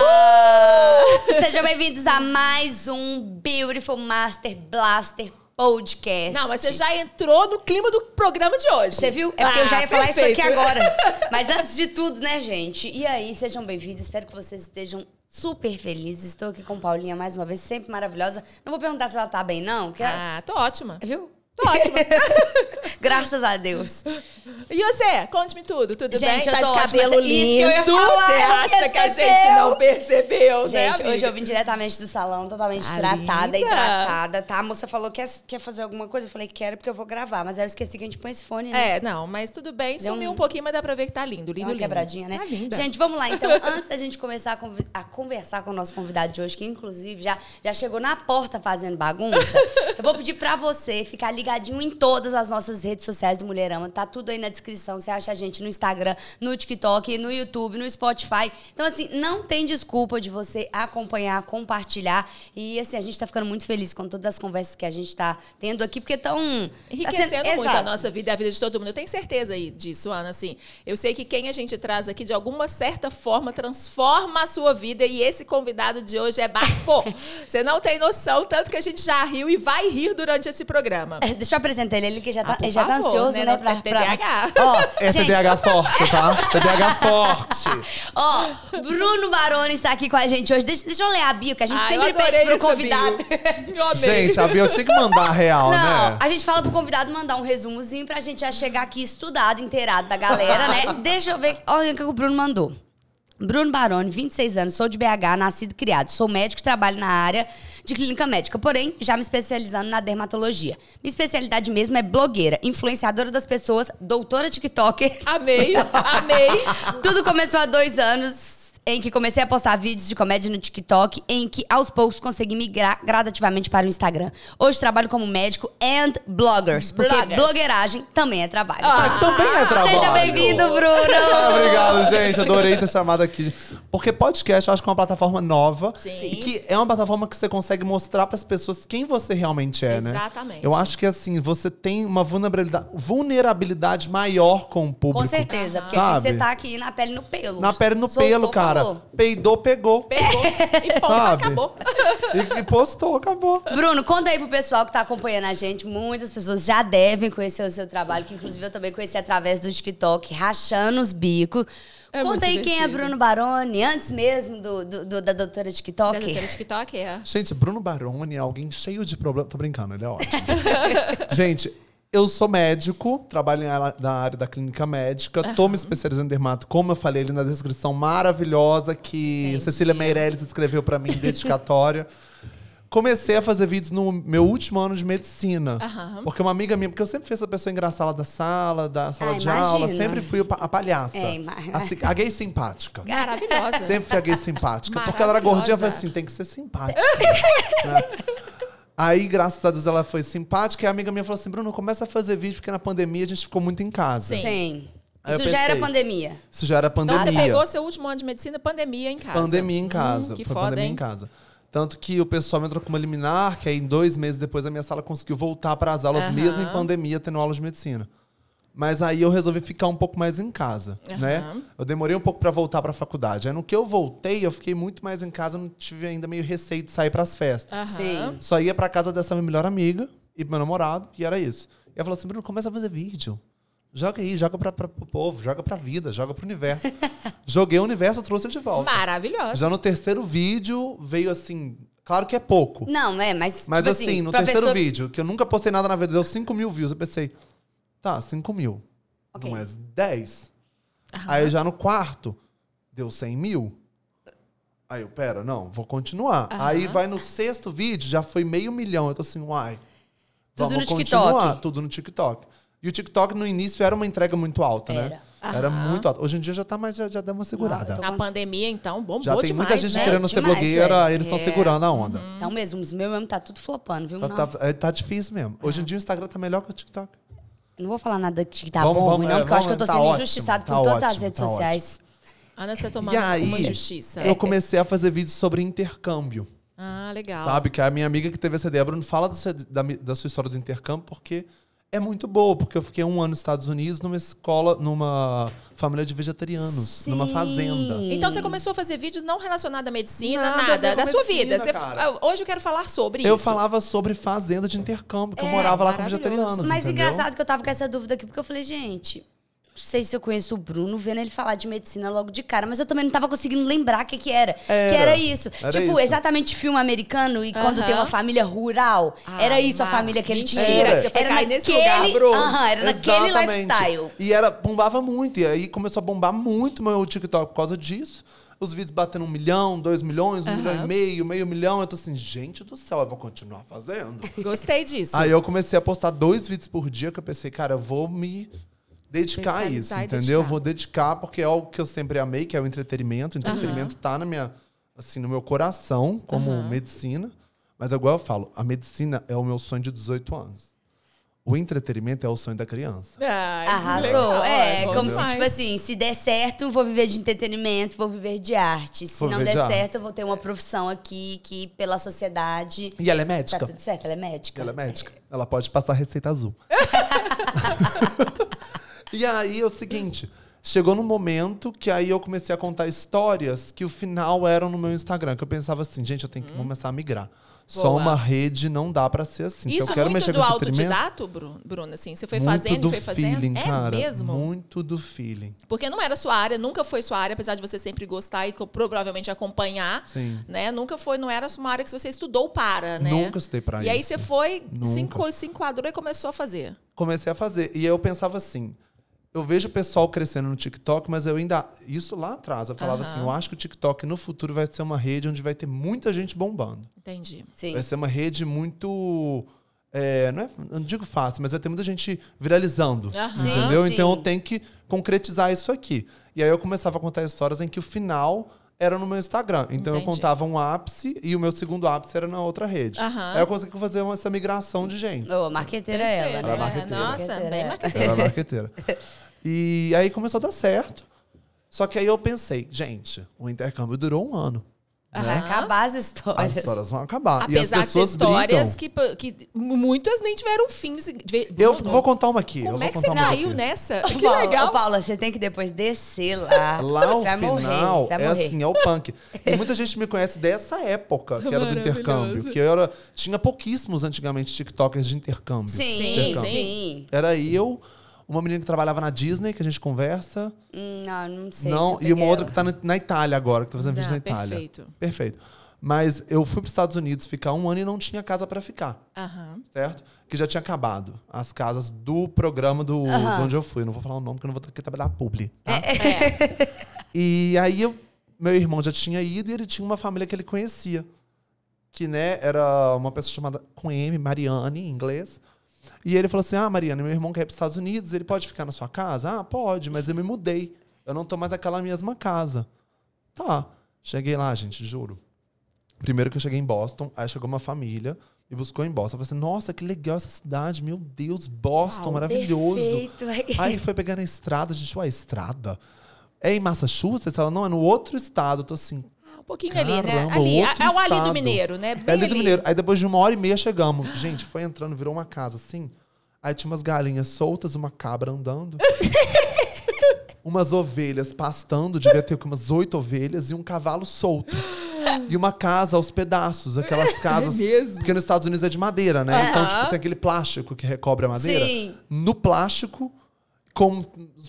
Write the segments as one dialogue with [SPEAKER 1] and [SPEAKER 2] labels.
[SPEAKER 1] Uh! bem-vindos a mais um Beautiful Master Blaster Podcast.
[SPEAKER 2] Não, mas você já entrou no clima do programa de hoje.
[SPEAKER 1] Você viu? É porque eu já ia
[SPEAKER 2] Ah,
[SPEAKER 1] falar
[SPEAKER 2] perfeito.
[SPEAKER 1] isso aqui agora. Mas antes de tudo, né, gente? E aí, sejam bem-vindos. Espero que vocês estejam super felizes. Estou aqui com Paulinha mais uma vez, sempre maravilhosa. Não vou perguntar se ela tá bem, não. Que ela-
[SPEAKER 2] Ah, tô ótima.
[SPEAKER 1] Viu?
[SPEAKER 2] Tô ótima.
[SPEAKER 1] Graças a Deus.
[SPEAKER 2] E você? Conte-me tudo. Tudo
[SPEAKER 1] Gente,
[SPEAKER 2] bem? Tá
[SPEAKER 1] eu tô
[SPEAKER 2] de
[SPEAKER 1] ótima.
[SPEAKER 2] cabelo
[SPEAKER 1] Isso que eu
[SPEAKER 2] lindo.
[SPEAKER 1] ia falar,
[SPEAKER 2] você acha que a
[SPEAKER 1] percebeu?
[SPEAKER 2] gente não percebeu, né,
[SPEAKER 1] Gente,
[SPEAKER 2] amiga?
[SPEAKER 1] hoje eu vim diretamente do salão, totalmente
[SPEAKER 2] Ah,
[SPEAKER 1] tratada,
[SPEAKER 2] linda.
[SPEAKER 1] hidratada, tá? A moça falou que quer fazer alguma coisa. Eu falei, quero porque eu vou gravar. Mas aí eu esqueci que a gente põe esse fone, né?
[SPEAKER 2] É, não, mas tudo bem.
[SPEAKER 1] Deu
[SPEAKER 2] Sumiu
[SPEAKER 1] um-
[SPEAKER 2] um pouquinho, mas dá pra ver que tá lindo. Lindo,
[SPEAKER 1] Dá uma
[SPEAKER 2] lindo.
[SPEAKER 1] quebradinha, né?
[SPEAKER 2] Tá linda.
[SPEAKER 1] Gente, vamos lá. Então, antes da gente começar a, convi- a conversar com o nosso convidado de hoje, que inclusive já, já chegou na porta fazendo bagunça, eu vou pedir pra você ficar ligadinho em todas as nossas redes sociais do Mulherama. Tá tudo aí na descrição. Você acha a gente no Instagram, no TikTok, no YouTube, no Spotify. Então, assim, não tem desculpa de você acompanhar, compartilhar. E, assim, a gente tá ficando muito feliz com todas as conversas que a gente tá tendo aqui, porque estão...
[SPEAKER 2] Enriquecendo muito a nossa vida e a vida de todo mundo. Eu tenho certeza aí disso, Ana. Assim, eu sei que quem a gente traz aqui, de alguma certa forma, transforma a sua vida. E esse convidado de hoje é bafo. Você não tem noção, tanto que a gente já riu e vai rir durante esse programa.
[SPEAKER 1] É, Deixa eu apresentar ele, ele que já tá,
[SPEAKER 2] Ah, por
[SPEAKER 1] ele já tá
[SPEAKER 2] favor,
[SPEAKER 1] ansioso, né?
[SPEAKER 2] né? Não,
[SPEAKER 1] pra,
[SPEAKER 2] é
[SPEAKER 1] pra-
[SPEAKER 2] TDAH.
[SPEAKER 1] Ó,
[SPEAKER 3] É
[SPEAKER 1] gente,
[SPEAKER 3] TDAH forte, tá? TDAH forte.
[SPEAKER 1] ó, Bruno Baroni está aqui com a gente hoje. Deixa, deixa eu ler a bio, que a gente
[SPEAKER 2] Ah, eu
[SPEAKER 1] sempre pede
[SPEAKER 2] adorei
[SPEAKER 1] pro
[SPEAKER 2] essa bio.
[SPEAKER 1] convidado.
[SPEAKER 2] Eu amei.
[SPEAKER 3] Gente, a Bia tinha que mandar a real,
[SPEAKER 1] Não,
[SPEAKER 3] né?
[SPEAKER 1] a gente fala pro convidado mandar um resumozinho pra gente já chegar aqui estudado, inteirado da galera, né? Deixa eu ver. Olha o que o Bruno mandou. Bruno Baroni, 26 anos, sou de BH, nascido e criado. Sou médico e trabalho na área de clínica médica, porém, já me especializando na dermatologia. Minha especialidade mesmo é blogueira, influenciadora das pessoas, doutora TikToker.
[SPEAKER 2] Amei, amei.
[SPEAKER 1] Tudo começou há dois anos. Em que comecei a postar vídeos de comédia no TikTok, em que aos poucos consegui migrar gradativamente para o Instagram. Hoje trabalho como médico and bloggers, porque
[SPEAKER 2] Bloggers.
[SPEAKER 1] blogueiragem também é trabalho.
[SPEAKER 2] Ah,
[SPEAKER 3] Mas também é trabalho.
[SPEAKER 1] Seja bem-vindo,
[SPEAKER 3] Ah,
[SPEAKER 1] Bruno!
[SPEAKER 3] Obrigado, gente. Adorei ter chamado aqui. Porque podcast eu acho que é uma plataforma nova.
[SPEAKER 2] Sim.
[SPEAKER 3] E que é uma plataforma que você consegue mostrar pras pessoas quem você realmente é, né?
[SPEAKER 2] Exatamente.
[SPEAKER 3] Eu acho que assim, você tem uma vulnerabilidade, vulnerabilidade maior com o público.
[SPEAKER 1] Com certeza, porque aqui
[SPEAKER 3] Sabe?
[SPEAKER 1] você tá aqui na pele no pelo.
[SPEAKER 3] Na pele no
[SPEAKER 1] Soltou,
[SPEAKER 3] pelo, cara.
[SPEAKER 1] falou.
[SPEAKER 3] Peidou, pegou.
[SPEAKER 2] Pegou e ponto,
[SPEAKER 3] Sabe?
[SPEAKER 2] acabou.
[SPEAKER 3] E, e postou, acabou.
[SPEAKER 1] Bruno, conta aí pro pessoal que tá acompanhando a gente. Muitas pessoas já devem conhecer o seu trabalho, que inclusive eu também conheci através do TikTok, rachando os bicos.
[SPEAKER 2] É muito
[SPEAKER 1] conta aí quem é
[SPEAKER 2] divertido.
[SPEAKER 1] Bruno Baroni, antes mesmo do, do- do- da doutora TikTok.
[SPEAKER 2] Da doutora TikTok, é.
[SPEAKER 3] Gente, Bruno Baroni é alguém cheio de problema. Tô brincando, ele é ótimo. Gente, eu sou médico, trabalho em ala- na área da clínica médica, tô me especializando em dermato, como eu falei ali na descrição maravilhosa que Cecília Meirelles escreveu pra mim, dedicatória. Comecei a fazer vídeos no meu último ano de medicina.
[SPEAKER 2] Aham.
[SPEAKER 3] Porque uma amiga minha, porque eu sempre fui essa pessoa engraçada da sala, da sala
[SPEAKER 1] Ah,
[SPEAKER 3] de aula,
[SPEAKER 1] imagino.
[SPEAKER 3] sempre fui o pa- a palhaça.
[SPEAKER 1] É, ima-
[SPEAKER 3] a, si- a gay simpática.
[SPEAKER 2] Maravilhosa.
[SPEAKER 3] Sempre fui a gay simpática. Porque ela era
[SPEAKER 2] Maravilhosa.
[SPEAKER 3] gordinha, eu falei assim, tem que ser simpática. Né? Aí, graças a Deus, ela foi simpática. E a amiga minha falou assim, Bruno, começa a fazer vídeo, porque na pandemia a gente ficou muito em casa.
[SPEAKER 2] Sim.
[SPEAKER 1] Sim.
[SPEAKER 3] Aí eu
[SPEAKER 1] Isso já era
[SPEAKER 3] pensei.
[SPEAKER 1] pandemia.
[SPEAKER 3] Isso já era
[SPEAKER 2] Então
[SPEAKER 3] pandemia.
[SPEAKER 2] você pegou seu último ano de medicina, pandemia em casa.
[SPEAKER 3] Pandemia em casa.
[SPEAKER 2] Hum, que
[SPEAKER 3] Foi
[SPEAKER 2] foda,
[SPEAKER 3] pandemia
[SPEAKER 2] hein?
[SPEAKER 3] em casa. Tanto que o pessoal me entrou com uma liminar, que aí dois meses depois a minha sala conseguiu voltar para as aulas,
[SPEAKER 2] Aham.
[SPEAKER 3] mesmo em pandemia, tendo aulas de medicina. Mas aí eu resolvi ficar um pouco mais em casa, né?
[SPEAKER 2] Aham.
[SPEAKER 3] Eu demorei um pouco para voltar para a faculdade. Aí no que eu voltei, eu fiquei muito mais em casa, não tive ainda meio receio de sair para as festas.
[SPEAKER 2] Aham.
[SPEAKER 1] Sim.
[SPEAKER 3] Só ia pra casa dessa minha melhor amiga e meu namorado, e era isso. E ela falou assim: Bruno, começa a fazer vídeo. Joga aí, joga pra, pra, pro povo, joga pra vida, joga pro universo. Joguei o universo, trouxe de volta.
[SPEAKER 2] Maravilhosa.
[SPEAKER 3] Já no terceiro vídeo veio assim. Claro que é pouco.
[SPEAKER 1] Não, é, mas.
[SPEAKER 3] Mas
[SPEAKER 1] tipo
[SPEAKER 3] assim, no
[SPEAKER 1] pra
[SPEAKER 3] terceiro
[SPEAKER 1] pessoa-
[SPEAKER 3] vídeo, que eu nunca postei nada na vida, deu 5 mil views. Eu pensei, tá, 5 mil.
[SPEAKER 1] Ok.
[SPEAKER 3] Não é 10. Aí já no quarto, deu 100 mil. Aí eu, pera, não, vou continuar.
[SPEAKER 2] Aham.
[SPEAKER 3] Aí vai no sexto vídeo, já foi meio milhão. Eu tô assim, uai.
[SPEAKER 1] Tudo
[SPEAKER 3] vamos
[SPEAKER 1] no
[SPEAKER 3] continuar,
[SPEAKER 1] TikTok.
[SPEAKER 3] Tudo no TikTok. E o TikTok no início era uma entrega muito alta, né? Era muito alta. Hoje em dia já tá mais, já, já deu uma segurada.
[SPEAKER 1] tô-
[SPEAKER 2] Na pandemia, então, bombou
[SPEAKER 3] Já tem
[SPEAKER 2] demais,
[SPEAKER 3] muita gente
[SPEAKER 2] né?
[SPEAKER 3] querendo ser
[SPEAKER 1] Demais,
[SPEAKER 3] blogueira, eles estão
[SPEAKER 2] É. Uhum.
[SPEAKER 3] segurando a onda.
[SPEAKER 1] Então mesmo, os meus mesmo tá tudo flopando, viu?
[SPEAKER 3] Tá,
[SPEAKER 1] não,
[SPEAKER 3] tá- é, tá difícil mesmo. Hoje em dia o Instagram tá melhor que o TikTok.
[SPEAKER 1] não vou falar nada que tá
[SPEAKER 3] Vamos-
[SPEAKER 1] bom,
[SPEAKER 3] vamos-
[SPEAKER 1] não,
[SPEAKER 3] é,
[SPEAKER 1] porque eu acho que eu
[SPEAKER 3] vamos-
[SPEAKER 1] tô
[SPEAKER 3] tá
[SPEAKER 1] sendo
[SPEAKER 3] ótimo,
[SPEAKER 1] injustiçado por
[SPEAKER 3] tá
[SPEAKER 1] todas as
[SPEAKER 3] ótimo,
[SPEAKER 1] redes
[SPEAKER 3] tá
[SPEAKER 1] sociais.
[SPEAKER 2] Ana, você tá tomando
[SPEAKER 3] e aí,
[SPEAKER 2] uma justiça.
[SPEAKER 3] eu comecei a fazer vídeos sobre intercâmbio.
[SPEAKER 2] Ah, legal.
[SPEAKER 3] Sabe? Que a minha amiga que teve essa ideia, Bruno, fala do seu- da, mi- da sua história do intercâmbio, porque é muito boa, porque eu fiquei um ano nos Estados Unidos numa escola, numa família de vegetarianos,
[SPEAKER 1] Sim.
[SPEAKER 3] numa fazenda.
[SPEAKER 2] Então você começou a fazer vídeos não relacionados à medicina,
[SPEAKER 3] Nada a
[SPEAKER 2] nada,
[SPEAKER 3] ver com
[SPEAKER 2] da sua
[SPEAKER 3] medicina,
[SPEAKER 2] vida. Você-
[SPEAKER 3] cara.
[SPEAKER 2] hoje eu quero falar sobre
[SPEAKER 3] Eu
[SPEAKER 2] isso.
[SPEAKER 3] falava sobre fazenda de intercâmbio, que eu morava lá com
[SPEAKER 2] É, maravilhoso.
[SPEAKER 3] vegetarianos.
[SPEAKER 1] Mas
[SPEAKER 3] entendeu?
[SPEAKER 1] engraçado que eu tava com essa dúvida aqui, porque eu falei, gente, não sei se eu conheço o Bruno vendo ele falar de medicina logo de cara, mas eu também não tava conseguindo lembrar o que, que era.
[SPEAKER 3] Era.
[SPEAKER 1] Que era isso.
[SPEAKER 3] Era
[SPEAKER 1] tipo,
[SPEAKER 3] isso.
[SPEAKER 1] exatamente filme americano e quando
[SPEAKER 2] Aham.
[SPEAKER 1] tem uma família rural.
[SPEAKER 2] Ah,
[SPEAKER 1] era isso a
[SPEAKER 2] Marcos,
[SPEAKER 1] família que ele tinha.
[SPEAKER 2] mentira
[SPEAKER 3] que você
[SPEAKER 2] foi cair nesse lugar, Bruno.
[SPEAKER 1] Aham, era naquele
[SPEAKER 3] Exatamente.
[SPEAKER 1] lifestyle.
[SPEAKER 3] E era, bombava muito. E aí começou a bombar muito meu TikTok por causa disso. Os vídeos batendo um milhão, dois milhões, um milhão e meio, meio milhão. Eu tô assim, gente do céu, eu vou continuar fazendo.
[SPEAKER 2] Gostei disso.
[SPEAKER 3] aí eu comecei a postar dois vídeos por dia, que eu pensei, cara, eu vou me dedicar a isso,
[SPEAKER 2] Especializar e
[SPEAKER 3] entendeu?
[SPEAKER 2] dedicar.
[SPEAKER 3] Vou dedicar, porque é algo que eu sempre amei, que é o entretenimento. O entretenimento tá na minha, assim, no meu coração, como medicina. Mas agora eu falo, a medicina é o meu sonho de 18 anos. O entretenimento é o sonho da criança.
[SPEAKER 2] Ai,
[SPEAKER 1] Arrasou.
[SPEAKER 2] legal,
[SPEAKER 1] é,
[SPEAKER 2] bom
[SPEAKER 1] como
[SPEAKER 2] demais.
[SPEAKER 1] se, tipo assim, se der certo, vou viver de entretenimento, vou viver de arte. Se
[SPEAKER 3] Vou
[SPEAKER 1] não
[SPEAKER 3] viver
[SPEAKER 1] der
[SPEAKER 3] de arte.
[SPEAKER 1] certo, eu vou ter uma profissão aqui que, pela sociedade.
[SPEAKER 3] E ela é
[SPEAKER 1] Tá
[SPEAKER 3] médica.
[SPEAKER 1] tudo certo, ela é médica.
[SPEAKER 3] Ela é médica. Ela pode passar receita azul. e aí é o seguinte. Chegou num momento que aí eu comecei a contar histórias que o final eram no meu Instagram. Que eu pensava assim, gente, eu tenho que começar a migrar. Só
[SPEAKER 2] Hum? Boa.
[SPEAKER 3] uma rede não dá pra ser assim.
[SPEAKER 2] Isso
[SPEAKER 3] Se eu quero
[SPEAKER 2] muito
[SPEAKER 3] mexer
[SPEAKER 2] do
[SPEAKER 3] com entretenimento,
[SPEAKER 2] autodidato, Bru- Bruno, assim? Você foi fazendo
[SPEAKER 3] muito
[SPEAKER 2] e
[SPEAKER 3] do
[SPEAKER 2] foi fazendo?
[SPEAKER 3] feeling,
[SPEAKER 2] é
[SPEAKER 3] cara.
[SPEAKER 2] mesmo?
[SPEAKER 3] Muito do feeling.
[SPEAKER 2] Porque não era sua área, nunca foi sua área, apesar de você sempre gostar e co- provavelmente acompanhar,
[SPEAKER 3] Sim.
[SPEAKER 2] né? Nunca foi, não era uma área que você estudou para, né?
[SPEAKER 3] Nunca estudei pra
[SPEAKER 2] E aí
[SPEAKER 3] isso.
[SPEAKER 2] você foi, se,
[SPEAKER 3] Nunca.
[SPEAKER 2] enco- se enquadrou e começou a fazer.
[SPEAKER 3] comecei a fazer. E eu pensava assim, eu vejo o pessoal crescendo no TikTok, mas eu ainda. Isso lá atrás, eu falava
[SPEAKER 2] Aham.
[SPEAKER 3] assim, eu acho que o TikTok no futuro vai ser uma rede onde vai ter muita gente bombando.
[SPEAKER 2] Entendi.
[SPEAKER 1] Sim.
[SPEAKER 3] Vai ser uma rede muito. é, não, é, eu não digo fácil, mas vai ter muita gente viralizando.
[SPEAKER 2] Aham. Sim,
[SPEAKER 3] Entendeu?
[SPEAKER 1] sim.
[SPEAKER 3] Então eu tenho que concretizar isso aqui. E aí eu começava a contar histórias em que o final era no meu Instagram. Então eu
[SPEAKER 2] Entendi.
[SPEAKER 3] contava um ápice e o meu segundo ápice era na outra rede.
[SPEAKER 2] Aham.
[SPEAKER 3] Aí eu consegui fazer uma- essa migração de gente.
[SPEAKER 1] Ô, marqueteira é ela, né?
[SPEAKER 3] Ela é marqueteira.
[SPEAKER 2] Nossa,
[SPEAKER 1] Marqueteira,
[SPEAKER 2] bem
[SPEAKER 1] é.
[SPEAKER 2] marqueteira.
[SPEAKER 3] Ela é marqueteira. E aí começou a dar certo. Só que aí eu pensei, gente, o intercâmbio durou um ano.
[SPEAKER 1] Vai acabar as histórias.
[SPEAKER 3] As histórias vão acabar. e
[SPEAKER 2] Apesar
[SPEAKER 3] as
[SPEAKER 2] de ser
[SPEAKER 3] pessoas
[SPEAKER 2] histórias
[SPEAKER 3] brigam.
[SPEAKER 2] que, que muitas nem tiveram fim. se- de-
[SPEAKER 3] Eu
[SPEAKER 2] Bruno,
[SPEAKER 3] vou contar uma aqui. eu
[SPEAKER 2] Como
[SPEAKER 3] vou
[SPEAKER 2] é que você
[SPEAKER 3] contar uma
[SPEAKER 2] caiu
[SPEAKER 3] aqui.
[SPEAKER 2] nessa?
[SPEAKER 1] Ô,
[SPEAKER 2] Que
[SPEAKER 1] Paula,
[SPEAKER 2] legal.
[SPEAKER 1] ô, Paula, você tem que depois descer lá.
[SPEAKER 3] Lá o
[SPEAKER 1] você vai
[SPEAKER 3] final
[SPEAKER 1] morrer, você vai
[SPEAKER 3] é
[SPEAKER 1] morrer.
[SPEAKER 3] assim, é o punk. E muita gente me conhece dessa época, que era do
[SPEAKER 2] Maravilhoso.
[SPEAKER 3] intercâmbio. Que eu era, tinha pouquíssimos antigamente TikTokers de intercâmbio.
[SPEAKER 1] Sim, sim.
[SPEAKER 2] Intercâmbio.
[SPEAKER 3] Era eu, uma menina que trabalhava na Disney, que a gente conversa.
[SPEAKER 1] Hum, Não, não sei se
[SPEAKER 3] não,
[SPEAKER 1] eu
[SPEAKER 3] e uma
[SPEAKER 1] peguei
[SPEAKER 3] outra
[SPEAKER 1] ela.
[SPEAKER 3] que tá na, na Itália agora, que tá fazendo vídeo
[SPEAKER 2] Ah,
[SPEAKER 3] na Itália.
[SPEAKER 2] perfeito.
[SPEAKER 3] Perfeito. Mas eu fui para os Estados Unidos ficar um ano e não tinha casa para ficar,
[SPEAKER 2] Aham.
[SPEAKER 3] certo? Que já tinha acabado as casas do programa do,
[SPEAKER 1] Aham.
[SPEAKER 3] de onde eu fui. Não vou falar o nome, porque eu não vou ter que trabalhar publi. Tá?
[SPEAKER 2] É.
[SPEAKER 3] E aí eu- meu irmão já tinha ido e ele tinha uma família que ele conhecia. Que, né, era uma pessoa chamada com M, Mariane, em inglês. E ele falou assim: Ah, Mariane, meu irmão quer ir para os Estados Unidos, ele pode ficar na sua casa? Ah, pode, mas eu me mudei. Eu não tô mais naquela mesma casa. Tá. Cheguei lá, gente, juro. Primeiro que eu cheguei em Boston, aí chegou uma família e buscou em Boston. Eu falei assim, nossa, que legal essa cidade, meu Deus, Boston,
[SPEAKER 1] Uau,
[SPEAKER 3] tá maravilhoso.
[SPEAKER 1] perfeito. é
[SPEAKER 3] Aí foi pegar na estrada, a gente, ué, estrada? É em Massachusetts? Ela, não, é no outro estado. Eu tô assim,
[SPEAKER 2] Um pouquinho ali, né?
[SPEAKER 3] Caramba,
[SPEAKER 2] Ali,
[SPEAKER 3] outro
[SPEAKER 2] é o ali do
[SPEAKER 3] estado.
[SPEAKER 2] Mineiro, né?
[SPEAKER 3] é
[SPEAKER 2] Bem
[SPEAKER 3] ali do Mineiro. Aí depois de uma hora e meia chegamos. Gente, foi entrando, virou uma casa assim. Aí tinha umas galinhas soltas, uma cabra andando. umas ovelhas pastando, devia ter o quê? umas oito ovelhas e um cavalo solto. E uma casa aos pedaços, aquelas casas.
[SPEAKER 2] É mesmo?
[SPEAKER 3] Porque nos Estados Unidos é de madeira, né? Então,
[SPEAKER 2] Aham.
[SPEAKER 3] tipo, tem aquele plástico que recobre a madeira.
[SPEAKER 1] Sim.
[SPEAKER 3] No plástico, com uns-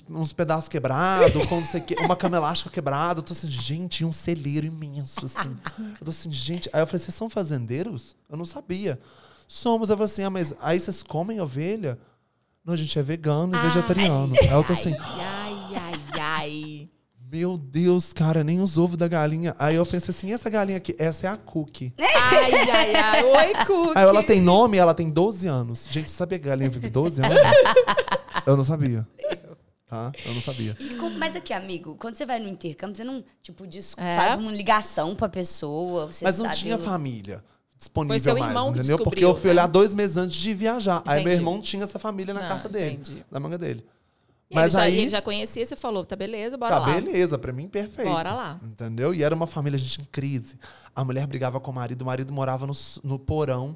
[SPEAKER 3] uns pedaços quebrados, com não sei o quê, uma cama elástica quebrada. Eu tô assim, gente, e um celeiro imenso, assim. Eu tô assim, gente. Aí eu falei, vocês são fazendeiros? Eu não sabia. Somos. Eu falei assim, ah, mas aí vocês comem ovelha? Não, a gente é vegano e vegetariano. Aí eu tô assim,
[SPEAKER 2] Ai, ai, ai.
[SPEAKER 3] meu Deus, cara, nem os ovos da galinha. Aí eu pensei assim, e essa galinha aqui, essa é a Cookie.
[SPEAKER 2] Ai, ai, ai. Oi, Cookie.
[SPEAKER 3] Aí ela tem nome, ela tem 12 anos. Gente, sabia que a galinha vive 12 anos? Eu não sabia. Tá? Eu não sabia.
[SPEAKER 1] E como- mas aqui, amigo, quando você vai no intercâmbio, você não, tipo, dis-
[SPEAKER 2] É.
[SPEAKER 1] faz uma ligação pra pessoa, você
[SPEAKER 3] Mas não
[SPEAKER 1] sabe um
[SPEAKER 3] tinha
[SPEAKER 1] o-
[SPEAKER 3] família disponível
[SPEAKER 2] Foi seu
[SPEAKER 3] mais,
[SPEAKER 2] irmão que
[SPEAKER 3] entendeu? Porque
[SPEAKER 2] descobriu,
[SPEAKER 3] eu fui
[SPEAKER 2] né?
[SPEAKER 3] olhar dois meses antes de viajar. Aí meu
[SPEAKER 2] Entendi.
[SPEAKER 3] irmão tinha essa família na
[SPEAKER 2] Ah,
[SPEAKER 3] carta dele,
[SPEAKER 2] entendi.
[SPEAKER 3] na manga dele.
[SPEAKER 2] E ele
[SPEAKER 3] Mas
[SPEAKER 2] já,
[SPEAKER 3] aí,
[SPEAKER 2] ele já conhecia, você falou, tá beleza, bora
[SPEAKER 3] tá
[SPEAKER 2] lá.
[SPEAKER 3] beleza, pra mim perfeito.
[SPEAKER 2] Bora lá.
[SPEAKER 3] Entendeu? E era uma família, gente, em crise. A mulher brigava com o marido, o marido morava no, s- no porão.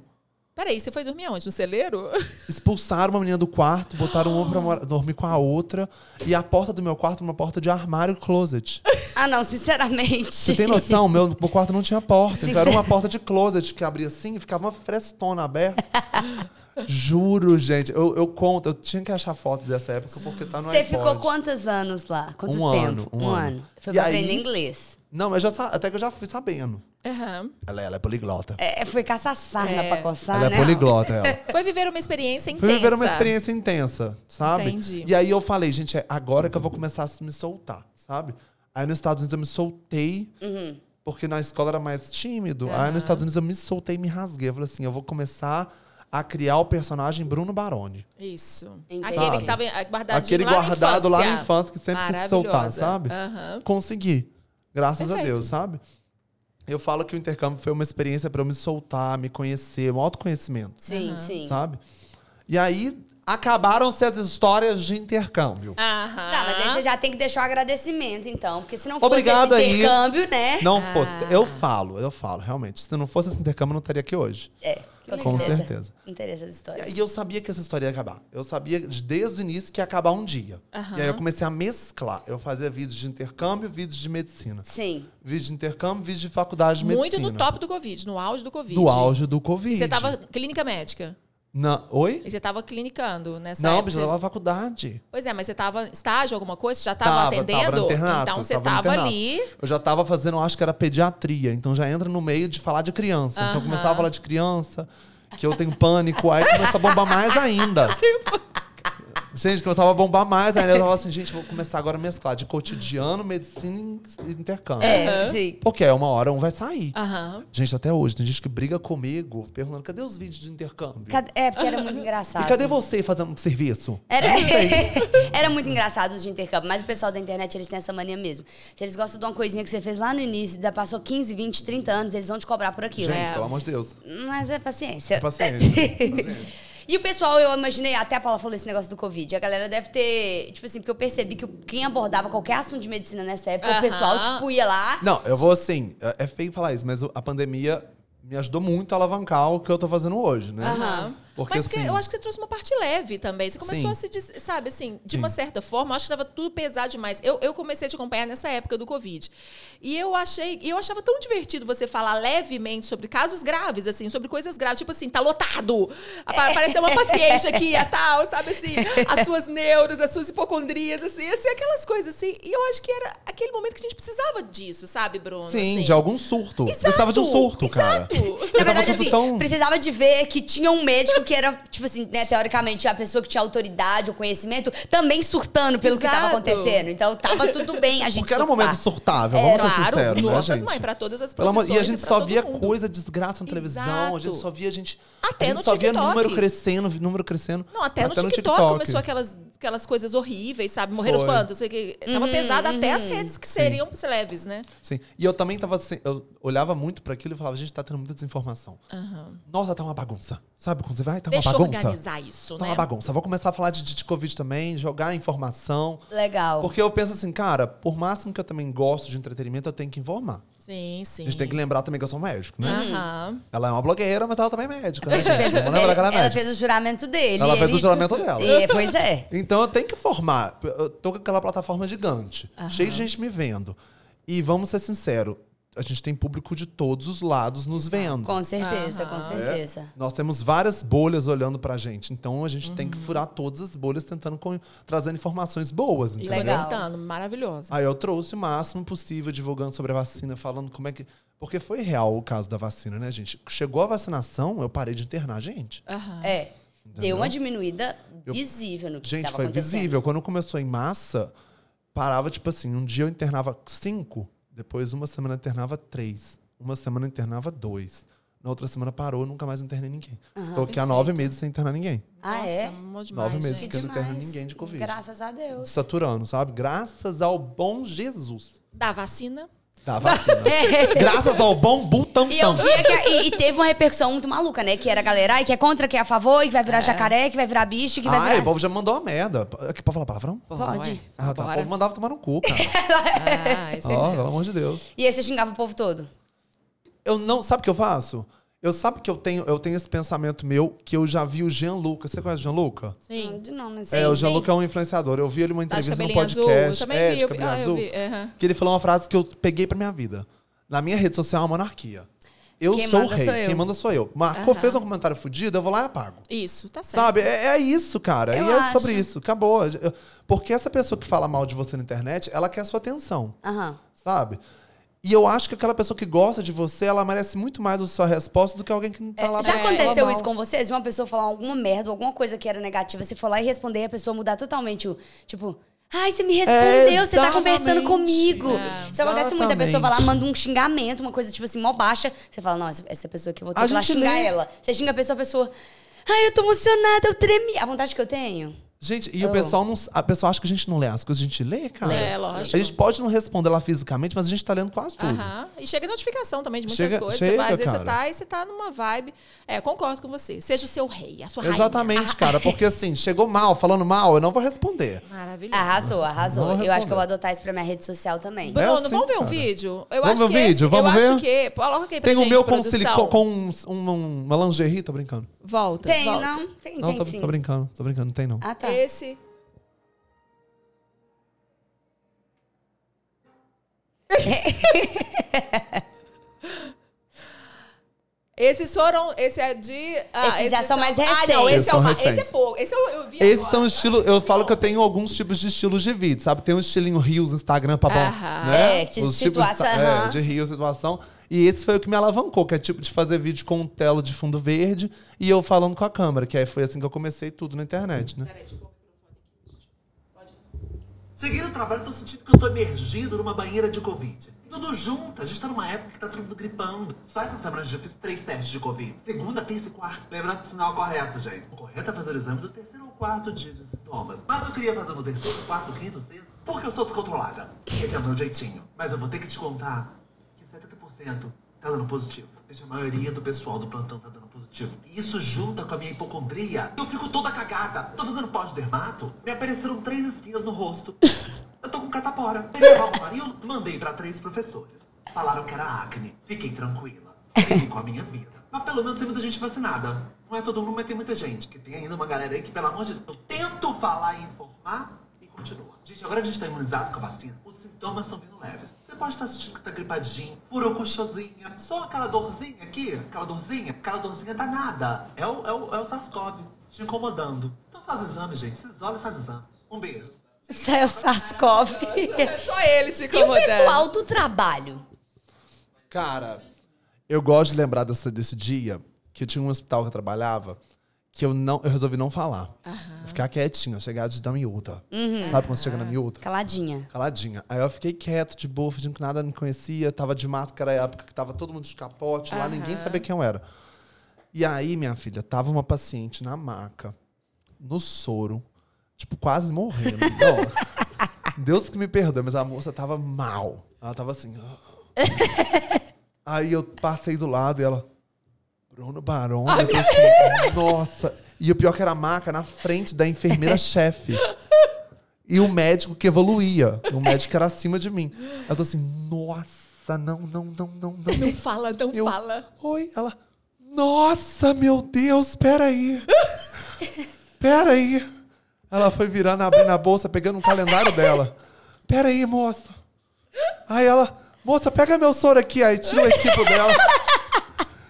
[SPEAKER 2] Peraí, você foi dormir aonde? No celeiro?
[SPEAKER 3] Expulsaram uma menina do quarto, botaram uma pra mora- dormir com a outra. E a porta do meu quarto é uma porta de armário closet.
[SPEAKER 1] Ah, não, sinceramente.
[SPEAKER 3] Você tem noção? Meu, meu quarto não tinha porta. Então era uma porta de closet que abria assim e ficava uma frestona aberta. Juro, gente. Eu, eu conto, eu tinha que achar foto dessa época porque tá no
[SPEAKER 1] Você
[SPEAKER 3] iPod.
[SPEAKER 1] ficou quantos anos lá? Quanto
[SPEAKER 3] Um
[SPEAKER 1] tempo?
[SPEAKER 3] ano, um ano.
[SPEAKER 1] Foi
[SPEAKER 3] E
[SPEAKER 1] pra
[SPEAKER 3] aí-
[SPEAKER 1] aprender inglês.
[SPEAKER 3] Não, eu já sa- até que eu já fui sabendo.
[SPEAKER 2] Aham.
[SPEAKER 3] Ela, ela é poliglota.
[SPEAKER 1] É, foi caçar sarna
[SPEAKER 2] É.
[SPEAKER 1] pra coçar,
[SPEAKER 3] Ela
[SPEAKER 1] né?
[SPEAKER 3] é poliglota, ela.
[SPEAKER 2] Foi viver uma experiência intensa.
[SPEAKER 3] Foi viver uma experiência intensa, sabe?
[SPEAKER 2] Entendi.
[SPEAKER 3] E aí eu falei, gente, é agora que eu vou começar a me soltar, sabe? Aí nos Estados Unidos eu me soltei,
[SPEAKER 2] Uhum.
[SPEAKER 3] porque na escola era mais tímido. Aí nos Estados Unidos eu me soltei e me rasguei. Eu falei assim, eu vou começar a criar o personagem Bruno Baroni.
[SPEAKER 2] Isso.
[SPEAKER 1] Entendi.
[SPEAKER 2] Aquele que
[SPEAKER 3] Sabe?
[SPEAKER 2] tava guardado
[SPEAKER 3] Aquele
[SPEAKER 2] lá
[SPEAKER 3] guardado
[SPEAKER 2] na
[SPEAKER 3] lá
[SPEAKER 2] infância.
[SPEAKER 3] na infância que sempre quis se soltar,
[SPEAKER 2] Maravilhosa.
[SPEAKER 3] sabe?
[SPEAKER 2] Aham.
[SPEAKER 3] Consegui. Graças a
[SPEAKER 2] Perfeito.
[SPEAKER 3] Deus, sabe? Eu falo que o intercâmbio foi uma experiência para eu me soltar, me conhecer, um autoconhecimento.
[SPEAKER 1] Sim, sim.
[SPEAKER 3] sabe? E aí acabaram-se as histórias de intercâmbio.
[SPEAKER 2] Aham.
[SPEAKER 1] Tá, mas aí você já tem que deixar o agradecimento, então. Porque se não fosse
[SPEAKER 3] Obrigado
[SPEAKER 1] esse
[SPEAKER 3] aí.
[SPEAKER 1] intercâmbio, né?
[SPEAKER 2] É?
[SPEAKER 3] Não fosse,
[SPEAKER 2] Ah.
[SPEAKER 3] eu falo, eu falo, realmente. Se não fosse esse intercâmbio, eu não estaria aqui hoje.
[SPEAKER 1] É,
[SPEAKER 3] Com certeza.
[SPEAKER 1] Interessa as
[SPEAKER 3] E
[SPEAKER 1] histórias.
[SPEAKER 3] aí eu sabia que essa história ia acabar. Eu sabia de- desde o início que ia acabar um dia.
[SPEAKER 2] Aham.
[SPEAKER 3] E aí eu comecei a mesclar. Eu fazia vídeos de intercâmbio, vídeos de medicina.
[SPEAKER 1] Sim.
[SPEAKER 3] Vídeos de intercâmbio, vídeos de faculdade de
[SPEAKER 2] Muito
[SPEAKER 3] medicina.
[SPEAKER 2] no top do Covid, no auge do Covid.
[SPEAKER 3] Do auge do
[SPEAKER 2] E
[SPEAKER 3] Covid.
[SPEAKER 2] você tava clínica médica.
[SPEAKER 3] Na... Oi?
[SPEAKER 2] E você tava clinicando nessa
[SPEAKER 3] Não,
[SPEAKER 2] época.
[SPEAKER 3] eu tava na faculdade.
[SPEAKER 2] Pois é, mas você tava estágio, alguma coisa? Você já tava, atendendo?
[SPEAKER 3] Tava no internato,
[SPEAKER 2] então você
[SPEAKER 3] tava, no
[SPEAKER 2] tava,
[SPEAKER 3] internato.
[SPEAKER 2] ali.
[SPEAKER 3] Eu já tava fazendo, acho que era pediatria, então já entra no meio de falar de criança. Então eu começava a falar de criança, que eu tenho pânico, aí começou a bombar mais ainda. Gente, começava a bombar mais ainda. Eu tava assim, gente, vou começar agora a mesclar de cotidiano, medicina e intercâmbio.
[SPEAKER 1] É, sim.
[SPEAKER 3] Porque aí uma hora um vai sair.
[SPEAKER 2] Aham.
[SPEAKER 3] Gente, até hoje, tem gente que briga comigo, perguntando, cadê os vídeos de intercâmbio?
[SPEAKER 1] Cadê- É, porque era muito engraçado.
[SPEAKER 3] E cadê você fazendo serviço?
[SPEAKER 1] Era, era muito engraçado os de intercâmbio, mas o pessoal da internet, eles têm essa mania mesmo. Se eles gostam de uma coisinha que você fez lá no início, já passou 15, 20, 30 anos, eles vão te cobrar por aquilo.
[SPEAKER 3] Gente,
[SPEAKER 1] né?
[SPEAKER 2] é.
[SPEAKER 3] pelo amor de Deus.
[SPEAKER 1] Mas é paciência.
[SPEAKER 3] Paciência. paciência.
[SPEAKER 1] E o pessoal, eu imaginei, até a Paula falou esse negócio do Covid. A galera deve ter. Tipo assim, porque eu percebi que quem abordava qualquer assunto de medicina nessa época,
[SPEAKER 2] Aham.
[SPEAKER 1] o pessoal, tipo, ia lá.
[SPEAKER 3] Não, eu vou assim. é- É feio falar isso, mas o- a pandemia me ajudou muito a alavancar o que eu tô fazendo hoje, né?
[SPEAKER 1] Aham.
[SPEAKER 3] Porque
[SPEAKER 2] Mas que-
[SPEAKER 3] assim.
[SPEAKER 2] eu acho que você trouxe uma parte leve também. Você começou
[SPEAKER 3] Sim.
[SPEAKER 2] a se, des- sabe, assim, de uma
[SPEAKER 3] Sim.
[SPEAKER 2] certa forma, eu acho que estava tudo pesado demais. Eu, eu comecei a te acompanhar nessa época do Covid. E eu achei, e eu achava tão divertido você falar levemente sobre casos graves, assim, sobre coisas graves, tipo assim, tá lotado. Apa-
[SPEAKER 3] É.
[SPEAKER 2] Apareceu uma paciente aqui, a tal, sabe assim, as suas neuras, as suas hipocondrias, assim, assim, aquelas coisas assim. E eu acho que era aquele momento que a gente precisava disso, sabe, Bruno?
[SPEAKER 3] Sim,
[SPEAKER 2] assim.
[SPEAKER 3] de algum surto.
[SPEAKER 2] Exato,
[SPEAKER 3] Precisava de um surto, cara.
[SPEAKER 2] exato.
[SPEAKER 1] Na
[SPEAKER 3] Eu tava
[SPEAKER 1] verdade,
[SPEAKER 3] tudo
[SPEAKER 1] assim,
[SPEAKER 3] tão-
[SPEAKER 1] precisava de ver que tinha um médico que era, tipo assim, né, teoricamente, a pessoa que tinha autoridade ou conhecimento, também surtando pelo que
[SPEAKER 2] Exato.
[SPEAKER 1] tava acontecendo. Então tava tudo bem a gente
[SPEAKER 3] Porque era um
[SPEAKER 1] surtar.
[SPEAKER 3] momento surtável, vamos ser
[SPEAKER 2] É, claro,
[SPEAKER 3] sinceros, né,
[SPEAKER 2] nossas
[SPEAKER 3] gente?
[SPEAKER 2] mãe, pra todas as
[SPEAKER 3] Pelo amor- E a
[SPEAKER 2] profissões
[SPEAKER 3] gente
[SPEAKER 2] pra
[SPEAKER 3] só
[SPEAKER 2] todo
[SPEAKER 3] via
[SPEAKER 2] mundo.
[SPEAKER 3] coisa, desgraça na televisão, a gente
[SPEAKER 2] Exato.
[SPEAKER 3] só via, a gente.
[SPEAKER 2] Até
[SPEAKER 3] a gente
[SPEAKER 2] no
[SPEAKER 3] só via
[SPEAKER 2] TikTok.
[SPEAKER 3] número crescendo, número crescendo.
[SPEAKER 2] Não, até, no, TikTok começou aquelas, aquelas coisas horríveis, sabe? Morreram os
[SPEAKER 3] Foi.
[SPEAKER 2] quantos? sei que- Tava
[SPEAKER 3] Uhum,
[SPEAKER 2] pesado até as redes que seriam leves, né?
[SPEAKER 3] Sim. E eu também tava assim, eu olhava muito pra aquilo e falava, gente, tá tendo muita desinformação.
[SPEAKER 2] Ah.
[SPEAKER 3] Nossa, tá uma bagunça. Sabe quando você vai, tá uma
[SPEAKER 2] Deixa eu
[SPEAKER 3] bagunça?
[SPEAKER 2] organizar isso,
[SPEAKER 3] Tá
[SPEAKER 2] né?
[SPEAKER 3] uma bagunça. Vou começar a falar de, de Covid também, jogar informação.
[SPEAKER 1] Legal.
[SPEAKER 3] Porque eu penso assim, cara, por máximo que eu também gosto de entretenimento, eu tenho que informar.
[SPEAKER 2] Sim, sim. Uhum.
[SPEAKER 3] A gente tem que lembrar também que eu sou médico, né?
[SPEAKER 2] Aham.
[SPEAKER 3] Ela é uma blogueira, mas ela também é médica. Né,
[SPEAKER 1] Ele fez-
[SPEAKER 3] gente? Vamos lembrar que ela é
[SPEAKER 1] ela
[SPEAKER 3] médica.
[SPEAKER 1] fez o juramento dele.
[SPEAKER 3] Ela fez
[SPEAKER 1] ele-
[SPEAKER 3] o juramento dela.
[SPEAKER 1] É, pois é.
[SPEAKER 3] Então eu tenho que formar. Eu tô com aquela plataforma gigante, cheia de gente me vendo. E vamos ser sinceros, a gente tem público de todos os lados nos vendo.
[SPEAKER 1] Com certeza, com certeza.
[SPEAKER 3] Nós temos várias bolhas olhando pra gente. Então a gente tem
[SPEAKER 1] Uhum.
[SPEAKER 3] que furar todas as bolhas tentando con- trazendo informações boas,
[SPEAKER 2] E
[SPEAKER 3] entendeu?
[SPEAKER 1] Legal.
[SPEAKER 2] comentando, maravilhoso.
[SPEAKER 3] Aí eu trouxe o máximo possível divulgando sobre a vacina, falando como é que. Porque foi real o caso da vacina, né, gente? Chegou a vacinação, eu parei de internar gente.
[SPEAKER 2] Aham.
[SPEAKER 1] É. Deu uma diminuída visível no que
[SPEAKER 3] Gente,
[SPEAKER 1] tava
[SPEAKER 3] foi
[SPEAKER 1] acontecendo.
[SPEAKER 3] visível. Quando começou em massa, parava, tipo assim, um dia eu internava cinco, depois uma semana eu internava três, uma semana eu internava dois. Na outra semana parou, nunca mais internei ninguém. Tô aqui há nove meses sem internar ninguém.
[SPEAKER 1] Ah,
[SPEAKER 2] Nossa, um
[SPEAKER 1] é?
[SPEAKER 2] amor demais,
[SPEAKER 3] Nove meses
[SPEAKER 2] gente.
[SPEAKER 3] que eu não interno ninguém de Covid.
[SPEAKER 1] Graças a Deus.
[SPEAKER 3] Saturando, sabe? Graças ao bom Jesus
[SPEAKER 2] Da vacina.
[SPEAKER 3] da vacina.
[SPEAKER 1] É.
[SPEAKER 3] Graças ao bom Butantan.
[SPEAKER 1] E
[SPEAKER 2] é
[SPEAKER 1] eu via que. E, e teve uma repercussão muito maluca, né? Que era a galera, ai, que é contra, que é a favor, e que vai virar jacaré, que vai virar bicho, que vai
[SPEAKER 3] Ai, o
[SPEAKER 1] virar.
[SPEAKER 3] povo já mandou uma merda. Aqui, pode falar palavrão?
[SPEAKER 1] Pode.
[SPEAKER 3] Ah, tá. O povo mandava tomar no cu, cara.
[SPEAKER 2] Ah, esse
[SPEAKER 3] Ó,
[SPEAKER 2] mesmo.
[SPEAKER 3] pelo amor de Deus.
[SPEAKER 1] E aí você xingava o povo todo.
[SPEAKER 3] Eu não. Sabe o que eu faço? Eu sabe que eu tenho, eu tenho esse pensamento meu que eu já vi o Jean Luca. Você conhece o Jean Luca?
[SPEAKER 1] Não,
[SPEAKER 2] Sim.
[SPEAKER 1] de não, mas
[SPEAKER 3] é, o
[SPEAKER 1] sim.
[SPEAKER 3] Jean Luca é um influenciador. Eu vi ele uma
[SPEAKER 2] Tá de
[SPEAKER 3] entrevista no
[SPEAKER 2] cabelinho azul.
[SPEAKER 3] podcast.
[SPEAKER 2] Eu também
[SPEAKER 3] é,
[SPEAKER 2] vi.
[SPEAKER 3] de
[SPEAKER 2] eu vi.
[SPEAKER 3] cabelinho
[SPEAKER 2] ah,
[SPEAKER 3] azul.
[SPEAKER 2] eu vi. aham.
[SPEAKER 3] Que ele falou uma frase que eu peguei pra minha vida. Na minha rede social é uma monarquia. Eu
[SPEAKER 1] Quem
[SPEAKER 3] sou o
[SPEAKER 1] manda
[SPEAKER 3] rei,
[SPEAKER 1] sou eu.
[SPEAKER 3] quem manda sou eu. Marcou, fez um comentário fudido, eu vou lá e apago.
[SPEAKER 2] Isso, tá certo.
[SPEAKER 3] Sabe? É, é isso, cara.
[SPEAKER 1] Eu
[SPEAKER 3] e é
[SPEAKER 1] acho.
[SPEAKER 3] sobre isso. Acabou. Eu- Porque essa pessoa que fala mal de você na internet, ela quer a sua atenção,
[SPEAKER 1] Aham.
[SPEAKER 3] sabe? E eu acho que aquela pessoa que gosta de você, ela merece muito mais a sua resposta do que alguém que não tá lá
[SPEAKER 1] Já
[SPEAKER 3] pra-
[SPEAKER 2] É,
[SPEAKER 1] aconteceu
[SPEAKER 2] global.
[SPEAKER 1] isso com vocês? De Uma pessoa falar alguma merda, alguma coisa que era negativa, você for lá e responder e a pessoa mudar totalmente o. Tipo, ai, você me respondeu, você tá
[SPEAKER 3] exatamente.
[SPEAKER 1] conversando comigo.
[SPEAKER 3] É,
[SPEAKER 1] isso acontece muito, a pessoa vai lá,
[SPEAKER 3] exatamente.
[SPEAKER 1] manda um xingamento, uma coisa tipo assim, mó baixa. Você fala, não, essa, essa pessoa aqui eu vou ter
[SPEAKER 3] A
[SPEAKER 1] que ir lá
[SPEAKER 3] gente
[SPEAKER 1] xingar
[SPEAKER 3] lê.
[SPEAKER 1] ela. Você xinga a pessoa, a pessoa. Ai, eu tô emocionada, eu tremi. A vontade que eu tenho.
[SPEAKER 3] Gente, e
[SPEAKER 1] Oh.
[SPEAKER 3] o pessoal não. A pessoa acha que a gente não lê as coisas, a gente lê, cara.
[SPEAKER 2] É, lógico.
[SPEAKER 3] A gente pode não responder lá fisicamente, mas a gente tá lendo quase tudo.
[SPEAKER 2] Aham. E chega notificação também de muitas
[SPEAKER 3] Chega-
[SPEAKER 2] coisas.
[SPEAKER 3] chega,
[SPEAKER 2] você vai, às vezes você
[SPEAKER 3] cara.
[SPEAKER 2] tá e você tá numa vibe. É, concordo com você. Seja o seu rei, a sua rainha.
[SPEAKER 3] Exatamente, cara. Porque assim, chegou mal, falando mal, eu não vou responder.
[SPEAKER 2] Ah, Maravilhoso.
[SPEAKER 1] Arrasou, arrasou.
[SPEAKER 3] Vou
[SPEAKER 1] Eu acho que
[SPEAKER 3] responder.
[SPEAKER 1] eu vou adotar isso pra minha rede social também.
[SPEAKER 3] Ba-
[SPEAKER 2] Bruno,
[SPEAKER 3] assim,
[SPEAKER 2] vamos ver um
[SPEAKER 3] cara.
[SPEAKER 2] vídeo? Eu
[SPEAKER 3] Vamos
[SPEAKER 2] acho
[SPEAKER 3] ver
[SPEAKER 2] que é
[SPEAKER 3] um vídeo?
[SPEAKER 2] esse,
[SPEAKER 3] Vamos
[SPEAKER 2] eu
[SPEAKER 3] ver?
[SPEAKER 2] acho que. é. Coloca aí pra
[SPEAKER 3] Tem
[SPEAKER 2] gente,
[SPEAKER 3] o meu com,
[SPEAKER 2] Tipo assim, produção.
[SPEAKER 3] silicone, com um- um- uma lingerie, tô brincando.
[SPEAKER 2] Volta.
[SPEAKER 1] Tem,
[SPEAKER 2] volta.
[SPEAKER 1] não? Tem,
[SPEAKER 3] Não, tá
[SPEAKER 1] tem
[SPEAKER 3] tô,
[SPEAKER 1] sim.
[SPEAKER 3] tô brincando, tô brincando, não tem não.
[SPEAKER 1] Ah, tá.
[SPEAKER 2] Esse. Esses foram. Esse é de. Ah,
[SPEAKER 1] Esses já são mais
[SPEAKER 2] Ah, não, esse
[SPEAKER 3] Esses
[SPEAKER 2] é,
[SPEAKER 3] são
[SPEAKER 2] uma,
[SPEAKER 3] recentes.
[SPEAKER 2] esse é fogo. Esse eu, eu vi.
[SPEAKER 3] Esses
[SPEAKER 2] agora.
[SPEAKER 3] são estilos. é um Eu falo que eu tenho alguns tipos de estilos de vídeo, sabe? Tem um estilinho rios, Instagram, papão.
[SPEAKER 2] Aham.
[SPEAKER 3] Né?
[SPEAKER 1] É, de
[SPEAKER 3] Os tipos de
[SPEAKER 1] situação,
[SPEAKER 3] insta-
[SPEAKER 1] aham.
[SPEAKER 3] é, de rios, situação. E esse foi o que me alavancou, que é tipo de fazer vídeo com tela de fundo verde e eu falando com a câmera, que aí foi assim que eu comecei tudo na internet, né?
[SPEAKER 4] Seguindo o trabalho, eu tô sentindo que eu tô emergindo numa banheira de Covid. Tudo junto, a gente tá numa época que tá todo mundo gripando. Só essa semana eu já fiz três testes de Covid. Segunda, terça e quarta. Lembrando do sinal correto, gente. O correto é fazer o exame do terceiro ou quarto dia de sintomas. Mas eu queria fazer no terceiro, quarto, quinto, sexto, porque eu sou descontrolada. Esse é o meu jeitinho. Mas eu vou ter que te contar que 70% tá dando positivo. Gente, a maioria do pessoal do plantão tá dando positivo. E Isso junta com a minha hipocondria. Eu fico toda cagada. Tô fazendo pós-dermato. Me apareceram três espinhas no rosto. Eu tô com catapora. Peguei a palmaria e eu mandei pra três professores. Falaram que era acne. Fiquei tranquila. Segui com a minha vida. Mas pelo menos tem muita gente vacinada. Não é todo mundo, mas tem muita gente. Que tem ainda uma galera aí que, pelo amor de Deus, eu tento falar e informar e continua. Gente, agora que a gente tá imunizado com a vacina, os sintomas estão vindo leves. Você pode estar sentindo que tá gripadinho, purocochosinha, só aquela dorzinha aqui, aquela dorzinha, aquela dorzinha danada. É o, é o, é o SARS-CoV te incomodando. Então faz o exame, gente. Se isola e faz o exame. Um beijo.
[SPEAKER 1] Saiu o Saskov.
[SPEAKER 2] É só ele te
[SPEAKER 1] E o
[SPEAKER 3] é
[SPEAKER 2] incomodando.
[SPEAKER 1] pessoal do trabalho?
[SPEAKER 3] Cara, eu gosto de lembrar dessa- desse dia que eu tinha um hospital que eu trabalhava que eu não eu resolvi não falar. Ficar quietinha, chegar de dar miúda. Sabe quando você chega na miúda?
[SPEAKER 1] Caladinha.
[SPEAKER 3] Caladinha. Aí eu fiquei quieto, de boa, fingindo que nada me conhecia. Tava de máscara, era a época que tava todo mundo de capote lá, ninguém sabia quem eu era. E aí, minha filha, tava uma paciente na maca, no soro, tipo, quase morrendo. Não, Deus que me perdoe, mas a moça tava mal. Ela tava assim. aí eu passei do lado e ela. Bruno Barão, eu tô assim, nossa. E o pior que era a maca na frente da enfermeira-chefe. E o médico que evoluía. O médico era acima de mim. Eu tô assim, nossa, não, não, não, não, não.
[SPEAKER 2] Não fala, não
[SPEAKER 3] Eu-
[SPEAKER 2] fala.
[SPEAKER 3] Oi, ela. Nossa, meu Deus, peraí. Peraí. Ela foi virando, abrindo a bolsa, pegando um calendário dela. Peraí, moça. Aí ela, moça, pega meu soro aqui. Aí tirou o equipo dela.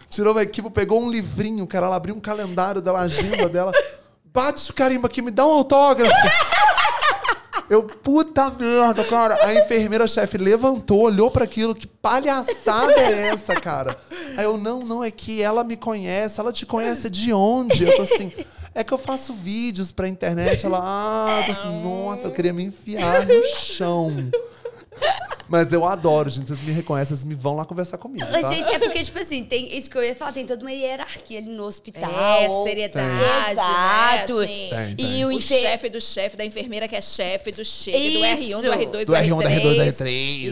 [SPEAKER 3] Tirou o equipo, pegou um livrinho, cara. Ela abriu um calendário dela, a agenda dela. Bate o carimbo aqui, me dá um autógrafo. Eu, puta merda, cara. A enfermeira-chefe levantou, olhou pra aquilo. Que palhaçada é essa, cara? Aí eu, não, não, é que ela me conhece. Ela te conhece de onde? Eu tô assim, é que eu faço vídeos pra internet. Ela, ah, eu tô assim, nossa, eu queria me enfiar no chão. Mas eu adoro, gente. Vocês me reconhecem, vocês me vão lá conversar comigo, tá?
[SPEAKER 1] Mas, Gente, é porque, tipo assim, tem isso que eu ia falar, tem toda uma hierarquia ali no hospital.
[SPEAKER 2] É, seriedade,
[SPEAKER 1] Exato.
[SPEAKER 2] né? Assim.
[SPEAKER 3] Tem, tem.
[SPEAKER 1] E o,
[SPEAKER 2] O
[SPEAKER 1] enfer-
[SPEAKER 2] chefe do chefe, da enfermeira que é chefe do chefe, do
[SPEAKER 1] Isso.
[SPEAKER 2] R1, do R2, do,
[SPEAKER 1] é
[SPEAKER 3] um, Do R1, da R2,
[SPEAKER 2] R3.
[SPEAKER 3] da R3.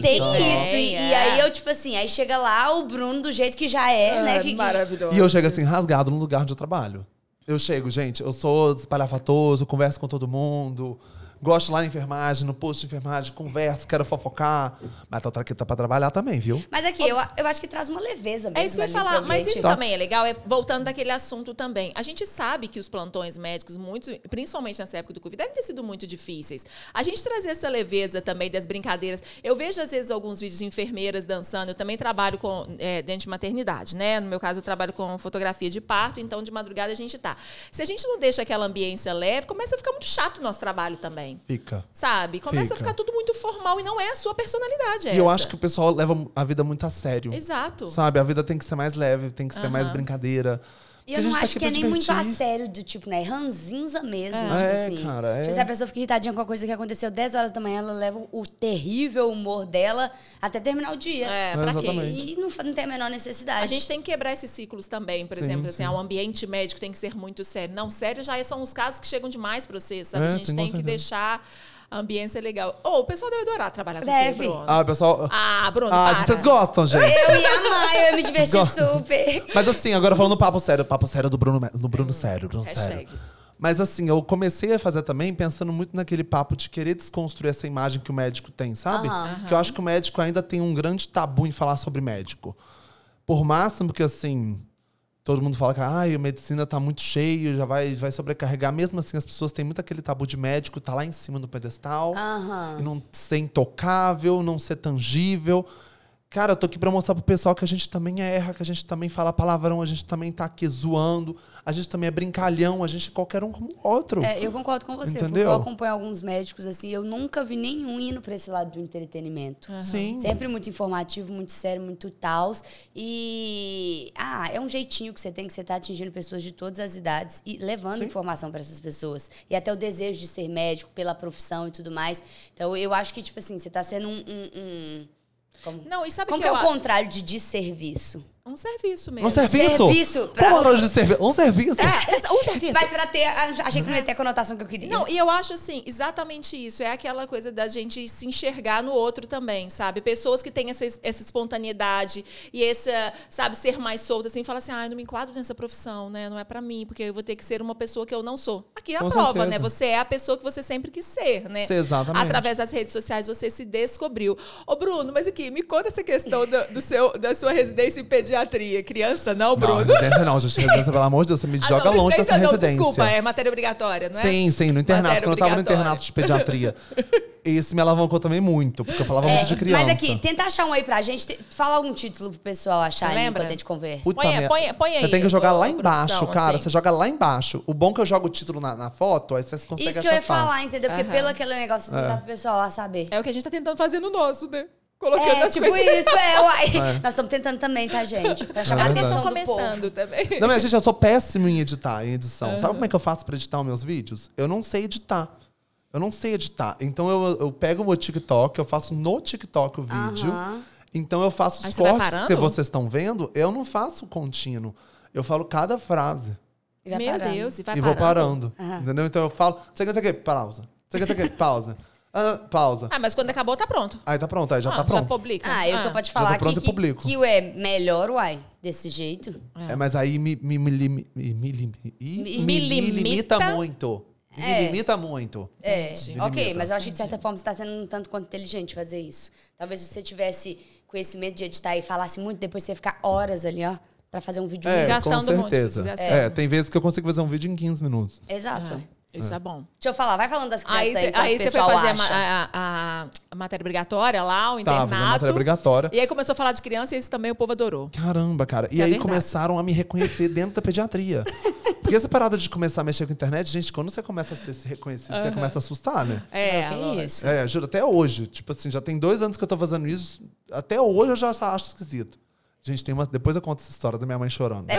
[SPEAKER 1] Tem
[SPEAKER 2] né?
[SPEAKER 3] tá?
[SPEAKER 1] isso. E, e aí eu, tipo assim, aí chega lá o Bruno do jeito que já é,
[SPEAKER 2] Ah,
[SPEAKER 1] né? Que, que-
[SPEAKER 2] maravilhoso.
[SPEAKER 3] E eu chego assim, rasgado no lugar onde eu trabalho. Eu chego, gente, eu sou espalhafatoso, converso com todo mundo. Gosto lá na enfermagem, no posto de enfermagem, converso, quero fofocar. Mas tá tô traqueta pra trabalhar também, viu?
[SPEAKER 1] Mas aqui, eu, eu acho que traz uma leveza mesmo.
[SPEAKER 2] É isso que eu ia
[SPEAKER 1] ali
[SPEAKER 2] falar,
[SPEAKER 1] pro
[SPEAKER 2] mas
[SPEAKER 1] ambiente.
[SPEAKER 2] isso
[SPEAKER 3] Tá.
[SPEAKER 2] também é legal, é voltando daquele assunto também. A gente sabe que os plantões médicos, muito, principalmente nessa época do Covid, devem ter sido muito difíceis. A gente trazer essa leveza também das brincadeiras. Eu vejo, às vezes, alguns vídeos de enfermeiras dançando. Eu também trabalho com, é, dentro de maternidade, né? No meu caso, eu trabalho com fotografia de parto, então de madrugada a gente tá. Se a gente não deixa aquela ambiência leve, começa a ficar muito chato o nosso trabalho também.
[SPEAKER 3] Fica.
[SPEAKER 2] Sabe? Começa a
[SPEAKER 3] Fica.
[SPEAKER 2] ficar tudo muito formal e não é a sua personalidade.
[SPEAKER 3] E eu
[SPEAKER 2] essa.
[SPEAKER 3] acho que o pessoal leva a vida muito a sério.
[SPEAKER 2] Exato.
[SPEAKER 3] Sabe? A vida tem que ser mais leve, tem que ser mais brincadeira.
[SPEAKER 1] E
[SPEAKER 3] Porque a
[SPEAKER 1] eu
[SPEAKER 3] gente
[SPEAKER 1] não
[SPEAKER 3] tá
[SPEAKER 1] acho
[SPEAKER 3] aqui
[SPEAKER 1] que é
[SPEAKER 3] pra
[SPEAKER 1] nem muito a
[SPEAKER 3] divertir.
[SPEAKER 1] sério do tipo, né? Ranzinza mesmo, tipo
[SPEAKER 3] É,
[SPEAKER 1] assim.
[SPEAKER 3] cara, é.
[SPEAKER 1] Tipo, se a pessoa fica irritadinha com a coisa que aconteceu 10 horas da manhã, ela leva o terrível humor dela até terminar o dia.
[SPEAKER 2] É,
[SPEAKER 3] É,
[SPEAKER 2] pra quê?
[SPEAKER 3] exatamente.
[SPEAKER 1] E não, fa- não tem a menor necessidade.
[SPEAKER 2] A gente tem que quebrar esses ciclos também, por
[SPEAKER 3] Sim,
[SPEAKER 2] exemplo, assim,
[SPEAKER 3] sim.
[SPEAKER 2] ah, o ambiente médico tem que ser muito sério. Não, sério já são os casos que chegam demais pra você, sabe?
[SPEAKER 3] É,
[SPEAKER 2] a gente
[SPEAKER 3] sim, com
[SPEAKER 2] tem que
[SPEAKER 3] certeza.
[SPEAKER 2] deixar a ambiência legal. Ou o pessoal deve adorar trabalhar com
[SPEAKER 1] Deve.
[SPEAKER 2] você, Bruno.
[SPEAKER 3] Ah, pessoal.
[SPEAKER 2] Ah, Bruno,
[SPEAKER 3] Ah,
[SPEAKER 2] para.
[SPEAKER 3] vocês gostam, gente.
[SPEAKER 1] Eu ia amar, eu ia me divertir
[SPEAKER 3] Gosto.
[SPEAKER 1] super.
[SPEAKER 3] Mas assim, agora falando papo sério, papo sério do Bruno, do Bruno sério, Bruno
[SPEAKER 2] Hashtag.
[SPEAKER 3] sério. Mas assim, eu comecei a fazer também pensando muito naquele papo de querer desconstruir essa imagem que o médico tem, sabe?
[SPEAKER 1] Aham.
[SPEAKER 3] Que eu acho que o médico ainda tem um grande tabu em falar sobre médico. Por máximo que assim, todo mundo fala que ai, a medicina tá muito cheio, já vai, vai sobrecarregar. Mesmo assim, as pessoas têm muito aquele tabu de médico, tá lá em cima do pedestal
[SPEAKER 1] Aham.
[SPEAKER 3] e não ser intocável, não ser tangível. Cara, eu tô aqui pra mostrar pro pessoal que a gente também erra, que a gente também fala palavrão, a gente também tá aqui zoando, a gente também é brincalhão, a gente é qualquer um como o outro.
[SPEAKER 1] É, eu concordo com você, porque
[SPEAKER 3] Entendeu?
[SPEAKER 1] eu acompanho alguns médicos assim, eu nunca vi nenhum indo pra esse lado do entretenimento.
[SPEAKER 3] Sim.
[SPEAKER 2] é
[SPEAKER 1] Sempre muito informativo, muito sério, muito tals. E. Ah, é um jeitinho que você tem que você tá atingindo pessoas de todas as idades e levando
[SPEAKER 3] Sim.
[SPEAKER 1] informação pra essas pessoas. E até o desejo de ser médico pela profissão e tudo mais. Então eu acho que, tipo assim, você tá sendo um. um- um- como
[SPEAKER 2] Não, e sabe
[SPEAKER 1] como
[SPEAKER 2] que
[SPEAKER 1] que é
[SPEAKER 2] eu a-
[SPEAKER 1] o contrário de desserviço?
[SPEAKER 2] Um serviço mesmo.
[SPEAKER 3] Um serviço?
[SPEAKER 1] Serviço pra-
[SPEAKER 3] Como horário de serviço? Um serviço?
[SPEAKER 2] É, essa- um serviço.
[SPEAKER 1] Mas pra ter. Achei que não ia ter a conotação que eu
[SPEAKER 3] É
[SPEAKER 1] queria.
[SPEAKER 2] Não, e eu acho assim, exatamente isso. É aquela coisa da gente se enxergar no outro também, sabe? Pessoas que têm essa, es- essa espontaneidade e essa, sabe, ser mais solta, assim, fala assim, ah, eu não me enquadro nessa profissão, né? Não é pra mim, porque eu vou ter que ser uma pessoa que eu não sou. Aqui é a
[SPEAKER 3] Com
[SPEAKER 2] prova,
[SPEAKER 3] certeza.
[SPEAKER 2] né? Você é a pessoa que você sempre quis ser, né?
[SPEAKER 3] Sim, exatamente.
[SPEAKER 2] Através das redes sociais você se descobriu. Ô, Bruno, mas aqui, me conta essa questão do, do seu, da sua residência em pediatria. Criança não,
[SPEAKER 3] Não,
[SPEAKER 2] Bruno?
[SPEAKER 3] residência não, gente. Residência, pelo amor de Deus, você me
[SPEAKER 2] Ah,
[SPEAKER 3] joga
[SPEAKER 2] não,
[SPEAKER 3] longe
[SPEAKER 2] não,
[SPEAKER 3] dessa residência.
[SPEAKER 2] Desculpa, é matéria obrigatória, não é?
[SPEAKER 3] Sim, sim, no internato.
[SPEAKER 2] Matéria
[SPEAKER 3] quando eu tava no
[SPEAKER 2] obrigatória. É,
[SPEAKER 3] internato de pediatria. Esse me alavancou também muito, porque eu falava muito É, de criança.
[SPEAKER 1] é, Mas aqui, tenta achar um aí pra gente. Te- Fala um título pro pessoal achar
[SPEAKER 2] Você
[SPEAKER 1] aí
[SPEAKER 2] lembra?
[SPEAKER 1] enquanto a gente conversa.
[SPEAKER 3] Puta
[SPEAKER 2] Põe-
[SPEAKER 3] merda.
[SPEAKER 2] põe- põe aí,
[SPEAKER 3] Você tem que jogar
[SPEAKER 2] ô,
[SPEAKER 3] lá
[SPEAKER 2] produção,
[SPEAKER 3] embaixo, cara.
[SPEAKER 2] assim.
[SPEAKER 3] Você joga lá embaixo. O bom é que eu jogo o título na, na foto, aí vocês conseguem
[SPEAKER 1] Isso que
[SPEAKER 3] achar
[SPEAKER 1] eu ia
[SPEAKER 3] fácil.
[SPEAKER 1] falar, entendeu? Porque
[SPEAKER 2] Aham.
[SPEAKER 1] pelo aquele negócio
[SPEAKER 3] É.
[SPEAKER 1] não dá pro pessoal lá saber.
[SPEAKER 2] É o que a gente tá tentando fazer no nosso, né? Colocando
[SPEAKER 1] É,
[SPEAKER 2] as
[SPEAKER 1] tipo
[SPEAKER 2] coisas.
[SPEAKER 1] isso, é, uai.
[SPEAKER 3] É.
[SPEAKER 1] Nós estamos tentando também, tá, gente? Pra chamar
[SPEAKER 3] É
[SPEAKER 1] a
[SPEAKER 3] verdade.
[SPEAKER 1] atenção
[SPEAKER 2] Estão
[SPEAKER 1] do povo.
[SPEAKER 2] começando também.
[SPEAKER 3] Não, mas, gente, eu sou péssimo em editar, em edição. Sabe como é que eu faço pra editar os meus vídeos? Eu não sei editar. Eu não sei editar. Então eu, eu pego o meu TikTok, eu faço no TikTok o vídeo.
[SPEAKER 1] Aham.
[SPEAKER 3] Então eu faço
[SPEAKER 2] Aí
[SPEAKER 3] os
[SPEAKER 2] você vai
[SPEAKER 3] cortes que
[SPEAKER 2] parando?
[SPEAKER 3] vocês estão vendo, eu não faço contínuo. Eu falo cada frase.
[SPEAKER 1] E vai
[SPEAKER 2] Meu
[SPEAKER 1] parando.
[SPEAKER 2] Deus, e vai
[SPEAKER 3] e vou parando. Entendeu? Então eu falo, você quer que pausa. Você quer que pausa. Ah, pausa.
[SPEAKER 2] Ah, mas quando acabou, tá pronto.
[SPEAKER 3] Aí tá pronto, aí já
[SPEAKER 2] Ah,
[SPEAKER 3] tá pronto.
[SPEAKER 2] Já publica.
[SPEAKER 1] Ah, eu tô pra te
[SPEAKER 3] Já tô
[SPEAKER 1] falar
[SPEAKER 3] pronto
[SPEAKER 1] que,
[SPEAKER 3] e publico.
[SPEAKER 1] que, que é melhor, uai, desse jeito.
[SPEAKER 3] É, mas aí me, me, me, limi- me, me, limi-
[SPEAKER 2] Me-
[SPEAKER 3] ih, me,
[SPEAKER 2] me
[SPEAKER 3] limita
[SPEAKER 2] limita.
[SPEAKER 3] muito. Me
[SPEAKER 1] É.
[SPEAKER 3] limita muito.
[SPEAKER 1] É,
[SPEAKER 3] Entendi.
[SPEAKER 1] ok,
[SPEAKER 3] Limita.
[SPEAKER 1] mas eu acho que de certa forma você está sendo um tanto quanto inteligente fazer isso. Talvez se você tivesse conhecimento de editar e falasse muito, depois você ia ficar horas ali, ó, pra fazer um vídeo.
[SPEAKER 3] É,
[SPEAKER 2] Desgastando
[SPEAKER 3] com
[SPEAKER 2] muito,
[SPEAKER 3] certeza.
[SPEAKER 2] desgastando.
[SPEAKER 3] é, tem vezes que eu consigo fazer um vídeo em 15 minutos.
[SPEAKER 1] Exato.
[SPEAKER 2] Ah,
[SPEAKER 1] ué.
[SPEAKER 2] Isso é bom.
[SPEAKER 1] Deixa eu falar, vai falando das crianças
[SPEAKER 2] Aí,
[SPEAKER 1] então. aí,
[SPEAKER 2] cê- aí
[SPEAKER 1] enquanto
[SPEAKER 2] você
[SPEAKER 1] o
[SPEAKER 2] foi
[SPEAKER 1] pessoal
[SPEAKER 2] fazer a, ma-
[SPEAKER 1] acha.
[SPEAKER 2] a- a- a matéria obrigatória lá, o
[SPEAKER 3] Tá,
[SPEAKER 2] internato.
[SPEAKER 3] fazer matéria obrigatória.
[SPEAKER 2] E aí começou a falar de criança e isso também o povo adorou.
[SPEAKER 3] Caramba, cara. E
[SPEAKER 2] É
[SPEAKER 3] aí
[SPEAKER 2] verdade.
[SPEAKER 3] começaram a me reconhecer dentro da pediatria. Porque essa parada de começar a mexer com a internet, gente, quando você começa a ser se reconhecido, você começa a assustar, né?
[SPEAKER 2] É,
[SPEAKER 1] que
[SPEAKER 2] lógico.
[SPEAKER 1] isso?
[SPEAKER 3] É, juro, até hoje. Tipo assim, já tem dois anos que eu tô fazendo isso. Até hoje eu já acho esquisito. Gente, tem uma. Depois eu conto essa história da minha mãe chorando.
[SPEAKER 2] É.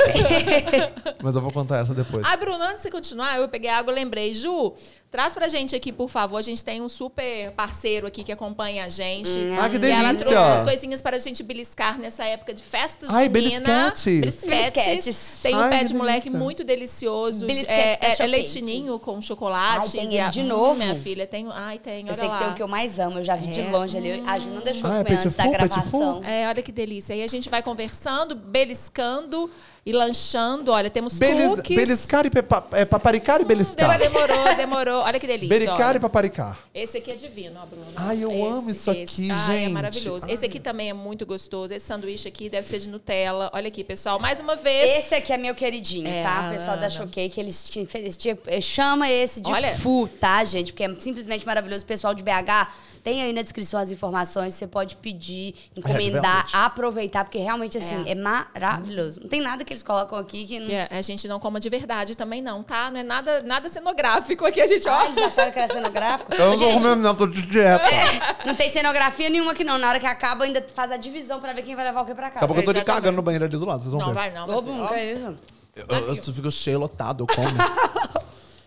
[SPEAKER 3] Mas eu vou contar essa depois.
[SPEAKER 2] Ah, Bruno, antes de você continuar, eu peguei água, eu lembrei. Ju, traz pra gente aqui, por favor. A gente tem um super parceiro aqui que acompanha a gente.
[SPEAKER 1] Hum.
[SPEAKER 3] Ah, que
[SPEAKER 2] E ela
[SPEAKER 3] delícia!
[SPEAKER 2] trouxe umas coisinhas para a gente beliscar nessa época de festa junina.
[SPEAKER 3] Ai, belisquete!
[SPEAKER 2] Belisquetes.
[SPEAKER 1] Belisquetes.
[SPEAKER 2] Tem um
[SPEAKER 3] Ai,
[SPEAKER 2] pé
[SPEAKER 3] que
[SPEAKER 2] de moleque
[SPEAKER 3] delícia.
[SPEAKER 2] muito delicioso.
[SPEAKER 1] Belisquetes
[SPEAKER 2] É,
[SPEAKER 1] da
[SPEAKER 2] é, é
[SPEAKER 1] Shopee.
[SPEAKER 2] leitinho com chocolate.
[SPEAKER 1] Ai, tem
[SPEAKER 2] E a-
[SPEAKER 1] ele de
[SPEAKER 2] Hum,
[SPEAKER 1] novo.
[SPEAKER 2] Minha filha, tem... um- Ai, tem, olha
[SPEAKER 1] Eu sei
[SPEAKER 2] lá.
[SPEAKER 1] que tem o que eu mais amo, eu já vi de
[SPEAKER 2] É.
[SPEAKER 1] longe ali. A Ju não deixou
[SPEAKER 3] Ah, é
[SPEAKER 1] comer antes
[SPEAKER 3] petit
[SPEAKER 1] da
[SPEAKER 3] four, petit
[SPEAKER 1] gravação.
[SPEAKER 3] four?
[SPEAKER 2] É, olha que delícia. E a gente vai conversando, beliscando e lanchando. Olha, temos
[SPEAKER 3] Belis,
[SPEAKER 2] cookies. Hum,
[SPEAKER 3] beliscar e pepa, é, paparicar e beliscar.
[SPEAKER 2] Demorou, demorou. Olha que delícia.
[SPEAKER 3] Bericar
[SPEAKER 2] olha.
[SPEAKER 3] e paparicar.
[SPEAKER 2] Esse aqui é divino, ó, Bruna.
[SPEAKER 3] Ai, eu amo isso aqui,
[SPEAKER 2] Ai, é
[SPEAKER 3] gente.
[SPEAKER 2] maravilhoso. Esse
[SPEAKER 3] Ai.
[SPEAKER 2] aqui também é muito gostoso. Esse sanduíche aqui deve ser de Nutella. Olha aqui, pessoal. Mais uma vez.
[SPEAKER 1] Esse aqui é meu queridinho,
[SPEAKER 2] É,
[SPEAKER 1] tá?
[SPEAKER 2] a
[SPEAKER 1] O pessoal
[SPEAKER 2] Ana.
[SPEAKER 1] da Choquei, que eles, tinham- eles tinham- eh, chama esse de
[SPEAKER 2] Olha.
[SPEAKER 1] FU, tá, gente? Porque é simplesmente maravilhoso. O pessoal de BH tem aí na descrição as informações. Você pode pedir, encomendar,
[SPEAKER 3] realmente.
[SPEAKER 1] aproveitar, porque realmente, assim, é. maravilhoso. Não tem nada que eles colocam aqui que é. não.
[SPEAKER 2] Que a gente não coma de verdade também, não, tá? Não é nada, nada cenográfico aqui, a gente, ó.
[SPEAKER 1] Ah, eles acharam que era cenográfico?
[SPEAKER 3] Eu não vou
[SPEAKER 1] Gente,
[SPEAKER 3] comer, não, tô de dieta.
[SPEAKER 2] É.
[SPEAKER 1] não tem cenografia nenhuma aqui, não. Na hora que acaba, ainda faz a divisão pra ver quem vai levar o que pra
[SPEAKER 3] Daqui a
[SPEAKER 1] casa.
[SPEAKER 3] pouco eu tô de
[SPEAKER 2] Exatamente.
[SPEAKER 3] cagando no banheiro ali do lado, vocês vão
[SPEAKER 2] Não
[SPEAKER 3] ver.
[SPEAKER 2] vai, não. você,
[SPEAKER 1] Ô, Bum,
[SPEAKER 2] ó.
[SPEAKER 1] que é isso?
[SPEAKER 3] Eu, eu fico cheio lotado, eu como.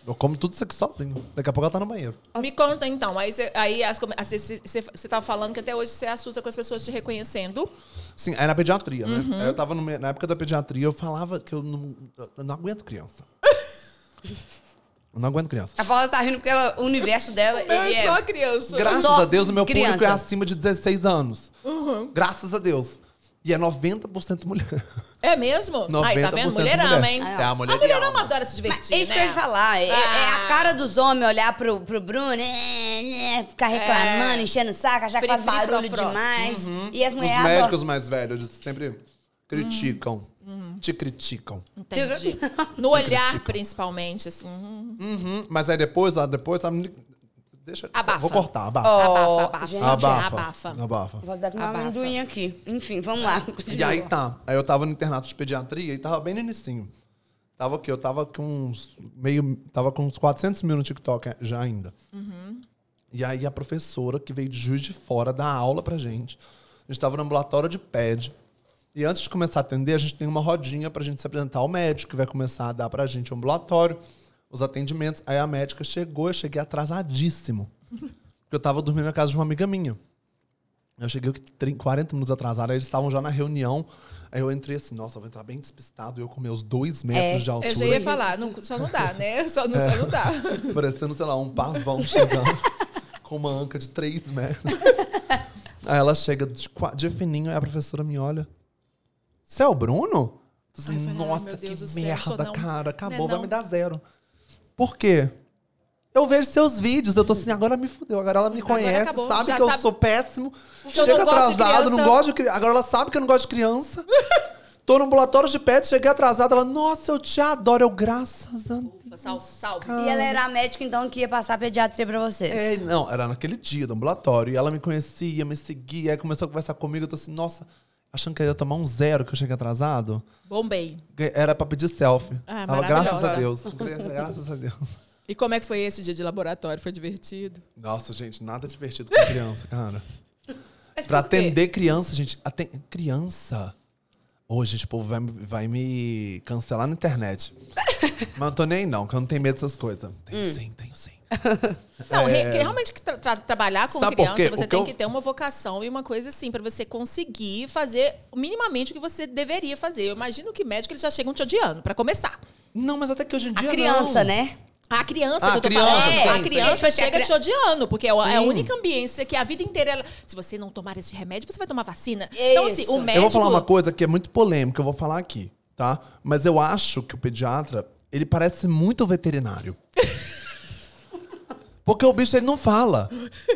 [SPEAKER 3] eu como tudo isso aqui sozinho. Daqui a pouco ela tá no banheiro.
[SPEAKER 2] Me conta então, aí você aí as come- as- você- você- você tava falando que até hoje você assusta com as pessoas te reconhecendo.
[SPEAKER 3] Sim, é na pediatria,
[SPEAKER 2] Uhum.
[SPEAKER 3] né? Aí Eu tava no me- na época da pediatria, eu falava que eu não, eu não aguento criança. eu não aguento criança.
[SPEAKER 1] A Paula tá rindo porque ela- o universo dela, ele é...
[SPEAKER 2] criança.
[SPEAKER 3] Graças
[SPEAKER 1] Só
[SPEAKER 3] a Deus, o meu público é
[SPEAKER 1] criança.
[SPEAKER 3] acima de 16 anos.
[SPEAKER 2] Uhum.
[SPEAKER 3] Graças a Deus. E é 90% mulher.
[SPEAKER 2] É mesmo?
[SPEAKER 3] 90%
[SPEAKER 2] Aí, tá vendo? Mulherama,
[SPEAKER 3] mulher.
[SPEAKER 2] hein?
[SPEAKER 3] É, a mulher
[SPEAKER 2] A mulherama
[SPEAKER 3] ama.
[SPEAKER 2] adora se divertir,
[SPEAKER 1] Mas é isso
[SPEAKER 2] né?
[SPEAKER 1] que eu ia falar. É, é a
[SPEAKER 2] Ah.
[SPEAKER 1] cara dos homens olhar pro, pro Bruno, é, é, ficar reclamando,
[SPEAKER 2] É.
[SPEAKER 1] enchendo o saco, achar que
[SPEAKER 2] Fri,
[SPEAKER 1] faz
[SPEAKER 2] fri, fró,
[SPEAKER 1] barulho
[SPEAKER 2] fró.
[SPEAKER 1] demais.
[SPEAKER 2] Uhum.
[SPEAKER 1] E as
[SPEAKER 3] Os
[SPEAKER 1] mulheres
[SPEAKER 3] médicos
[SPEAKER 1] adoram.
[SPEAKER 3] mais velhos eles sempre criticam.
[SPEAKER 1] Uhum.
[SPEAKER 3] Te criticam.
[SPEAKER 2] Entendi. No olhar, principalmente, assim. uhum.
[SPEAKER 3] Uhum. Mas aí depois, lá depois, tá me- Deixa.
[SPEAKER 2] Abafa.
[SPEAKER 3] Vou cortar, abafa.
[SPEAKER 1] Ó,
[SPEAKER 2] abafa, abafa.
[SPEAKER 1] gente,
[SPEAKER 3] Abafa.
[SPEAKER 2] Abafa.
[SPEAKER 3] Abafa.
[SPEAKER 1] Vou dar com uma
[SPEAKER 2] Abafa.
[SPEAKER 1] amendoim aqui. Enfim, vamos lá.
[SPEAKER 3] E aí tá. Aí eu tava no internato de pediatria e tava bem no inicinho. Tava o quê? Eu tava com uns. Meio. Tava com uns 400 mil no TikTok é, já ainda. E aí a professora que veio de juiz de fora dar aula pra gente. A gente tava no ambulatório de PED. E antes de começar a atender, a gente tem uma rodinha pra gente se apresentar ao médico, que vai começar a dar pra gente o ambulatório, os atendimentos. Aí a médica chegou, eu cheguei atrasadíssimo. Porque eu tava dormindo na casa de uma amiga minha. Eu cheguei que 30, 40 minutos atrasado, aí eles estavam já na reunião. Aí eu entrei assim, nossa, eu vou entrar bem despistado, eu com meus dois metros de altura.
[SPEAKER 2] É, Eu já ia falar, não- só não dá, né? Só não,
[SPEAKER 3] É.
[SPEAKER 2] só não dá.
[SPEAKER 3] Parecendo, sei lá, um pavão chegando com uma anca de três metros. Aí ela chega de, qua- de fininho, aí a professora me olha. Você é o Bruno? Eu falei,
[SPEAKER 2] Ai, eu falei, ai,
[SPEAKER 3] nossa,
[SPEAKER 2] meu Deus do
[SPEAKER 3] que
[SPEAKER 2] céu,
[SPEAKER 3] merda,
[SPEAKER 2] sou não-
[SPEAKER 3] cara. Acabou,
[SPEAKER 2] não é
[SPEAKER 3] vai
[SPEAKER 2] não.
[SPEAKER 3] me dar zero. Por quê? Eu vejo seus vídeos, eu tô assim, agora me fudeu. Agora ela me
[SPEAKER 2] Agora
[SPEAKER 3] conhece,
[SPEAKER 2] acabou,
[SPEAKER 3] sabe
[SPEAKER 2] já
[SPEAKER 3] que eu
[SPEAKER 2] sabe-
[SPEAKER 3] sou péssimo.
[SPEAKER 2] eu
[SPEAKER 3] Chega
[SPEAKER 2] não gosto de
[SPEAKER 3] atrasado, não
[SPEAKER 2] criança.
[SPEAKER 3] gosto de criança. Agora ela sabe que eu não gosto de criança. tô no ambulatório de pet, cheguei atrasado. Ela, nossa, eu te adoro. Eu, graças a
[SPEAKER 2] Salve, salve.
[SPEAKER 1] E ela era a médica, então, que ia passar pediatria pra vocês.
[SPEAKER 3] Ah. É, não, era naquele dia do ambulatório. E ela me conhecia, me seguia, aí começou a conversar comigo. Eu tô assim, nossa, achando que eu ia tomar um zero, que eu cheguei atrasado.
[SPEAKER 2] Bombei.
[SPEAKER 3] Era pra pedir selfie.
[SPEAKER 1] é
[SPEAKER 2] Ah,
[SPEAKER 3] Tava, graças a
[SPEAKER 2] maravilhosa.
[SPEAKER 3] Deus. gra- Graças a Deus.
[SPEAKER 2] E como é que foi esse dia de laboratório? Foi divertido?
[SPEAKER 3] Nossa, gente, nada divertido com criança, cara.
[SPEAKER 1] Mas
[SPEAKER 3] Pra
[SPEAKER 1] por quê?
[SPEAKER 3] atender criança, gente. aten- Criança. Hoje, gente, o povo vai, me- vai me cancelar na internet. Mas não tô nem aí, não, que eu não tenho medo dessas coisas.
[SPEAKER 1] Hum.
[SPEAKER 3] Tenho sim, tenho sim.
[SPEAKER 2] Não, re- que realmente que tra- tra- trabalhar com
[SPEAKER 3] É. Sabe por quê?
[SPEAKER 2] criança,
[SPEAKER 3] O
[SPEAKER 2] você
[SPEAKER 3] que
[SPEAKER 2] tem
[SPEAKER 3] eu-
[SPEAKER 2] que ter uma vocação e uma coisa assim, pra você conseguir fazer minimamente o que você deveria fazer. Eu imagino que médico eles já chegam te odiando, pra começar.
[SPEAKER 3] Não, mas até que hoje em
[SPEAKER 1] A
[SPEAKER 3] dia.
[SPEAKER 1] criança,
[SPEAKER 3] não.
[SPEAKER 1] né?
[SPEAKER 2] A criança
[SPEAKER 3] Ah,
[SPEAKER 2] que eu tô
[SPEAKER 3] criança,
[SPEAKER 2] falando,
[SPEAKER 1] sim,
[SPEAKER 2] a
[SPEAKER 1] sim.
[SPEAKER 2] criança
[SPEAKER 1] Sim.
[SPEAKER 2] chega te odiando, porque é a- é a
[SPEAKER 3] Sim.
[SPEAKER 2] única ambiência que a vida inteira ela, se você não tomar esse remédio, você vai tomar vacina.
[SPEAKER 1] Isso.
[SPEAKER 2] Então assim, o médico
[SPEAKER 3] Eu vou falar uma coisa que é muito polêmica, eu vou falar aqui, tá? Mas eu acho que o pediatra, ele parece muito veterinário. Porque o bicho, ele não fala.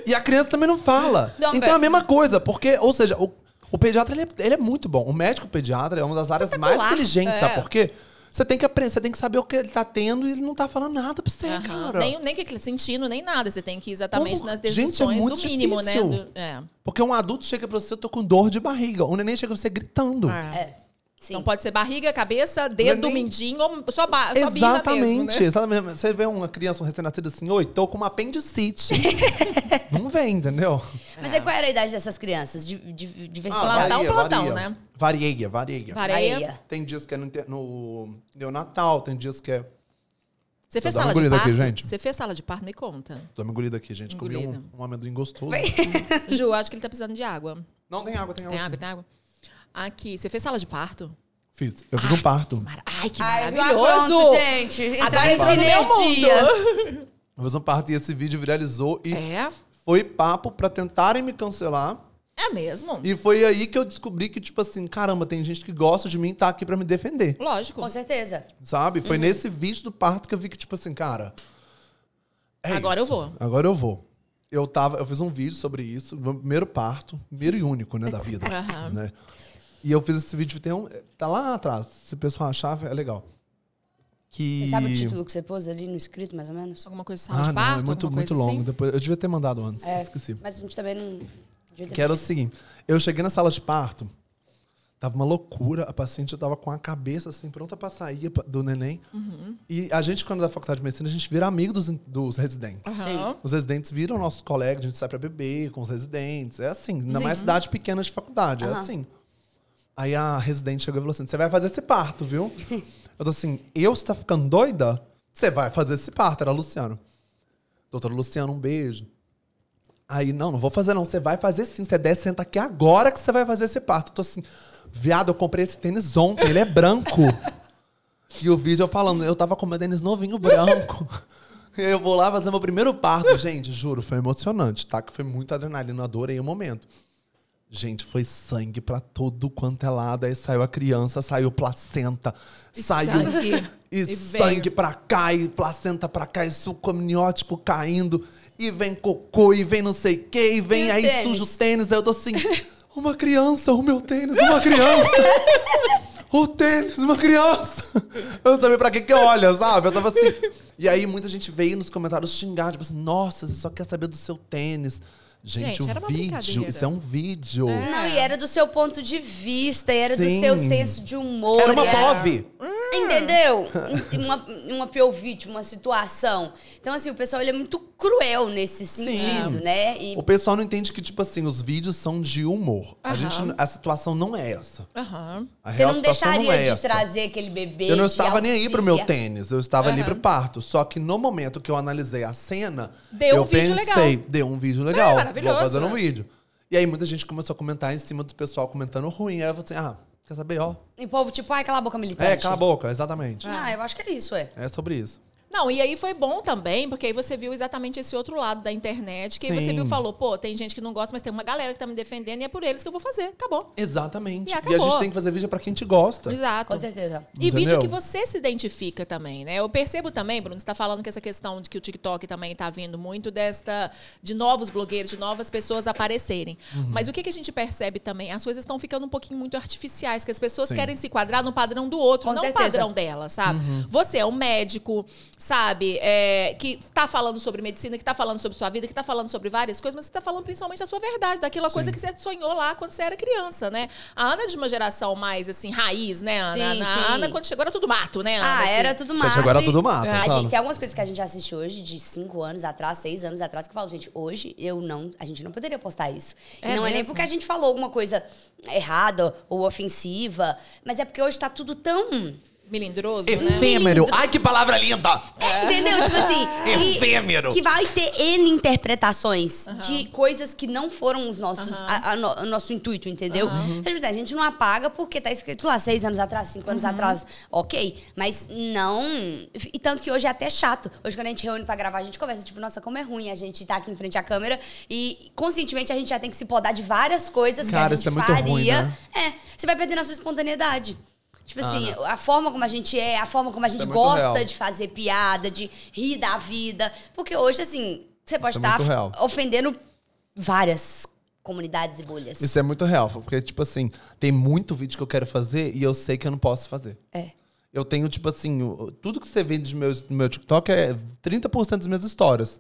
[SPEAKER 3] E a criança também não fala.
[SPEAKER 1] Não,
[SPEAKER 3] então é
[SPEAKER 1] pera.
[SPEAKER 3] a mesma coisa, porque, ou seja, o, o pediatra, ele é, ele é muito bom. O médico pediatra é uma das áreas mais inteligentes, sabe
[SPEAKER 2] é.
[SPEAKER 3] por quê? Você tem que aprender, você tem que saber o que ele tá tendo e ele não tá falando nada pra você,
[SPEAKER 2] Aham.
[SPEAKER 3] cara.
[SPEAKER 2] Nem, nem que sentindo, nem nada. Você tem que ir exatamente
[SPEAKER 3] Como?
[SPEAKER 2] nas
[SPEAKER 3] Gente, é
[SPEAKER 2] decisões
[SPEAKER 3] muito
[SPEAKER 2] do mínimo,
[SPEAKER 3] difícil.
[SPEAKER 2] né? Do- é.
[SPEAKER 3] Porque um adulto chega pra você, eu tô com dor de barriga. O neném chega pra você gritando.
[SPEAKER 2] É.
[SPEAKER 1] É. Sim.
[SPEAKER 2] Então pode ser barriga, cabeça, dedo,
[SPEAKER 3] é nem-
[SPEAKER 2] mindinho, ou só, ba... É só birra mesmo,
[SPEAKER 3] Exatamente,
[SPEAKER 2] né?
[SPEAKER 3] exatamente. Você vê uma criança, um recém-nascido assim, oi, tô com uma apendicite. não vem, entendeu?
[SPEAKER 1] Mas
[SPEAKER 2] É.
[SPEAKER 1] aí qual era a idade dessas crianças? Di- di- Diversidade?
[SPEAKER 2] Plantão, Ah,
[SPEAKER 3] varia,
[SPEAKER 2] plantão,
[SPEAKER 3] varia.
[SPEAKER 2] né?
[SPEAKER 3] Varieia, varieia.
[SPEAKER 2] Vareia.
[SPEAKER 1] Areia.
[SPEAKER 3] Tem dias que é no, inter- no neonatal, tem dias que é...
[SPEAKER 2] Você fez
[SPEAKER 3] Tô
[SPEAKER 2] sala
[SPEAKER 3] dando
[SPEAKER 2] de
[SPEAKER 3] engolida
[SPEAKER 2] parto?
[SPEAKER 3] aqui, gente.
[SPEAKER 2] Você fez sala de parto? Me conta.
[SPEAKER 3] Tô me engolindo aqui, gente. Comi um,
[SPEAKER 2] Engolida.
[SPEAKER 3] um amendoim gostoso.
[SPEAKER 2] Ju, acho que ele tá precisando de água.
[SPEAKER 3] Não, tem água, tem água.
[SPEAKER 2] Tem
[SPEAKER 3] sim.
[SPEAKER 2] água, tem água? Aqui, você fez sala de parto?
[SPEAKER 3] Fiz. Eu fiz um parto.
[SPEAKER 2] Mara- Ai, que
[SPEAKER 1] Ai,
[SPEAKER 2] maravilhoso!
[SPEAKER 1] pronto, gente. Entrar
[SPEAKER 2] Agora
[SPEAKER 1] em
[SPEAKER 2] entrou no meu
[SPEAKER 1] sinergia.
[SPEAKER 2] mundo.
[SPEAKER 3] Eu fiz um parto e esse vídeo viralizou e
[SPEAKER 2] É?
[SPEAKER 3] foi papo pra tentarem me cancelar.
[SPEAKER 2] É mesmo?
[SPEAKER 3] E foi aí que eu descobri que, tipo assim, caramba, tem gente que gosta de mim e tá aqui pra me defender.
[SPEAKER 2] Lógico.
[SPEAKER 1] Com certeza.
[SPEAKER 3] Sabe?
[SPEAKER 2] Uhum.
[SPEAKER 3] Foi nesse vídeo do parto que eu vi que, tipo assim, cara. é
[SPEAKER 2] Agora
[SPEAKER 3] isso.
[SPEAKER 2] eu vou.
[SPEAKER 3] Agora eu vou. Eu tava, eu fiz um vídeo sobre isso, meu primeiro parto, primeiro e único, né, da vida.
[SPEAKER 2] Aham.
[SPEAKER 3] né? E eu fiz esse vídeo, tem um. Tá lá atrás. Se o pessoal achar, é legal. Que.
[SPEAKER 1] Você sabe o título que você pôs ali no escrito, mais ou menos?
[SPEAKER 2] Alguma coisa de sala
[SPEAKER 3] Ah,
[SPEAKER 2] de
[SPEAKER 3] não,
[SPEAKER 2] parto?
[SPEAKER 3] é muito,
[SPEAKER 2] alguma
[SPEAKER 3] muito
[SPEAKER 2] coisa
[SPEAKER 3] longo.
[SPEAKER 2] assim? É.
[SPEAKER 3] Depois, eu devia ter mandado antes, esqueci.
[SPEAKER 1] Mas a gente também não. devia ter
[SPEAKER 3] Que era o seguinte: eu cheguei na sala de parto, tava uma loucura, a paciente tava com a cabeça assim, pronta pra sair pa- do neném. E a gente, quando é da faculdade de medicina, a gente vira amigo dos, dos residentes.
[SPEAKER 2] Aham.
[SPEAKER 3] Os residentes viram nossos colegas, a gente sai pra beber com os residentes. É assim, ainda mais cidade pequena de faculdade, é assim. Aí a residente chegou e falou assim: você vai fazer esse parto, viu? Eu tô assim, eu, você tá ficando doida? Você vai fazer esse parto, era a Luciano. Doutora Luciano, um beijo. Aí, não, não vou fazer, não. Você vai fazer sim. Você desce, senta aqui agora que você vai fazer esse parto. Eu tô assim, viado, eu comprei esse tênis ontem, ele é branco. e o vídeo eu falando, eu tava com meu tênis novinho branco. eu vou lá fazer meu primeiro parto. Gente, juro, foi emocionante, tá? Que foi muita adrenalina, eu adorei o momento. Gente, foi sangue pra todo quanto é lado. Aí saiu a criança, saiu placenta,
[SPEAKER 2] E
[SPEAKER 3] saiu
[SPEAKER 2] sangue.
[SPEAKER 3] e,
[SPEAKER 2] E
[SPEAKER 3] sangue
[SPEAKER 2] veio.
[SPEAKER 3] pra cá, e placenta pra cá, e suco amniótico caindo, e vem cocô, e vem não sei o que, e vem
[SPEAKER 1] E o
[SPEAKER 3] aí
[SPEAKER 1] tênis?
[SPEAKER 3] sujo o tênis. Aí eu tô assim, uma criança, o meu tênis, uma criança. O tênis, uma criança. Eu não sabia pra que que olha, sabe? Eu tava assim. E aí muita gente veio nos comentários xingar, tipo assim, nossa, você só quer saber do seu tênis. Gente,
[SPEAKER 2] Gente, era
[SPEAKER 3] o
[SPEAKER 2] uma
[SPEAKER 3] vídeo,
[SPEAKER 2] brincadeira.
[SPEAKER 3] isso é um vídeo.
[SPEAKER 1] Não, e era do seu ponto de vista, e era
[SPEAKER 3] Sim.
[SPEAKER 1] do seu senso de humor.
[SPEAKER 3] Era uma
[SPEAKER 1] e Hum.
[SPEAKER 3] bove.
[SPEAKER 1] Entendeu? uma, uma piovite, tipo, uma situação. Então, assim, o pessoal ele é muito cruel nesse sentido, né? E
[SPEAKER 3] O pessoal não entende que, tipo assim, os vídeos são de humor. A,
[SPEAKER 2] Aham.
[SPEAKER 3] gente, a situação não é essa.
[SPEAKER 2] Aham.
[SPEAKER 3] A
[SPEAKER 1] você
[SPEAKER 3] real
[SPEAKER 1] não
[SPEAKER 3] situação
[SPEAKER 1] deixaria
[SPEAKER 3] não é
[SPEAKER 1] de
[SPEAKER 3] essa.
[SPEAKER 1] trazer aquele bebê.
[SPEAKER 3] eu não
[SPEAKER 1] de
[SPEAKER 3] estava nem aí pro meu
[SPEAKER 1] auxília.
[SPEAKER 3] tênis, eu estava ali
[SPEAKER 2] Aham.
[SPEAKER 3] pro parto. Só que no momento que eu analisei a cena,
[SPEAKER 2] Deu
[SPEAKER 3] eu
[SPEAKER 2] um vídeo
[SPEAKER 3] pensei,
[SPEAKER 2] legal.
[SPEAKER 3] deu um vídeo legal.
[SPEAKER 2] Ah, maravilhoso,
[SPEAKER 3] Vou fazer um
[SPEAKER 2] né?
[SPEAKER 3] vídeo. E aí muita gente começou a comentar em cima do pessoal comentando ruim. Aí eu falei assim: ah, quer saber, ó?
[SPEAKER 1] E o povo, tipo, ai, cala a boca militante.
[SPEAKER 3] É, cala a boca, exatamente.
[SPEAKER 1] Ah, eu acho que é isso, é.
[SPEAKER 3] É sobre isso.
[SPEAKER 2] Não, e aí foi bom também, porque aí você viu exatamente esse outro lado da internet, que aí você
[SPEAKER 3] Sim.
[SPEAKER 2] viu e falou, pô, tem gente que não gosta, mas tem uma galera que tá me defendendo e é por eles que eu vou fazer. Acabou.
[SPEAKER 3] Exatamente.
[SPEAKER 2] E
[SPEAKER 3] a
[SPEAKER 2] acabou.
[SPEAKER 3] gente tem que fazer vídeo pra quem te gosta.
[SPEAKER 2] Exato.
[SPEAKER 1] Ah,
[SPEAKER 3] Então.
[SPEAKER 1] Com certeza.
[SPEAKER 2] E
[SPEAKER 3] Entendeu?
[SPEAKER 2] vídeo que você se identifica também, né? Eu percebo também, Bruno, você está falando que essa questão de que o TikTok também está vindo muito desta de novos blogueiros, de novas pessoas aparecerem.
[SPEAKER 3] Uhum.
[SPEAKER 2] Mas o que, que a gente percebe também? As coisas estão ficando um pouquinho muito artificiais, que as pessoas
[SPEAKER 3] Sim.
[SPEAKER 2] querem se quadrar no padrão do outro,
[SPEAKER 1] Com
[SPEAKER 2] não
[SPEAKER 1] certeza.
[SPEAKER 2] o padrão dela, sabe?
[SPEAKER 3] Uhum.
[SPEAKER 2] Você é um médico, sabe, é, que está falando sobre medicina, que está falando sobre sua vida, que está falando sobre várias coisas, mas você está falando principalmente da sua verdade, daquela coisa que você sonhou lá quando você era criança, né? A Ana é de uma geração mais assim, raiz, né, Ana?
[SPEAKER 1] Sim,
[SPEAKER 2] A
[SPEAKER 1] sim.
[SPEAKER 2] Ana, quando chegou, era tudo mato, né, Ana?
[SPEAKER 1] Ah,
[SPEAKER 2] Assim,
[SPEAKER 1] era tudo
[SPEAKER 3] Você
[SPEAKER 1] mato.
[SPEAKER 3] chegou, era
[SPEAKER 1] e-
[SPEAKER 3] tudo mato,
[SPEAKER 1] A
[SPEAKER 3] claro.
[SPEAKER 1] gente, tem algumas coisas que a gente assiste hoje, de cinco anos atrás, seis anos atrás, que eu falo, gente, hoje eu não, a gente não poderia postar isso. E
[SPEAKER 2] É
[SPEAKER 1] não é nem
[SPEAKER 2] mesmo?
[SPEAKER 1] porque a gente falou alguma coisa errada ou ofensiva, mas é porque hoje tá tudo tão.
[SPEAKER 2] Melindroso, né?
[SPEAKER 3] Efêmero. Ai, que palavra linda!
[SPEAKER 1] Entendeu? Tipo assim.
[SPEAKER 3] É
[SPEAKER 1] e-
[SPEAKER 3] Efêmero.
[SPEAKER 1] Que vai ter N interpretações de coisas que não foram os nossos, a- a no- o nosso intuito, entendeu? Então, tipo assim, a gente não apaga porque tá escrito lá seis anos atrás, cinco anos atrás, ok. Mas não. E tanto que hoje é até chato. Hoje, quando a gente reúne pra gravar, a gente conversa, tipo, nossa, como é ruim a gente tá aqui em frente à câmera e conscientemente a gente já tem que se podar de várias coisas que
[SPEAKER 3] Cara,
[SPEAKER 1] a gente
[SPEAKER 3] isso é muito
[SPEAKER 1] faria.
[SPEAKER 3] ruim, né?
[SPEAKER 1] É, você vai perdendo a sua espontaneidade. Tipo assim, a forma como a gente é, a forma como a gente
[SPEAKER 3] é muito
[SPEAKER 1] gosta
[SPEAKER 3] real.
[SPEAKER 1] de fazer piada, de rir da vida. Porque hoje, assim, você pode
[SPEAKER 3] Isso é
[SPEAKER 1] estar
[SPEAKER 3] muito real.
[SPEAKER 1] ofendendo várias comunidades e bolhas.
[SPEAKER 3] Isso é muito real, porque, tipo assim, tem muito vídeo que eu quero fazer e eu sei que eu não posso fazer.
[SPEAKER 1] É.
[SPEAKER 3] Eu tenho, tipo assim, o- tudo que você vê de meu, do meu TikTok é 30% das minhas histórias.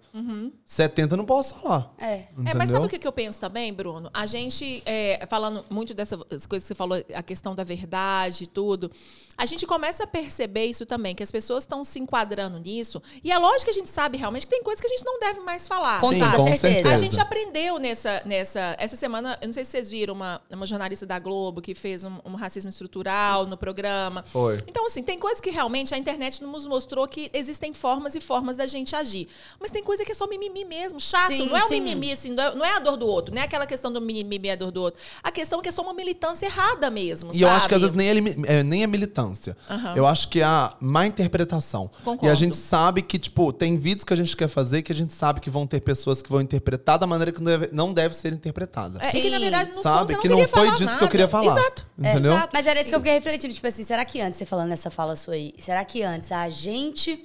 [SPEAKER 3] 70% eu não posso falar.
[SPEAKER 1] É. É,
[SPEAKER 2] Uhum. É, mas
[SPEAKER 3] Entendeu?
[SPEAKER 2] sabe o que que eu penso também, Bruno? A gente, é, falando muito dessas coisas que você falou, a questão da verdade e tudo, a gente começa a perceber isso também, que as pessoas estão se enquadrando nisso. E é lógico que a gente sabe realmente que tem coisas que a gente não deve mais falar.
[SPEAKER 1] Com
[SPEAKER 3] Sim,
[SPEAKER 1] toda
[SPEAKER 3] com
[SPEAKER 1] certeza.
[SPEAKER 3] certeza.
[SPEAKER 2] A gente aprendeu nessa, nessa. Essa semana, eu não sei se vocês viram uma, uma jornalista da Globo que fez um, um racismo estrutural no programa.
[SPEAKER 3] Foi.
[SPEAKER 2] Então, assim, assim, tem coisas que realmente a internet nos mostrou que existem formas e formas da gente agir. Mas tem coisa que é só mimimi mesmo, chato.
[SPEAKER 1] Sim,
[SPEAKER 2] não é o
[SPEAKER 1] sim.
[SPEAKER 2] mimimi, assim, não é, não é a dor do outro, não é aquela questão do mimimi é a dor do outro. A questão é que é só uma militância errada mesmo.
[SPEAKER 3] E eu acho
[SPEAKER 2] sabe?
[SPEAKER 3] que às vezes nem é, limi- é, nem é militância.
[SPEAKER 2] Aham.
[SPEAKER 3] Eu acho que é a má interpretação.
[SPEAKER 2] Concordo.
[SPEAKER 3] E a gente sabe que, tipo, tem vídeos que a gente quer fazer que a gente sabe que vão ter pessoas que vão interpretar da maneira que não deve, não deve ser interpretada.
[SPEAKER 2] É, e que, na
[SPEAKER 1] Sim.
[SPEAKER 2] verdade, no fundo,
[SPEAKER 3] sabe?
[SPEAKER 2] você não
[SPEAKER 3] que não
[SPEAKER 2] queria
[SPEAKER 3] foi
[SPEAKER 2] falar
[SPEAKER 3] disso que eu
[SPEAKER 2] nada.
[SPEAKER 3] queria falar.
[SPEAKER 2] Exato.
[SPEAKER 3] Entendeu?
[SPEAKER 2] exato.
[SPEAKER 1] Mas era isso que eu fiquei refletindo. Tipo assim, será que antes, você falando essa fala sua aí, será que antes a gente.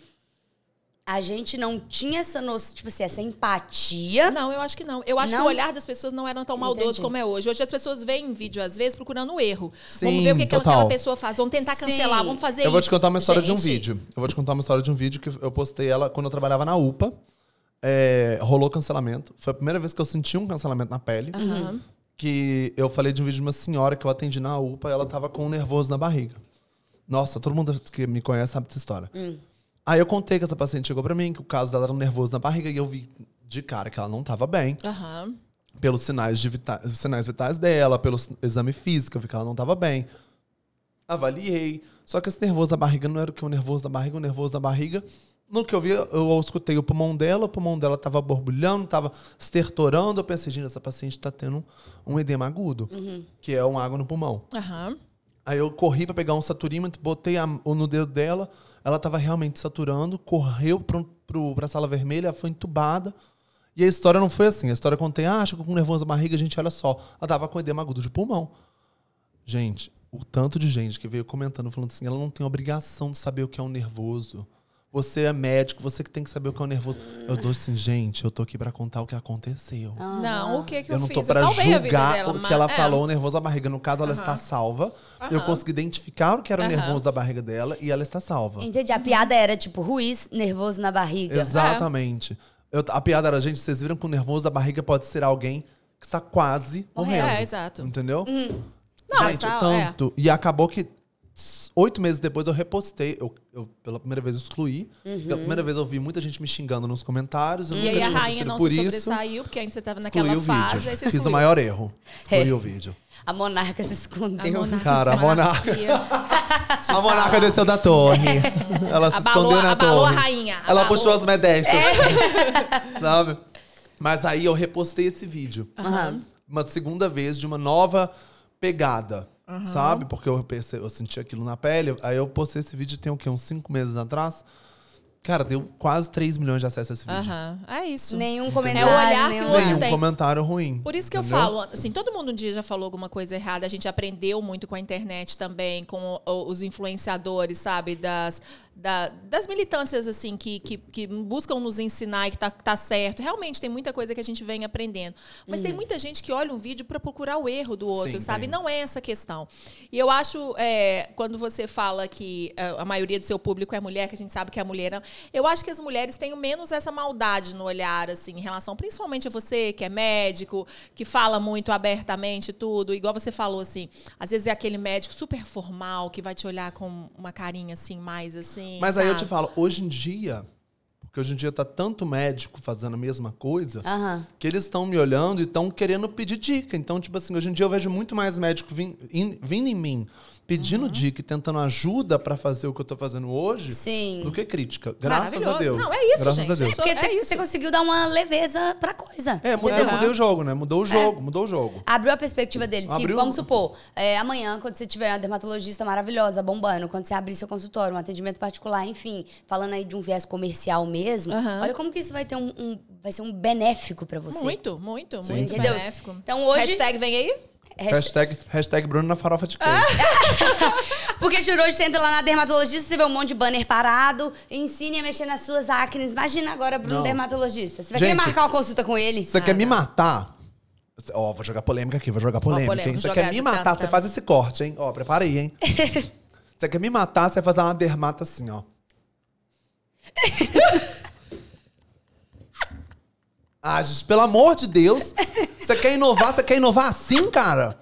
[SPEAKER 1] A gente não tinha essa noção, tipo assim, essa empatia.
[SPEAKER 2] Não, eu acho que não. Eu acho
[SPEAKER 1] Não?
[SPEAKER 2] que o olhar das pessoas não era tão maldoso
[SPEAKER 1] Entendi.
[SPEAKER 2] como é hoje. Hoje as pessoas veem vídeo, às vezes, procurando o erro.
[SPEAKER 3] Sim,
[SPEAKER 2] vamos ver o que aquela,
[SPEAKER 3] total.
[SPEAKER 2] aquela pessoa faz. Vamos tentar cancelar,
[SPEAKER 1] Sim.
[SPEAKER 2] vamos fazer isso.
[SPEAKER 3] Eu vou te contar uma história de um
[SPEAKER 2] Gente,
[SPEAKER 3] vídeo. Eu vou te contar uma história de um vídeo que eu postei ela quando eu trabalhava na UPA. É, rolou cancelamento. Foi a primeira vez que eu senti um cancelamento na pele.
[SPEAKER 2] Uhum.
[SPEAKER 1] Uhum.
[SPEAKER 3] Que eu falei de um vídeo de uma senhora que eu atendi na UPA e ela tava com um nervoso na barriga. Nossa, todo mundo que me conhece sabe dessa história.
[SPEAKER 2] Hum.
[SPEAKER 3] Aí eu contei que essa paciente chegou pra mim, que o caso dela era um nervoso na barriga e eu vi de cara que ela não tava bem
[SPEAKER 2] Aham.
[SPEAKER 3] pelos sinais, de vita- os sinais vitais dela, pelo s- exame físico, eu vi que ela não estava bem. Avaliei. Só que esse nervoso da barriga não era o que o nervoso da barriga, o nervoso da barriga. No que eu vi, eu escutei o pulmão dela, o pulmão dela estava borbulhando, estava estertorando. Eu pensei, gente, essa paciente está tendo um edema agudo, que é um água no pulmão.
[SPEAKER 2] Aham.
[SPEAKER 3] Aí eu corri pra pegar um saturímetro, botei a- o no dedo dela, ela tava realmente saturando, correu pro, pro, pra sala vermelha, ela foi entubada. E a história não foi assim. A história eu contei, ah, chegou com nervoso na barriga, gente, olha só. Ela tava com edema agudo de pulmão. Gente, o tanto de gente que veio comentando, falando assim, ela não tem obrigação de saber o que é um nervoso. Você é médico, você que tem que saber o que é um nervoso. Eu tô assim, gente, eu tô aqui pra contar o que aconteceu.
[SPEAKER 2] Não, o que que eu,
[SPEAKER 3] Eu não
[SPEAKER 2] fiz?
[SPEAKER 3] tô pra
[SPEAKER 2] eu salvei a vida
[SPEAKER 3] julgar
[SPEAKER 2] dela.
[SPEAKER 3] o
[SPEAKER 2] mas-
[SPEAKER 3] que ela
[SPEAKER 2] é.
[SPEAKER 3] falou, o nervoso da barriga. No caso, ela está salva. Eu
[SPEAKER 2] Aham.
[SPEAKER 3] consegui identificar o que era o
[SPEAKER 2] Aham.
[SPEAKER 3] nervoso da barriga dela e ela está salva.
[SPEAKER 1] Entendi. A piada era tipo, Ruiz, nervoso na
[SPEAKER 2] É.
[SPEAKER 1] barriga.
[SPEAKER 3] Exatamente. Eu- a piada era, gente, vocês viram que o nervoso da barriga pode ser alguém que está quase
[SPEAKER 2] Morrendo.
[SPEAKER 3] morrendo.
[SPEAKER 2] É, exato. Uhum.
[SPEAKER 3] Entendeu?
[SPEAKER 2] Não, mas
[SPEAKER 3] gente,
[SPEAKER 2] tá-
[SPEAKER 3] tanto. E acabou que s- oito meses depois eu repostei. Eu, eu, pela primeira vez, excluí. Pela primeira vez, eu vi muita gente me xingando nos comentários. Eu
[SPEAKER 2] Uhum. E
[SPEAKER 3] nunca
[SPEAKER 2] aí a
[SPEAKER 3] tinha
[SPEAKER 2] rainha
[SPEAKER 3] acontecido
[SPEAKER 2] não
[SPEAKER 3] por
[SPEAKER 2] se
[SPEAKER 3] isso.
[SPEAKER 2] sobressaiu, porque ainda você tava naquela
[SPEAKER 3] Excluí o
[SPEAKER 2] fase. Aí você
[SPEAKER 3] vídeo. Fiz o
[SPEAKER 2] excluiu.
[SPEAKER 3] maior erro. Excluí
[SPEAKER 1] É.
[SPEAKER 3] o vídeo.
[SPEAKER 1] A monarca se
[SPEAKER 2] A
[SPEAKER 1] escondeu.
[SPEAKER 2] monarquia,
[SPEAKER 3] Cara, a
[SPEAKER 2] monarquia.
[SPEAKER 3] A monarca desceu da torre. Ela se
[SPEAKER 2] Abalou-
[SPEAKER 3] escondeu na
[SPEAKER 2] abalou
[SPEAKER 3] torre.
[SPEAKER 2] a rainha,
[SPEAKER 3] Ela
[SPEAKER 2] abalou. É.
[SPEAKER 3] puxou as medestas. Sabe? Mas aí eu repostei esse vídeo.
[SPEAKER 1] Aham.
[SPEAKER 3] Uma segunda vez de uma nova pegada. Sabe? Porque eu, perce- eu senti aquilo na pele. Aí eu postei esse vídeo tem o quê? Uns cinco meses atrás. Cara, deu quase 3 milhões de acessos a esse vídeo.
[SPEAKER 2] Aham. É isso.
[SPEAKER 1] Nenhum comentário.
[SPEAKER 2] olhar que
[SPEAKER 1] nenhum...
[SPEAKER 2] o olho
[SPEAKER 3] Nenhum
[SPEAKER 2] tem.
[SPEAKER 3] comentário ruim.
[SPEAKER 2] Por isso que
[SPEAKER 3] entendeu?
[SPEAKER 2] eu falo, assim, todo mundo um dia já falou alguma coisa errada. A gente aprendeu muito com a internet também, com o- o- os influenciadores, sabe? Das, da- das militâncias, assim, que, que, que buscam nos ensinar e que tá, tá certo. Realmente, tem muita coisa que a gente vem aprendendo. Mas tem muita gente que olha um vídeo para procurar o erro do outro,
[SPEAKER 3] Sim,
[SPEAKER 2] sabe?
[SPEAKER 3] tem.
[SPEAKER 2] Não é essa a questão. E eu acho, é, quando você fala que é, a maioria do seu público é mulher, que a gente sabe que é mulher, não, eu acho que as mulheres têm menos essa maldade no olhar, assim, em relação principalmente a você, que é médico, que fala muito abertamente tudo, igual você falou, assim, às vezes é aquele médico super formal, que vai te olhar com uma carinha, assim, mais assim,
[SPEAKER 3] Mas aí eu te
[SPEAKER 2] sabe?
[SPEAKER 3] falo, hoje em dia, porque hoje em dia tá tanto médico fazendo a mesma coisa,
[SPEAKER 1] Aham.
[SPEAKER 3] que eles estão me olhando e estão querendo pedir dica. Então, tipo assim, hoje em dia eu vejo muito mais médico vin- in- vindo em mim
[SPEAKER 2] Uhum.
[SPEAKER 3] pedindo dica e tentando ajuda pra fazer o que eu tô fazendo hoje
[SPEAKER 1] Sim.
[SPEAKER 3] do que crítica. Graças a
[SPEAKER 2] Maravilhoso.
[SPEAKER 3] Deus.
[SPEAKER 2] Não, é isso,
[SPEAKER 3] Graças
[SPEAKER 2] gente.
[SPEAKER 3] A Deus.
[SPEAKER 2] Só-
[SPEAKER 1] Porque
[SPEAKER 2] é
[SPEAKER 1] você
[SPEAKER 2] isso.
[SPEAKER 1] você conseguiu dar uma leveza pra coisa.
[SPEAKER 3] É, mudei,
[SPEAKER 1] entendeu?
[SPEAKER 3] mudei o jogo, né? Mudou
[SPEAKER 2] É.
[SPEAKER 3] o jogo, mudou o jogo.
[SPEAKER 1] Abriu a perspectiva deles. Que,
[SPEAKER 3] Abriu.
[SPEAKER 1] vamos supor, é, amanhã, quando você tiver uma dermatologista maravilhosa, bombando, quando você abrir seu consultório, um atendimento particular, enfim, falando aí de um viés comercial mesmo,
[SPEAKER 2] Aham.
[SPEAKER 1] olha como que isso vai ter um, um- vai ser um benéfico pra você.
[SPEAKER 2] Muito, muito,
[SPEAKER 3] Sim.
[SPEAKER 2] muito
[SPEAKER 1] Entendeu?
[SPEAKER 2] benéfico.
[SPEAKER 1] Então hoje-
[SPEAKER 2] Hashtag vem aí?
[SPEAKER 1] Hashtag-
[SPEAKER 3] Hashtag, hashtag Bruno na farofa de queijo.
[SPEAKER 2] Ah,
[SPEAKER 1] Porque de hoje você entra lá na dermatologista, você vê um monte de banner parado, ensine a mexer nas suas acnes. Imagina agora, Bruno,
[SPEAKER 3] Não.
[SPEAKER 1] dermatologista. Você vai
[SPEAKER 3] Gente,
[SPEAKER 1] querer marcar uma consulta com ele?
[SPEAKER 3] Você quer me matar? Ó, vou jogar polêmica aqui, vou jogar polêmica,
[SPEAKER 2] polêmica,
[SPEAKER 3] hein? Você
[SPEAKER 2] jogar
[SPEAKER 3] quer me
[SPEAKER 2] de
[SPEAKER 3] matar,
[SPEAKER 2] tanto,
[SPEAKER 3] você
[SPEAKER 2] tá?
[SPEAKER 3] faz esse corte, hein? Ó, prepara aí, hein? Você quer me matar, você vai fazer uma dermata assim, ó. Ah, gente, pelo amor de Deus. Você quer inovar, você quer inovar assim, cara?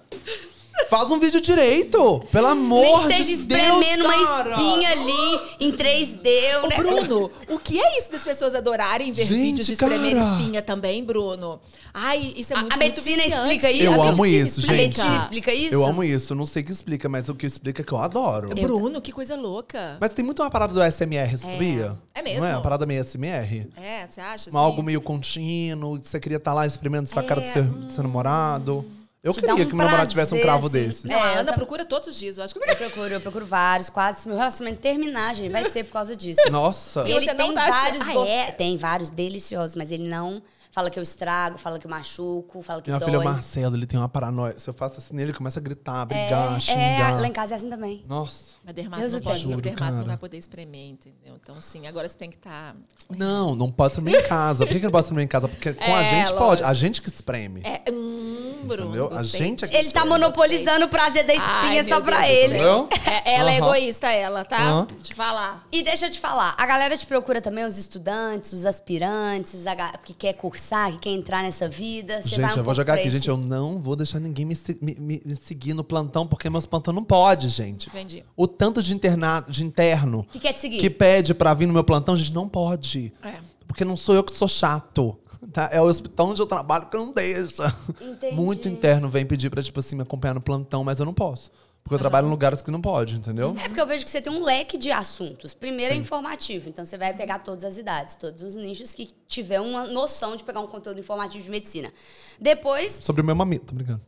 [SPEAKER 3] Faz um vídeo direito. Pelo
[SPEAKER 1] Nem
[SPEAKER 3] amor
[SPEAKER 1] que seja
[SPEAKER 3] de Deus,
[SPEAKER 1] espremendo uma
[SPEAKER 3] cara.
[SPEAKER 1] espinha ali em 3D.
[SPEAKER 2] Ô,
[SPEAKER 1] né?
[SPEAKER 2] Bruno, o que é isso das pessoas adorarem ver
[SPEAKER 3] Gente,
[SPEAKER 2] vídeos de espremer
[SPEAKER 3] cara.
[SPEAKER 2] espinha também, Bruno? Ai, isso é
[SPEAKER 1] A-
[SPEAKER 2] muito
[SPEAKER 1] a
[SPEAKER 2] muito
[SPEAKER 1] medicina
[SPEAKER 2] viciante.
[SPEAKER 1] explica isso?
[SPEAKER 3] Eu
[SPEAKER 2] A
[SPEAKER 3] amo
[SPEAKER 2] medicina
[SPEAKER 3] isso,
[SPEAKER 1] A
[SPEAKER 2] explica.
[SPEAKER 3] gente.
[SPEAKER 1] medicina explica isso?
[SPEAKER 3] Eu amo isso. Não sei o que explica, mas o que explica é que eu adoro.
[SPEAKER 2] Bruno, que coisa louca.
[SPEAKER 3] Mas tem muito uma parada do SMR, sabia?
[SPEAKER 2] É mesmo?
[SPEAKER 3] Não é? Uma parada meio SMR.
[SPEAKER 2] É, você acha?
[SPEAKER 3] Uma Algo meio contínuo, que você queria estar lá experimentando
[SPEAKER 2] É,
[SPEAKER 3] essa cara do seu,
[SPEAKER 2] hum.
[SPEAKER 3] do seu namorado. Eu
[SPEAKER 1] Te dá
[SPEAKER 3] queria
[SPEAKER 1] um
[SPEAKER 3] que meu namorado
[SPEAKER 1] prazer,
[SPEAKER 3] tivesse um cravo
[SPEAKER 1] assim.
[SPEAKER 3] desses.
[SPEAKER 2] Não,
[SPEAKER 1] É,
[SPEAKER 2] a
[SPEAKER 1] eu
[SPEAKER 2] Ana
[SPEAKER 1] tam-
[SPEAKER 2] procura todos os dias, eu acho que...
[SPEAKER 1] Eu procuro, eu procuro vários, quase. Se meu relacionamento terminar, gente, vai ser por causa disso.
[SPEAKER 3] Nossa.
[SPEAKER 2] E
[SPEAKER 1] Ele
[SPEAKER 2] você não
[SPEAKER 1] tem
[SPEAKER 2] dá ch-
[SPEAKER 1] vários
[SPEAKER 2] Ah,
[SPEAKER 1] gos-
[SPEAKER 2] é?
[SPEAKER 1] Tem vários deliciosos, mas ele não fala que eu estrago, fala que eu machuco, fala que
[SPEAKER 3] Minha
[SPEAKER 1] dói.
[SPEAKER 3] filha, é o Marcelo, ele tem uma paranoia. Se eu faço assim nele, ele começa a gritar, brigar,
[SPEAKER 1] é,
[SPEAKER 3] xingar.
[SPEAKER 1] lá em casa é assim também.
[SPEAKER 3] Nossa.
[SPEAKER 2] Mas dermato
[SPEAKER 1] Deus é
[SPEAKER 2] não
[SPEAKER 1] o
[SPEAKER 2] pode,
[SPEAKER 3] tenha.
[SPEAKER 2] o dermato não
[SPEAKER 3] Juro,
[SPEAKER 2] vai
[SPEAKER 3] cara.
[SPEAKER 2] poder espremer, entendeu? Então, assim, agora você tem que estar...
[SPEAKER 3] Não, não pode também em casa. Por que que não pode também em casa? Porque com a
[SPEAKER 2] É,
[SPEAKER 3] gente pode. A
[SPEAKER 2] lógico.
[SPEAKER 3] gente que espreme.
[SPEAKER 2] É, hum, Bruno,
[SPEAKER 3] Entendeu? A
[SPEAKER 2] gostei
[SPEAKER 3] gente é que
[SPEAKER 2] disso,
[SPEAKER 1] Ele tá
[SPEAKER 2] gostei.
[SPEAKER 1] monopolizando o prazer da espinha
[SPEAKER 2] Ai,
[SPEAKER 1] só
[SPEAKER 2] meu
[SPEAKER 1] pra
[SPEAKER 2] Deus do
[SPEAKER 1] ele.
[SPEAKER 3] Entendeu?
[SPEAKER 2] É, ela é
[SPEAKER 3] Aham.
[SPEAKER 2] egoísta, ela, tá?
[SPEAKER 3] Aham.
[SPEAKER 2] Deixa eu falar.
[SPEAKER 1] E deixa eu te falar, a galera te procura também, os estudantes, os aspirantes, a ga- que quer cursar, que quer entrar nessa vida. Você vai
[SPEAKER 3] Gente,
[SPEAKER 1] um
[SPEAKER 3] eu vou
[SPEAKER 1] pouco
[SPEAKER 3] jogar
[SPEAKER 1] pra
[SPEAKER 3] aqui,
[SPEAKER 1] esse-
[SPEAKER 3] gente. Eu não vou deixar ninguém me, se- me- me- me seguir no plantão, porque meus plantão não pode, gente.
[SPEAKER 2] Entendi.
[SPEAKER 3] O tanto de, internado, de interno
[SPEAKER 1] Que quer te seguir.
[SPEAKER 3] que pede pra vir no meu plantão, gente, não pode.
[SPEAKER 2] É.
[SPEAKER 3] Porque não sou eu que sou chato. Tá? É o hospital onde eu trabalho que não deixa.
[SPEAKER 1] Entendi.
[SPEAKER 3] Muito interno vem pedir pra, tipo assim, me acompanhar no plantão, mas eu não posso. Porque eu trabalho em lugares que não pode, entendeu?
[SPEAKER 1] É porque eu vejo que você tem um leque de assuntos. Primeiro é informativo, então você vai pegar todas as idades, todos os nichos que tiver uma noção de pegar um conteúdo informativo de medicina. Depois,
[SPEAKER 3] Sobre o meu mamito, tô brincando.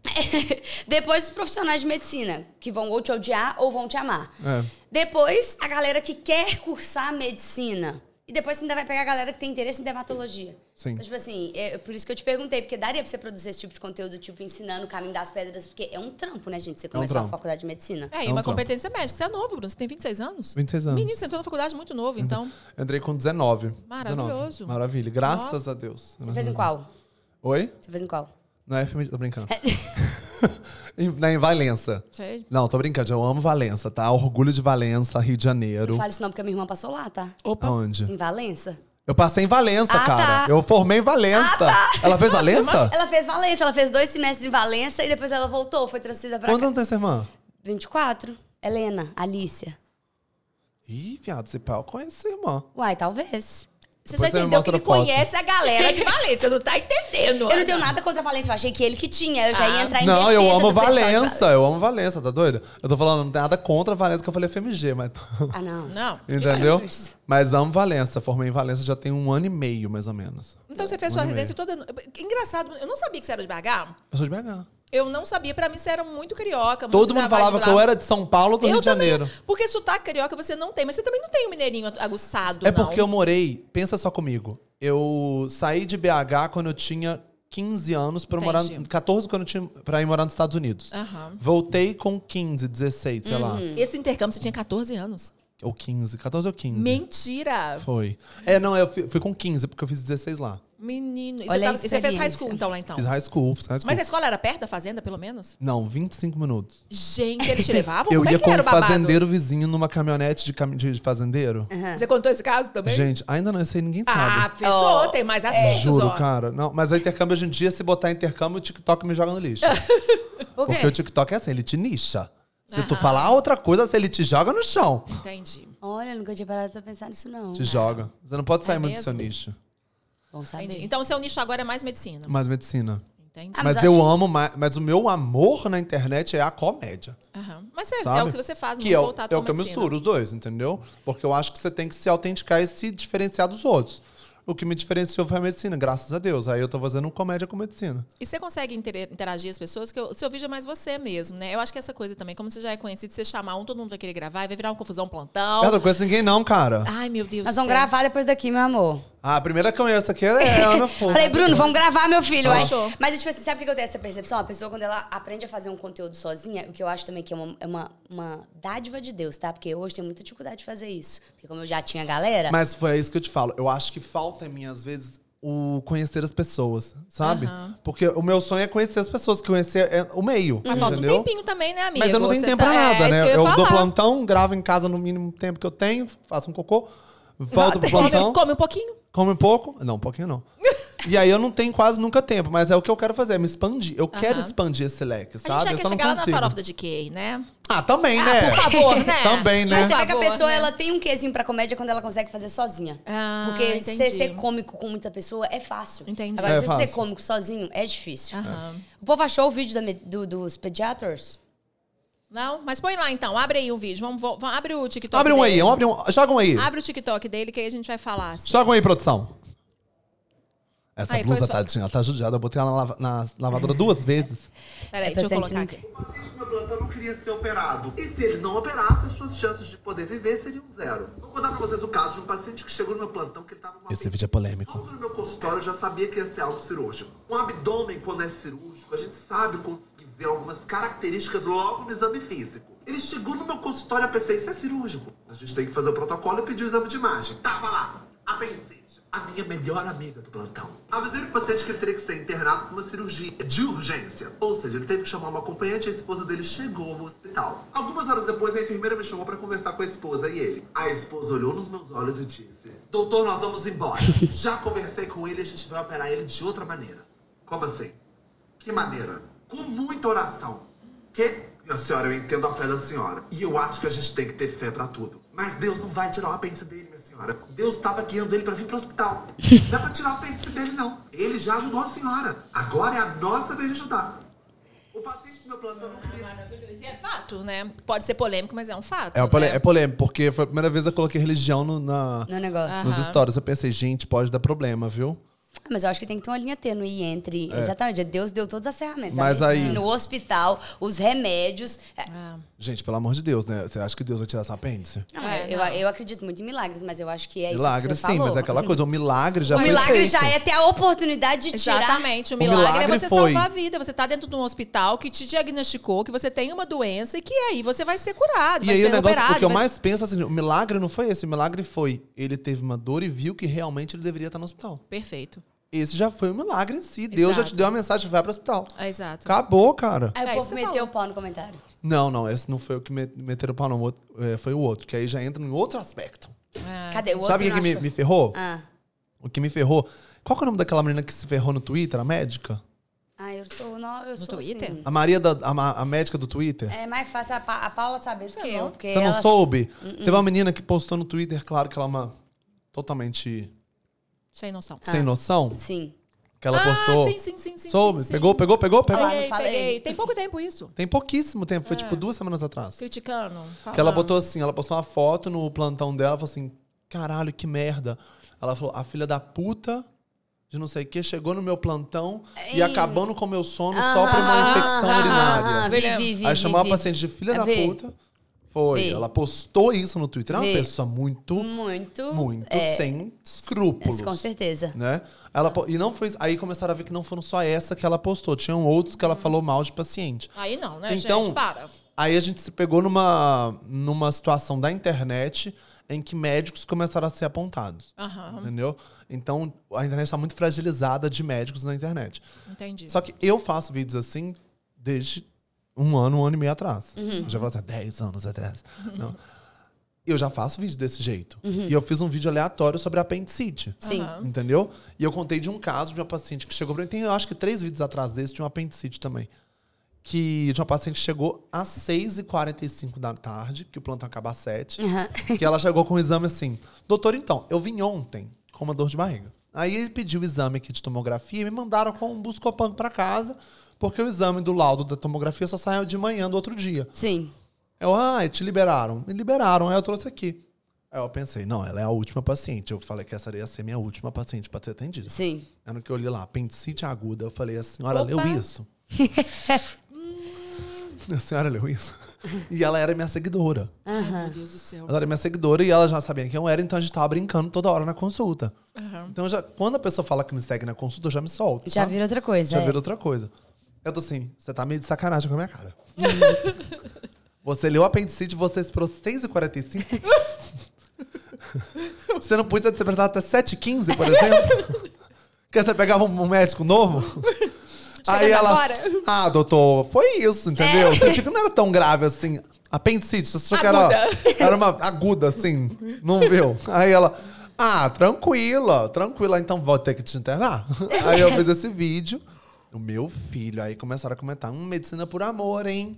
[SPEAKER 1] depois os profissionais de medicina, que vão ou te odiar ou vão te amar.
[SPEAKER 3] É.
[SPEAKER 1] Depois, a galera que quer cursar medicina. E depois você ainda vai pegar a galera que tem interesse em dermatologia.
[SPEAKER 3] Sim.
[SPEAKER 1] Então, tipo assim, é por isso que eu te perguntei, porque daria pra você produzir esse tipo de conteúdo, tipo, ensinando o caminho das pedras, porque é um trampo, né, gente? Você começar a
[SPEAKER 3] trampo.
[SPEAKER 1] faculdade de medicina.
[SPEAKER 2] É, e
[SPEAKER 3] É um
[SPEAKER 2] uma
[SPEAKER 3] trampo.
[SPEAKER 2] competência médica. Você é novo, Bruno, você tem 26 anos?
[SPEAKER 3] 26 anos.
[SPEAKER 2] Menino, você entrou na faculdade muito novo, então...
[SPEAKER 3] Eu entrei com 19. 19.
[SPEAKER 2] Maravilhoso.
[SPEAKER 3] Maravilha. Graças a Deus.
[SPEAKER 1] Você fez em qual?
[SPEAKER 3] Oi?
[SPEAKER 1] Você fez em qual?
[SPEAKER 3] Na FMG, tô brincando.
[SPEAKER 2] É.
[SPEAKER 3] Em- Na em Valença.
[SPEAKER 2] Sei.
[SPEAKER 3] Não, tô brincando, eu amo Valença, tá? Orgulho de Valença, Rio de Janeiro.
[SPEAKER 1] Não fala isso não, porque minha irmã passou lá, tá?
[SPEAKER 2] Opa.
[SPEAKER 3] Aonde?
[SPEAKER 1] Em Valença.
[SPEAKER 3] Eu passei em Valença,
[SPEAKER 1] Ah,
[SPEAKER 3] cara.
[SPEAKER 1] tá.
[SPEAKER 3] Eu formei em Valença.
[SPEAKER 2] Ah, tá.
[SPEAKER 3] Ela fez Valença?
[SPEAKER 1] Ela fez Valença, ela fez dois semestres em Valença e depois ela voltou, foi transferida pra
[SPEAKER 3] Quantos
[SPEAKER 1] cá.
[SPEAKER 3] anos tem sua irmã?
[SPEAKER 1] 24. Helena, Alícia.
[SPEAKER 3] Ih, viado, esse pau conhece sua irmã.
[SPEAKER 1] Uai, talvez.
[SPEAKER 2] Você
[SPEAKER 3] Depois
[SPEAKER 2] já
[SPEAKER 3] você me
[SPEAKER 2] entendeu que
[SPEAKER 3] mostra
[SPEAKER 2] ele
[SPEAKER 3] a foto.
[SPEAKER 2] conhece a galera de Valência, não tá entendendo.
[SPEAKER 1] Eu não Ah. tenho nada contra a Valença, eu achei que ele que tinha. Eu já ia entrar em
[SPEAKER 3] Não,
[SPEAKER 1] defesa
[SPEAKER 3] eu amo
[SPEAKER 1] do pessoal de
[SPEAKER 3] Valença, eu amo Valença, tá doida? Eu tô falando, não tem nada contra Valença, que eu falei FMG, mas...
[SPEAKER 1] Ah, não.
[SPEAKER 2] Não.
[SPEAKER 3] Entendeu?
[SPEAKER 1] maravilhoso.
[SPEAKER 3] Mas amo Valença, formei em Valença já tem um ano e meio, mais ou menos.
[SPEAKER 2] Então você fez
[SPEAKER 3] Um
[SPEAKER 2] sua
[SPEAKER 3] ano e meio.
[SPEAKER 2] residência toda. no- Engraçado, eu não sabia que você era de BH.
[SPEAKER 3] Eu sou de BH.
[SPEAKER 2] Eu não sabia, pra mim você era muito carioca. muito
[SPEAKER 3] Todo
[SPEAKER 2] da
[SPEAKER 3] mundo
[SPEAKER 2] vibe
[SPEAKER 3] falava
[SPEAKER 2] lá.
[SPEAKER 3] que eu era de São Paulo ou do
[SPEAKER 2] Eu
[SPEAKER 3] Rio de
[SPEAKER 2] também,
[SPEAKER 3] Janeiro.
[SPEAKER 2] Porque sotaque carioca você não tem, mas você também não tem o mineirinho aguçado,
[SPEAKER 3] É
[SPEAKER 2] não.
[SPEAKER 3] porque eu morei, pensa só comigo. Eu saí de BH quando eu tinha 15 anos para morar,
[SPEAKER 2] Entendi.
[SPEAKER 3] 14 quando eu tinha para ir morar nos Estados Unidos.
[SPEAKER 2] Aham. Uhum.
[SPEAKER 3] Voltei com 15, 16, sei lá.
[SPEAKER 2] Esse intercâmbio você tinha 14 anos.
[SPEAKER 3] Ou 15, 14 ou 15.
[SPEAKER 2] Mentira!
[SPEAKER 3] Foi. É, não, eu fui, fui com 15 porque eu fiz 16 lá.
[SPEAKER 2] Menino. E
[SPEAKER 1] Olha
[SPEAKER 2] você, tava-
[SPEAKER 1] a
[SPEAKER 2] e você fez high
[SPEAKER 1] experiência.
[SPEAKER 2] school então lá então?
[SPEAKER 3] Fiz high school, fiz high school.
[SPEAKER 2] Mas a escola era perto da fazenda, pelo menos?
[SPEAKER 3] Não, 25 minutos.
[SPEAKER 2] Gente, eles te levavam?
[SPEAKER 3] eu
[SPEAKER 2] Como
[SPEAKER 3] ia
[SPEAKER 2] é que
[SPEAKER 3] com
[SPEAKER 2] era
[SPEAKER 3] um
[SPEAKER 2] o babado?
[SPEAKER 3] fazendeiro vizinho numa caminhonete de, cami- de- de fazendeiro.
[SPEAKER 2] Você contou esse caso também?
[SPEAKER 3] Gente, ainda não, isso aí ninguém sabe.
[SPEAKER 2] ah, fechou,
[SPEAKER 1] Oh,
[SPEAKER 2] tem mais assuntos,
[SPEAKER 3] Juro,
[SPEAKER 2] ó.
[SPEAKER 3] cara. Não, mas a intercâmbio hoje em dia, se botar intercâmbio, o TikTok me joga no lixo.
[SPEAKER 1] Por quê?
[SPEAKER 3] Porque o TikTok é assim, ele te nicha. Se tu falar outra coisa, ele te joga no chão.
[SPEAKER 2] Entendi.
[SPEAKER 1] Olha, nunca tinha parado pra pensar nisso, não.
[SPEAKER 3] Te joga. Você não pode sair muito do
[SPEAKER 2] É mesmo?
[SPEAKER 3] seu nicho.
[SPEAKER 1] Bom saber.
[SPEAKER 2] Entendi. Então, seu nicho agora é mais medicina.
[SPEAKER 3] Mas medicina.
[SPEAKER 2] Entendi.
[SPEAKER 1] Ah,
[SPEAKER 3] mas
[SPEAKER 1] mas
[SPEAKER 3] eu
[SPEAKER 1] eu achei-
[SPEAKER 3] amo, ma- mas o meu amor na internet é a comédia.
[SPEAKER 2] Aham. Mas é,
[SPEAKER 3] Sabe?
[SPEAKER 2] é o que você faz,
[SPEAKER 3] Que
[SPEAKER 2] muito
[SPEAKER 3] é o,
[SPEAKER 2] voltado
[SPEAKER 3] é
[SPEAKER 2] pra
[SPEAKER 3] o que eu
[SPEAKER 2] medicina.
[SPEAKER 3] misturo os dois, entendeu? Porque eu acho que você tem que se autenticar e se diferenciar dos outros. O que me diferenciou foi a medicina, graças a Deus. Aí eu tô fazendo comédia com medicina.
[SPEAKER 2] E você consegue inter- interagir as pessoas? Porque o seu vídeo é mais você mesmo, né? Eu acho que essa coisa também, como você já é conhecido, você chamar um, todo mundo vai querer gravar, e vai virar uma confusão, um plantão.
[SPEAKER 3] Eu não conheço ninguém, não, cara.
[SPEAKER 2] Ai, meu Deus do
[SPEAKER 1] Nós vamos
[SPEAKER 2] céu.
[SPEAKER 1] gravar depois daqui, meu amor.
[SPEAKER 3] Ah, a primeira que eu conheço aqui é a Ana Fogo.
[SPEAKER 1] Falei, Bruno, vamos gravar, meu filho. ué.
[SPEAKER 2] Fechou.
[SPEAKER 1] Mas, tipo assim, sabe por que eu tenho essa percepção? A pessoa, quando ela aprende a fazer um conteúdo sozinha, o que eu acho também que é uma, é uma, uma dádiva de Deus, tá? Porque hoje tem muita dificuldade de fazer isso. Porque como eu já tinha galera...
[SPEAKER 3] Mas foi isso que eu te falo. Eu acho que falta em mim, às vezes, o conhecer as pessoas, sabe? Porque o meu sonho é conhecer as pessoas, que conhecer é o meio.
[SPEAKER 2] Mas falta um
[SPEAKER 3] entendeu?
[SPEAKER 2] tempinho também, né, amigo?
[SPEAKER 3] Mas eu não tenho
[SPEAKER 2] Você
[SPEAKER 3] tempo
[SPEAKER 2] tá-
[SPEAKER 3] pra nada,
[SPEAKER 2] é, isso que
[SPEAKER 3] né?
[SPEAKER 2] Eu, ia
[SPEAKER 3] Eu, dou
[SPEAKER 2] falar.
[SPEAKER 3] plantão, gravo em casa no mínimo tempo que eu tenho, faço um cocô, volto pro
[SPEAKER 2] Come,
[SPEAKER 3] plantão,
[SPEAKER 2] come um pouquinho.
[SPEAKER 3] come um pouco. Não, um pouquinho não. E aí eu não tenho quase nunca tempo, mas é o que eu quero fazer, é me expandir. Eu quero
[SPEAKER 2] Aham.
[SPEAKER 3] expandir esse leque,
[SPEAKER 2] A gente
[SPEAKER 3] sabe?
[SPEAKER 2] já
[SPEAKER 3] Eu
[SPEAKER 2] quer
[SPEAKER 3] só não
[SPEAKER 2] chegar lá na
[SPEAKER 3] consigo.
[SPEAKER 2] farofa da DK, né?
[SPEAKER 3] Ah, também,
[SPEAKER 2] Ah,
[SPEAKER 3] né?
[SPEAKER 2] por favor, né?
[SPEAKER 3] Também, né?
[SPEAKER 1] Mas você vê que a
[SPEAKER 2] Por favor,
[SPEAKER 1] pessoa
[SPEAKER 2] né?
[SPEAKER 1] ela tem um quezinho pra comédia quando ela consegue fazer sozinha.
[SPEAKER 2] Ah,
[SPEAKER 1] Porque
[SPEAKER 2] entendi.
[SPEAKER 1] ser, ser cômico com muita pessoa é fácil.
[SPEAKER 2] Entendi. Ah.
[SPEAKER 1] Agora,
[SPEAKER 3] É
[SPEAKER 1] se
[SPEAKER 3] fácil.
[SPEAKER 1] ser cômico sozinho é difícil.
[SPEAKER 2] Aham.
[SPEAKER 1] O povo achou o vídeo da me- do- dos pediatras?
[SPEAKER 2] Não? Mas põe lá então, abre aí o vídeo. Vamos, vamos- abre o TikTok.
[SPEAKER 3] Abre um aí,
[SPEAKER 2] dele.
[SPEAKER 3] abre um. Joga um aí.
[SPEAKER 2] Abre o TikTok dele que aí a gente vai falar. assim.
[SPEAKER 3] Joga um aí, produção. Essa
[SPEAKER 2] Aí, foi
[SPEAKER 3] blusa,
[SPEAKER 2] só-
[SPEAKER 3] tadinha, ela tá judiada. Eu botei ela na, lava- na lavadora duas vezes.
[SPEAKER 2] Peraí,
[SPEAKER 1] É
[SPEAKER 2] deixa eu
[SPEAKER 1] presente,
[SPEAKER 2] colocar
[SPEAKER 1] né?
[SPEAKER 2] aqui.
[SPEAKER 4] O paciente do meu plantão não queria ser operado. E se ele não operasse, as suas chances de poder viver seriam zero. Vou contar pra vocês o caso de um paciente que chegou no meu plantão que ele tava com uma
[SPEAKER 3] Esse vídeo é polêmico.
[SPEAKER 4] Logo no meu consultório eu já sabia que ia ser algo cirúrgico. Um abdômen, quando é cirúrgico, a gente sabe conseguir ver algumas características logo no exame físico. Ele chegou no meu consultório e eu pensei, isso é cirúrgico. A gente tem que fazer o protocolo e pedir o exame de imagem. Tava lá, apendicite. A minha melhor amiga do plantão. Avisei o paciente que ele teria que ser internado numa cirurgia de urgência. Ou seja, ele teve que chamar uma acompanhante e a esposa dele chegou ao hospital. Algumas horas depois, a enfermeira me chamou pra conversar com a esposa e ele. A esposa olhou nos meus olhos e disse: Doutor, nós vamos embora. Já conversei com ele, a gente vai operar ele de outra maneira. Como assim? Que maneira? Com muita oração. Que? Minha senhora, eu entendo a fé da senhora. E eu acho que a gente tem que ter fé pra tudo. Mas Deus não vai tirar o apêndice dele, minha senhora. Deus tava guiando ele pra vir pro hospital. Não dá pra tirar o apêndice dele, não. Ele já ajudou a senhora. Agora é a nossa vez de ajudar. O paciente do meu tá plantão não queria
[SPEAKER 2] E é fato, né? Pode ser polêmico, mas é um fato.
[SPEAKER 3] É, uma polê-
[SPEAKER 2] né?
[SPEAKER 3] é polêmico, porque foi a primeira vez que eu coloquei religião no- na,
[SPEAKER 1] No negócio.
[SPEAKER 2] Ah.
[SPEAKER 3] nos
[SPEAKER 2] Aham.
[SPEAKER 3] stories. Eu pensei, gente, pode dar problema, viu?
[SPEAKER 1] Ah, Mas eu acho que tem que ter uma linha tênue entre. Exatamente. Deus deu todas as ferramentas.
[SPEAKER 3] É. Mas
[SPEAKER 1] a
[SPEAKER 3] aí-
[SPEAKER 1] medicina, o hospital, os remédios. É,
[SPEAKER 2] Ah.
[SPEAKER 3] Gente, pelo amor de Deus, né? Você acha que Deus vai tirar essa apêndice?
[SPEAKER 1] não,
[SPEAKER 2] É,
[SPEAKER 1] eu,
[SPEAKER 2] não.
[SPEAKER 1] eu acredito muito em milagres, mas eu acho que é
[SPEAKER 3] milagre,
[SPEAKER 1] isso.
[SPEAKER 3] sim, mas é aquela coisa. O milagre já
[SPEAKER 1] O
[SPEAKER 3] foi
[SPEAKER 1] milagre
[SPEAKER 3] feito.
[SPEAKER 1] já é ter a oportunidade de tirar.
[SPEAKER 2] Exatamente. O
[SPEAKER 3] O
[SPEAKER 2] milagre, é
[SPEAKER 3] um milagre
[SPEAKER 2] você
[SPEAKER 3] foi-
[SPEAKER 2] salvar a vida. Você tá dentro de um hospital que te diagnosticou que você tem uma doença e que aí você vai ser curado,
[SPEAKER 3] E
[SPEAKER 2] vai
[SPEAKER 3] aí
[SPEAKER 2] ser
[SPEAKER 3] o negócio,
[SPEAKER 2] operado.
[SPEAKER 3] o que eu
[SPEAKER 2] vai-
[SPEAKER 3] mais penso é assim, o milagre não foi esse, o milagre foi. Ele teve uma dor e viu que realmente ele deveria estar no hospital.
[SPEAKER 2] Perfeito.
[SPEAKER 3] Esse já foi um milagre em si. Deus já
[SPEAKER 2] Exato.
[SPEAKER 3] te deu uma mensagem, vai pro hospital.
[SPEAKER 2] É, exato.
[SPEAKER 3] Acabou, cara.
[SPEAKER 1] Aí
[SPEAKER 2] É,
[SPEAKER 1] o
[SPEAKER 2] isso
[SPEAKER 1] povo
[SPEAKER 2] que
[SPEAKER 1] meteu
[SPEAKER 2] falou.
[SPEAKER 1] o pau no comentário.
[SPEAKER 3] Não, não, esse não foi o que me- meteram o pau, não. o outro- é, foi o outro, que aí já entra em outro aspecto.
[SPEAKER 2] Ah.
[SPEAKER 1] Cadê o outro?
[SPEAKER 3] Sabe o que,
[SPEAKER 1] não
[SPEAKER 3] que me,
[SPEAKER 1] achou.
[SPEAKER 3] me ferrou?
[SPEAKER 1] Ah.
[SPEAKER 3] O que me ferrou? Qual que é o nome daquela menina que se ferrou no Twitter, a médica?
[SPEAKER 1] ah, eu sou. Não, eu sou
[SPEAKER 2] Twitter?
[SPEAKER 1] assim.
[SPEAKER 3] A Maria, da, a, ma- a médica do Twitter?
[SPEAKER 1] É mais fácil a, Pa- a Paula saber do que eu. Porque
[SPEAKER 3] Você não
[SPEAKER 1] ela-
[SPEAKER 3] soube?
[SPEAKER 2] Uh-uh.
[SPEAKER 3] Teve uma menina que postou no Twitter, claro que ela é uma totalmente
[SPEAKER 2] Sem noção.
[SPEAKER 3] sem noção,
[SPEAKER 1] Sim.
[SPEAKER 3] que ela
[SPEAKER 2] Ah,
[SPEAKER 3] postou.
[SPEAKER 2] sim, sim, sim, sim,
[SPEAKER 3] soube?
[SPEAKER 2] sim, sim.
[SPEAKER 3] Pegou, pegou, pegou, pegou?
[SPEAKER 1] Olha lá.
[SPEAKER 2] Peguei,
[SPEAKER 1] falei.
[SPEAKER 2] peguei. Tem pouco tempo isso.
[SPEAKER 3] Tem pouquíssimo tempo,
[SPEAKER 2] Ah.
[SPEAKER 3] foi tipo duas semanas atrás.
[SPEAKER 2] Criticando.
[SPEAKER 3] Que ela
[SPEAKER 2] falando.
[SPEAKER 3] botou assim, ela postou uma foto no plantão dela, falou assim, caralho, que merda. Ela falou, a filha da puta de não sei o que chegou no meu plantão e acabando com o meu sono só
[SPEAKER 1] Ah,
[SPEAKER 3] pra uma
[SPEAKER 1] Aham,
[SPEAKER 3] infecção
[SPEAKER 1] aham,
[SPEAKER 3] urinária.
[SPEAKER 1] vi, vi, vi,
[SPEAKER 3] Aí
[SPEAKER 1] vi,
[SPEAKER 3] chamou a
[SPEAKER 1] vi.
[SPEAKER 3] paciente de filha
[SPEAKER 1] É,
[SPEAKER 3] da
[SPEAKER 1] vi.
[SPEAKER 3] puta. Foi,
[SPEAKER 1] Vi.
[SPEAKER 3] ela postou isso no Twitter. É uma
[SPEAKER 1] Vi.
[SPEAKER 3] pessoa muito,
[SPEAKER 1] Muito.
[SPEAKER 3] muito
[SPEAKER 1] é,
[SPEAKER 3] sem escrúpulos.
[SPEAKER 1] Com certeza.
[SPEAKER 3] Né? Ela, po- e não foi. Aí começaram a ver que não foram só essa que ela postou. Tinham outros que
[SPEAKER 1] Uhum.
[SPEAKER 3] ela falou mal de paciente.
[SPEAKER 2] Aí não, né,
[SPEAKER 3] Então-
[SPEAKER 2] gente? Para.
[SPEAKER 3] Aí a gente se pegou numa, numa situação da internet em que médicos começaram a ser apontados.
[SPEAKER 2] Aham.
[SPEAKER 3] Entendeu? Então a internet está muito fragilizada de médicos na internet.
[SPEAKER 2] Entendi.
[SPEAKER 3] Só que eu faço vídeos assim desde um ano, um ano e meio atrás. Eu já falo assim, 10 anos atrás. Não. Eu já faço vídeo desse jeito. E eu fiz um vídeo aleatório sobre apendicite.
[SPEAKER 1] Sim.
[SPEAKER 3] Entendeu? E eu contei de um caso de uma paciente que chegou pra mim. Tem, eu acho que três vídeos atrás desse, de um apendicite também. Que de uma paciente que chegou às 6h45 da tarde, que o plantão acaba às 7 Que ela chegou com o exame assim: Doutor, então, eu vim ontem com uma dor de barriga. Aí ele pediu o exame aqui de tomografia e me mandaram com um buscopan pra casa, porque o exame do laudo da tomografia só saiu de manhã do outro dia.
[SPEAKER 1] Sim.
[SPEAKER 3] Eu, ah, te liberaram. Me liberaram, aí eu trouxe aqui. Aí eu pensei, não, ela é a última paciente. Eu falei que essa ia ser minha última paciente pra ser atendida.
[SPEAKER 1] Sim.
[SPEAKER 3] Aí no que eu li lá, apendicite aguda, eu falei, a senhora
[SPEAKER 2] Opa.
[SPEAKER 3] leu isso? a senhora leu isso? E ela era minha seguidora.
[SPEAKER 2] Ai, meu Deus do céu.
[SPEAKER 3] Ela era minha seguidora e ela já sabia quem eu era, então a gente tava brincando toda hora na consulta.
[SPEAKER 2] Aham.
[SPEAKER 3] Então, eu já, quando a pessoa fala que me segue na consulta, eu já me solto.
[SPEAKER 1] Já
[SPEAKER 3] sabe?
[SPEAKER 1] vira outra coisa.
[SPEAKER 3] Já
[SPEAKER 1] é.
[SPEAKER 3] vira outra coisa. Eu tô assim, você tá meio de sacanagem com a minha cara. você leu apendicite, você esperou 6h45. você não podia ser apresentado até 7h15, por exemplo? Porque você pegava um um médico novo? Aí ela.
[SPEAKER 2] agora.
[SPEAKER 3] Ah, doutor, foi isso, entendeu?
[SPEAKER 1] É.
[SPEAKER 3] Você tinha que não era tão grave assim. Apendicite, você achou que era,
[SPEAKER 2] Aguda.
[SPEAKER 3] era uma aguda, assim. Não viu? Aí ela. Ah, tranquila, tranquila, então vou ter que te internar. aí eu fiz esse vídeo, o meu filho, aí começaram a comentar, hum, medicina por amor, hein?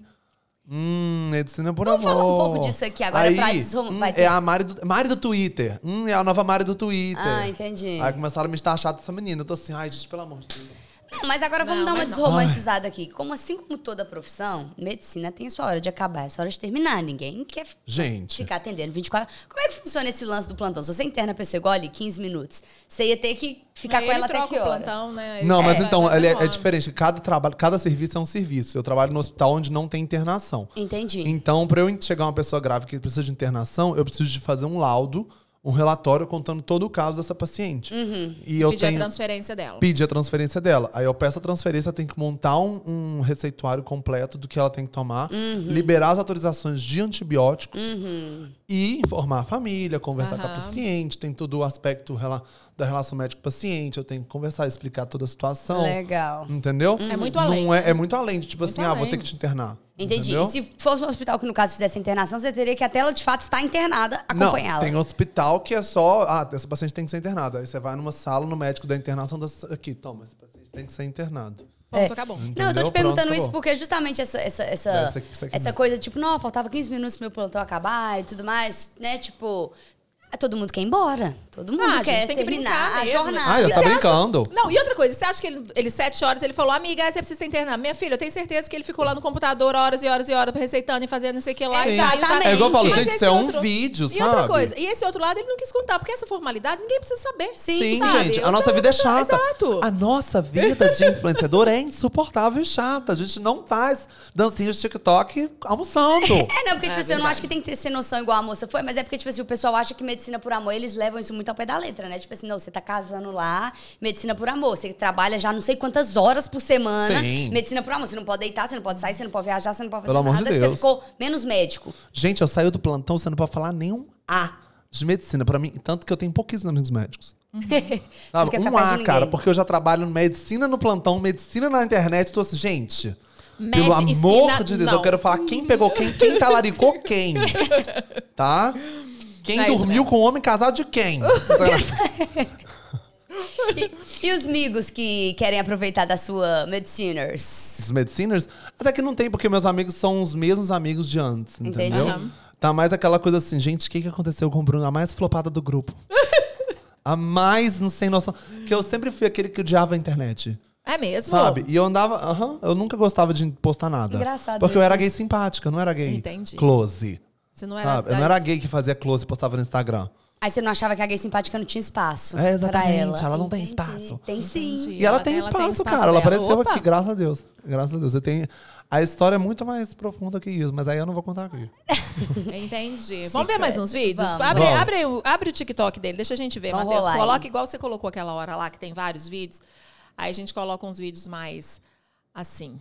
[SPEAKER 3] Hum, medicina por
[SPEAKER 1] Vamos
[SPEAKER 3] amor.
[SPEAKER 1] falar um pouco disso aqui agora
[SPEAKER 3] aí,
[SPEAKER 1] pra desrum-
[SPEAKER 3] hum,
[SPEAKER 1] vai ter-
[SPEAKER 3] É a Mari do, Mari do Twitter. Hum, é a nova Mari do Twitter.
[SPEAKER 1] Ah, entendi.
[SPEAKER 3] Aí começaram a me estar dessa menina. Eu tô assim, ai, gente, pelo amor de Deus.
[SPEAKER 1] Mas agora vamos
[SPEAKER 2] Não,
[SPEAKER 1] dar uma
[SPEAKER 2] mas não.
[SPEAKER 1] desromantizada aqui. Como assim como toda profissão, medicina tem sua hora de acabar, é sua hora de terminar. Ninguém quer f-
[SPEAKER 3] Gente.
[SPEAKER 1] ficar atendendo 24 Como é que funciona esse lance do plantão? Se você interna a pessoa igual ali, 15 minutos, você ia ter que ficar com
[SPEAKER 2] Ele
[SPEAKER 1] ela até
[SPEAKER 2] troca
[SPEAKER 1] que
[SPEAKER 2] o
[SPEAKER 1] horas?
[SPEAKER 2] plantão, né? Ele
[SPEAKER 3] Não, mas
[SPEAKER 2] vai-
[SPEAKER 3] então,
[SPEAKER 2] vai
[SPEAKER 3] ele é, é
[SPEAKER 2] rolando.
[SPEAKER 3] diferente. Cada trabalho, cada serviço é um serviço. Eu trabalho no hospital onde não tem internação.
[SPEAKER 1] Entendi.
[SPEAKER 3] Então, pra eu chegar uma pessoa grave que precisa de internação, eu preciso de fazer um laudo, um relatório contando todo o caso dessa paciente. E eu
[SPEAKER 2] Pedir a
[SPEAKER 3] tenho
[SPEAKER 2] transferência dela.
[SPEAKER 1] É.
[SPEAKER 3] pedir a transferência dela. Aí eu peço a transferência, eu tenho que montar um, um receituário completo do que ela tem que tomar, liberar as autorizações de antibióticos e informar a família, conversar com a
[SPEAKER 2] Aham.
[SPEAKER 3] paciente. Tem todo o aspecto rela- da relação médico-paciente. Eu tenho que conversar, explicar toda a situação.
[SPEAKER 1] Legal.
[SPEAKER 3] Entendeu?
[SPEAKER 2] É muito
[SPEAKER 3] Não
[SPEAKER 2] além.
[SPEAKER 3] é, é muito além de tipo assim, ah, vou
[SPEAKER 2] além.
[SPEAKER 3] ter que te internar.
[SPEAKER 1] Entendi.
[SPEAKER 3] Entendeu?
[SPEAKER 1] E se fosse um hospital que, no caso, fizesse internação, você teria que até ela, de fato, estar internada,
[SPEAKER 3] Não,
[SPEAKER 1] acompanhá-la.
[SPEAKER 3] tem hospital que é só. Ah, essa paciente tem que ser internada. Aí você vai numa sala no médico da internação. das- Aqui, toma, esse paciente tem que ser internado.
[SPEAKER 2] Ponto, acabou.
[SPEAKER 1] É. Não, eu tô
[SPEAKER 3] Entendeu?
[SPEAKER 1] te perguntando
[SPEAKER 3] Pronto,
[SPEAKER 1] isso
[SPEAKER 3] acabou. É,
[SPEAKER 1] porque é justamente essa, essa, essa,
[SPEAKER 3] Essa aqui, essa aqui mesmo.
[SPEAKER 1] coisa, tipo, não, faltava 15 minutos pro meu plantão acabar e tudo mais, né? Tipo, é, todo mundo quer ir embora. Todo mundo
[SPEAKER 2] Ah,
[SPEAKER 1] quer
[SPEAKER 2] gente, tem que brincar
[SPEAKER 1] terminar a
[SPEAKER 2] mesmo. né?
[SPEAKER 1] jornada. é-
[SPEAKER 3] Ah, eu
[SPEAKER 2] E
[SPEAKER 3] tá
[SPEAKER 2] você acha-
[SPEAKER 3] brincando.
[SPEAKER 2] Não, e outra coisa, você acha que ele, ele sete horas, ele falou, amiga, você precisa internar. Minha filha, eu tenho certeza que ele ficou lá no computador horas e horas e horas receitando e fazendo não sei o que lá.
[SPEAKER 1] Sim.
[SPEAKER 2] e saiu, tá-
[SPEAKER 1] Exatamente. É igual eu falo,
[SPEAKER 2] Mas
[SPEAKER 3] gente,
[SPEAKER 2] esse
[SPEAKER 3] isso é um vídeo,
[SPEAKER 2] E outra
[SPEAKER 3] sabe?
[SPEAKER 2] coisa, e esse outro lado ele não quis contar, porque essa formalidade ninguém precisa saber.
[SPEAKER 1] Sim,
[SPEAKER 3] Sim,
[SPEAKER 2] sabe?
[SPEAKER 3] gente, a
[SPEAKER 2] Eu
[SPEAKER 3] nossa
[SPEAKER 2] sou-
[SPEAKER 3] vida é chata.
[SPEAKER 2] Exato.
[SPEAKER 3] A nossa vida de influenciador é insuportável e chata. A gente não faz dancinha de TikTok almoçando.
[SPEAKER 1] É, não, porque, tipo assim, eu não acho que tem que ter essa noção igual a moça foi, mas é porque, tipo assim, o pessoal acha que medicina por amor, eles levam isso muito ao pé da letra, né? Tipo assim, não, você tá casando lá, medicina por amor, você trabalha já não sei quantas horas por semana,
[SPEAKER 3] Sim.
[SPEAKER 1] medicina por amor, você não pode deitar, você não pode sair, você não pode viajar, você não pode fazer
[SPEAKER 3] Pelo amor
[SPEAKER 1] nada,
[SPEAKER 3] de
[SPEAKER 1] você
[SPEAKER 3] Deus.
[SPEAKER 1] ficou menos médico. Ah,
[SPEAKER 3] Gente, eu saio do plantão, você não pode falar nenhum A de medicina pra mim. Tanto que eu tenho pouquíssimos amigos médicos.
[SPEAKER 1] não
[SPEAKER 3] Sabe?
[SPEAKER 1] quer ficar
[SPEAKER 3] Um
[SPEAKER 1] perto de
[SPEAKER 3] A,
[SPEAKER 1] ninguém.
[SPEAKER 3] cara, porque eu já trabalho em medicina no plantão, medicina na internet. Tô assim, gente, pelo
[SPEAKER 2] Medicina,
[SPEAKER 3] amor de Deus,
[SPEAKER 2] não.
[SPEAKER 3] eu quero falar quem pegou quem, quem talaricou quem, tá? Quem
[SPEAKER 2] É isso
[SPEAKER 3] dormiu
[SPEAKER 2] mesmo.
[SPEAKER 3] com o homem casado de quem?
[SPEAKER 1] E os amigos que querem aproveitar da sua mediciners?
[SPEAKER 3] dos mediciners, até que não tem, porque meus amigos são os mesmos amigos de antes,
[SPEAKER 1] Entendi.
[SPEAKER 3] entendeu?
[SPEAKER 1] Aham.
[SPEAKER 3] Tá mais aquela coisa assim, gente, o que, que aconteceu com o Bruno? A mais flopada do grupo. A mais, não sei noção. Que eu sempre fui aquele que odiava a internet.
[SPEAKER 2] É mesmo.
[SPEAKER 3] Ah, Sabe? E eu andava. aham, eu nunca gostava de postar nada.
[SPEAKER 1] Engraçado
[SPEAKER 3] Porque eu
[SPEAKER 1] isso,
[SPEAKER 3] era gay simpática, eu não era gay.
[SPEAKER 2] Entendi.
[SPEAKER 3] Close.
[SPEAKER 2] Você não era.
[SPEAKER 3] Sabe? Eu não era gay que fazia close e postava no Instagram.
[SPEAKER 1] Aí você não achava que a gay simpática não tinha espaço
[SPEAKER 3] É,
[SPEAKER 1] pra
[SPEAKER 3] exatamente,
[SPEAKER 1] ela.
[SPEAKER 3] ela não tem
[SPEAKER 1] Entendi.
[SPEAKER 3] espaço.
[SPEAKER 1] Tem sim.
[SPEAKER 2] Entendi.
[SPEAKER 3] E ela,
[SPEAKER 2] Ela
[SPEAKER 3] tem,
[SPEAKER 2] tem- ela
[SPEAKER 3] espaço,
[SPEAKER 2] tem espaço
[SPEAKER 3] cara.
[SPEAKER 2] dela.
[SPEAKER 3] Ela apareceu
[SPEAKER 2] Opa.
[SPEAKER 3] aqui, graças a Deus. Graças a Deus. Eu tenho... A história é muito mais profunda que isso, mas aí eu não vou contar aqui.
[SPEAKER 2] Entendi. Vamos ver mais uns vídeos?
[SPEAKER 1] Vamos.
[SPEAKER 2] Abre,
[SPEAKER 3] Vamos.
[SPEAKER 2] abre, o- abre o TikTok dele, deixa a gente ver,
[SPEAKER 1] Vamos
[SPEAKER 2] Matheus.
[SPEAKER 1] rolar aí.
[SPEAKER 2] Coloca igual você colocou aquela hora lá, que tem vários vídeos. Aí a gente coloca uns vídeos mais assim.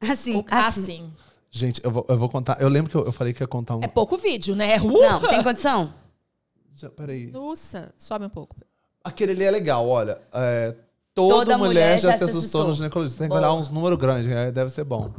[SPEAKER 1] Assim,
[SPEAKER 2] O-
[SPEAKER 1] assim.
[SPEAKER 2] assim.
[SPEAKER 3] Gente, eu vou, eu vou contar. Eu lembro que eu, eu falei que ia contar um.
[SPEAKER 2] É pouco vídeo, né? É uh!
[SPEAKER 1] Não, tem condição?
[SPEAKER 3] Já, peraí.
[SPEAKER 2] Nossa, sobe um pouco.
[SPEAKER 3] Aquele ali é legal, olha. É, toda, mulher, já, se assustou, no ginecologista. Tem que olhar
[SPEAKER 1] Boa.
[SPEAKER 3] uns números grandes, né? deve ser bom.